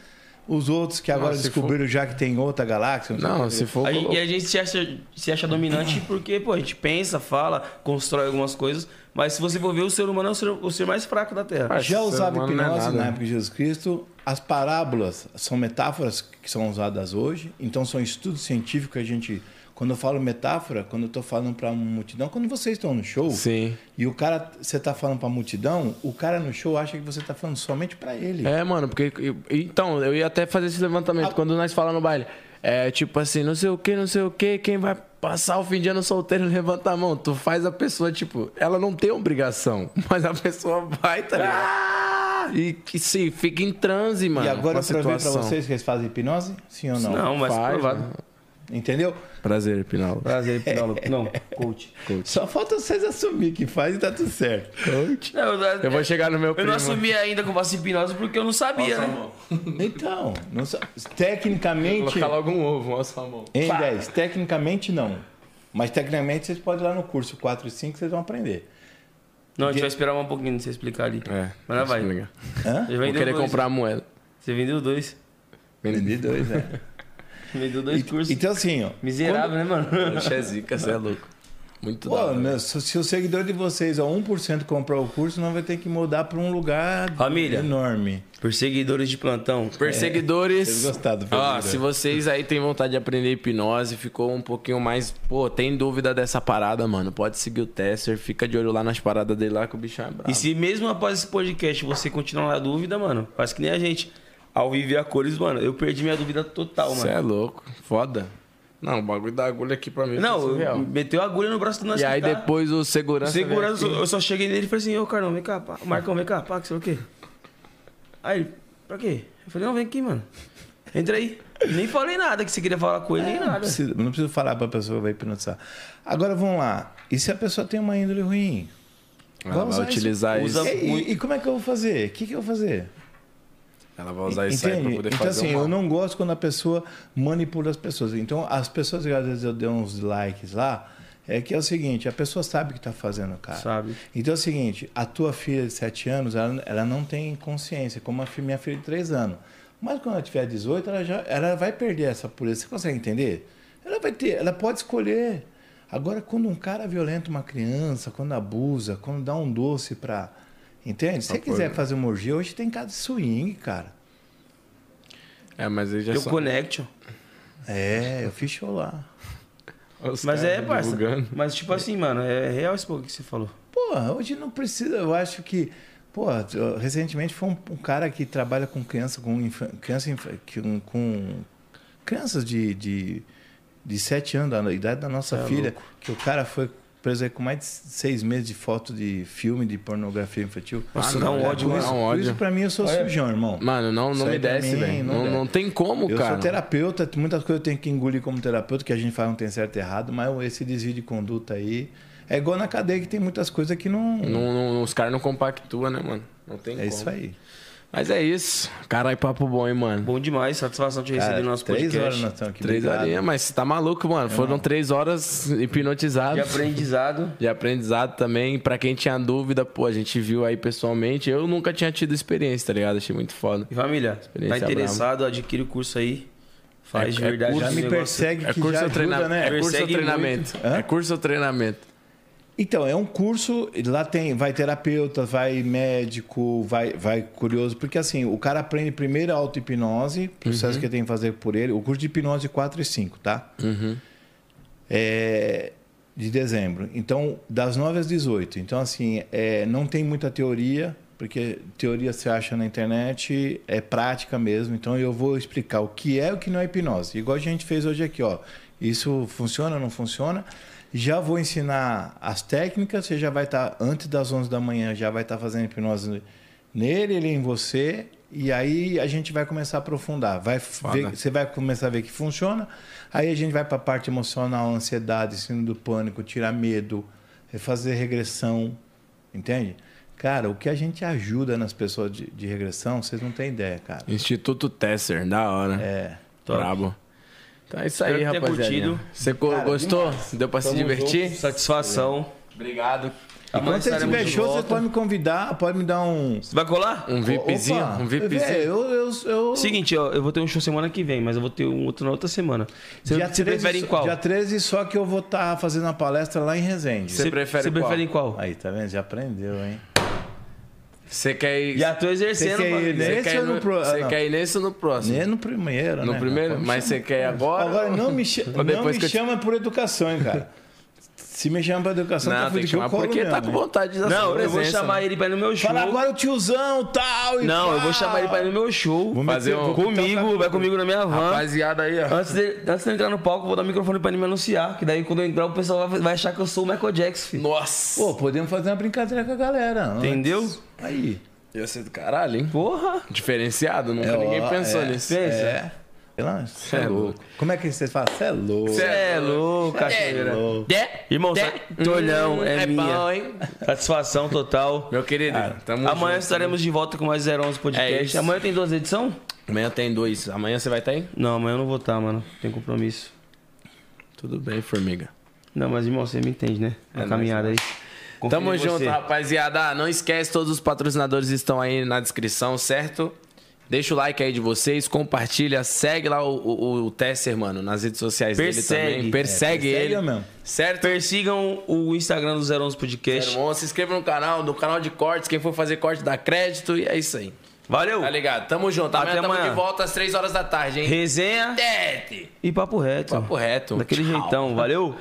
os outros que agora
Não, se
descobriram já que tem outra galáxia. sei o quê.
A gente- e a gente se acha, se acha dominante porque, pô, a gente pensa, fala, constrói algumas coisas. Mas se você for ver, o ser humano é o ser, o ser mais fraco da Terra.
Já usava
é
hipnose na época
né?
de Jesus Cristo. As parábolas são metáforas que são usadas hoje, então são estudos científicos que a gente. Quando eu falo metáfora, quando eu estou falando para uma multidão, quando vocês estão no show e o cara, você tá falando para a multidão, o cara no show acha que você tá falando somente para ele.
É, mano, porque. eu- Então,
Ah.
eu ia até fazer esse levantamento. Quando nós falamos no baile. É tipo assim, não sei o que, não sei o que, quem vai. pá, Passar o fim de ano solteiro, levanta a mão. Tu faz a pessoa, tipo, ela não tem obrigação, mas a pessoa vai, tá ligado? E que se fica em transe, mano.
Ah! e
com
agora
a
eu provei pra
situação.
vocês que eles fazem hipnose? Sim ou não?
Não, mas Faz, provado. né?
Entendeu?
Prazer, Pinal.
Prazer, Pinal. Não, coach.
Só falta vocês assumir que faz e tá tudo certo.
Não, eu,
Eu vou chegar no meu
Eu
primo.
não assumi ainda com vacina hipnose porque eu não sabia, né?
Então, não sa- tecnicamente.
Colocar logo um ovo, olha sua mão.
Em 10, tecnicamente não. Mas tecnicamente vocês podem ir lá no curso 4 e 5, vocês vão aprender.
Não, a gente vai esperar um pouquinho pra você explicar ali.
É.
Mas não vai.
explica.
Hã?
Ele
Vou
vendeu
querer
dois.
comprar a moeda.
Você vendeu dois.
Vendi
dois, né?
Vendeu dois cursos.
Então assim, ó.
Miserável, né, mano?
Oxe, é zica, você é louco. Muito da
Pô,
hora.
meu, se, se o seguidor de vocês, ó, 1% comprar o curso, não vai ter que mudar pra um lugar
Família.
enorme.
Perseguidores de plantão.
Perseguidores.
Vocês gostaram do
Ó,
perseguidor.
se vocês aí têm vontade de aprender hipnose, ficou um pouquinho mais. Pô, tem dúvida dessa parada, mano? Pode seguir o Tesser, fica de olho lá nas paradas dele lá que o bicho é brabo.
E se mesmo após esse podcast você continuar na dúvida, mano, faz que nem a gente. Ao viver a cores, mano, eu perdi minha dúvida total,
Você é
mano.
louco. Foda. Não, o bagulho da agulha aqui pra mim. foi
Não,
é surreal.
eu- meteu a agulha no braço do nosso
E aí
cara.
depois o segurança. veio
Segurança,
aqui.
eu só cheguei nele e falei assim, ô Carlão, vem cá, pá. Marcão, vem cá, pá, que sei lá o quê. Aí ele, pra quê? Eu falei, não, vem aqui, mano. Entra aí. Nem falei nada que você queria falar com
É,
ele, nem
Não
nada.
preciso, não preciso falar pra pessoa que vai hipnotizar. Agora vamos lá. E se a pessoa tem uma índole ruim?
Ela vai utilizar isso.
E, e- e como é que eu vou fazer? O que, que eu vou fazer?
Ela vai usar isso aí pra
Entende?
poder
Então,
fazer
assim,
um
eu
mal.
não gosto quando a pessoa manipula as pessoas. Então, as pessoas que às vezes eu dei uns likes lá, é que é o seguinte, a pessoa sabe o que está fazendo, cara.
Sabe?
Então é o seguinte, a tua filha de 7 anos, ela, ela não tem consciência, como a fi- minha filha de 3 anos. Mas quando ela tiver 18, ela, já, ela vai perder essa pureza. Você consegue entender? Ela vai ter, ela pode escolher. Agora, quando um cara violenta uma criança, quando abusa, quando dá um doce pra. Entende? Se você quiser fazer uma orgia, hoje tem casa de swing, cara.
É, mas ele já
Eu
só-
connection.
É, eu fiz show lá.
Os
Mas
caras
é, parça.
divulgando.
Mas tipo assim, mano, é real esse pouco que você falou.
Porra, hoje não precisa, eu acho que. Porra, eu- recentemente foi um, um cara que trabalha com criança, com, infa- criança infa- que- um- com crianças de, de, de 7 anos, da idade da nossa
Cê é
filha,
louco.
que o cara foi preso aí com mais de seis meses de foto de filme, de pornografia infantil.
Nossa, dá um
cara,
ódio,
por
mano.
isso,
Dá um
por
ódio.
Isso pra mim eu sou
Olha,
sujão, irmão.
Mano, não,
Isso
não me
aí pra
desce,
mim,
velho.
não
Não,
desce.
não tem como,
Eu
cara.
sou terapeuta, muitas coisas eu tenho que engolir como terapeuta, que a gente fala não tem certo e errado, mas esse desvio de conduta aí. É igual na cadeia que tem muitas coisas que não.
Não- não- os caras não compactuam, né, mano? Não tem
é
como.
isso aí.
Mas é isso. Caralho, papo bom, hein, mano?
Bom demais, satisfação te receber
Cara,
no nosso
três
podcast.
horas nós estamos aqui.
Três
obrigado.
horinhas, mas você tá maluco, mano. Foram três horas
De
hipnotizadas.
aprendizado.
De aprendizado também. Pra quem tinha dúvida, pô, a gente viu aí pessoalmente. Eu nunca tinha tido experiência, tá ligado? Achei muito foda.
E família, tá
Experiência
interessado, adquire o curso aí. Faz de
é
verdade.
curso,
Já
esse
me
negócio.
persegue
É
que
curso
já
ou
ajuda,
treinamento?
né?
É curso ou
Persegue
treinamento?
Hã?
É curso ou treinamento?
Então, é um curso, lá tem, vai terapeuta, vai médico, vai, vai curioso, porque assim, o cara aprende primeiro a auto-hipnose, processo
Uhum.
que ele tem que fazer por ele, o curso de hipnose 4 e 5, tá? É, de dezembro. Então, das 9 às 18. Então, assim, é, não tem muita teoria, porque teoria se acha na internet, é prática mesmo. Então, eu vou explicar o que é e o que não é hipnose. Igual a gente fez hoje aqui, ó. Isso funciona, não funciona? Já vou ensinar as técnicas, você já vai estar, antes das 11 da manhã, já vai estar fazendo hipnose nele, ele em você, e aí a gente vai começar a aprofundar. Vai ver, você vai começar a ver que funciona, aí a gente vai para a parte emocional, ansiedade, síndrome do pânico, tirar medo, é fazer regressão, entende? Cara, o que a gente ajuda nas pessoas de, de regressão, vocês não têm ideia, cara.
Instituto Tesser, da hora.
É.
Top.
Brabo. Então é isso
Espero
aí,
que tenha
rapaziada.
curtido.
Você co- gostou? Deu pra se divertir?
É.
Satisfação.
Obrigado.
Quando você tiver show, você pode me convidar, pode me dar um.
Você vai colar?
Um VIPzinho,
Opa,
um VIPzinho.
é, Eu, eu, eu...
Seguinte, ó, eu vou ter um show semana que vem, mas eu vou ter um outro na outra semana. Você, você prefere em qual?
Dia 13, só que eu vou estar fazendo uma palestra lá em Resende.
Você prefere
você
qual?
prefere em qual?
Aí, tá vendo? Já aprendeu, hein?
Você quer ir...
Já tô
Você
exercendo,
quer ir
mano.
Você
nesse
quer ir
ou no pro-
Você
ah, não.
quer ir nesse ou no próximo?
Nem no primeiro,
No
né?
primeiro?
Pode
Mas
chamar.
você quer ir agora?
Agora, não me, cha-
Ou
não
depois
me
que eu te-
chama por educação, hein, cara. Se me chamar pra educação,
Não,
tá
tem
fudido
que
que eu
chamar
colo
porque tá
mesmo,
com
hein?
vontade de dar sua Não, eu vou presença, chamar né? ele pra ir no meu
Fala
show.
agora o tiozão, tal. e
Não, eu
pá.
vou chamar ele pra ir no meu show.
Vou
fazer
meter-
um-
vou
comigo,
botar-
vai comigo na minha van.
Rapaziada aí, ó.
Antes de, antes de eu entrar no palco, eu vou dar o microfone pra ele me anunciar. Que daí quando eu entrar, o pessoal vai, vai achar que eu sou o Michael Jackson, filho.
Nossa!
Pô, podemos fazer uma brincadeira com a galera. antes.
Entendeu?
Aí.
Ia ser do caralho, hein?
Porra!
Diferenciado, nunca ninguém
ó,
pensou
é,
nisso.
Pensa.
É. Sei lá, cê
é
é louco. Como é que você fala? Você é louco.
Você é louco, cachoeira.
louco.
Irmão,
Dé.
sa- tolhão, é,
é
minha.
bom, hein?
Satisfação total.
Meu querido, tamo
Amanhã
junto.
estaremos de volta com mais 011
É
Podcast.
isso.
amanhã tem duas edições?
Amanhã tem dois. Amanhã você vai estar aí?
Não, amanhã eu não vou estar, mano. Tem compromisso.
Tudo bem, formiga.
Não, mas irmão, você me entende, né? A caminhada aí. Confio
Tamo
em
junto,
você.
rapaziada. Não esquece, todos os patrocinadores estão aí na descrição, certo? Deixa o like aí de vocês, compartilha, segue lá o, o, o Tesser, mano, nas redes sociais
Persegue.
dele também. Persegue
É, persegue
ele.
mesmo.
Certo?
Persigam o Instagram do 011 Podcast.
Irmão, se inscreva no canal, no canal de cortes. Quem for fazer corte dá crédito e é isso aí.
Valeu!
Tá ligado? Tamo junto. Amanhã
Até
tamo
amanhã.
de volta às 3 horas da tarde, hein?
Resenha
Tete!
e papo reto.
Papo reto.
Tá Daquele
Tchau.
jeitão, valeu?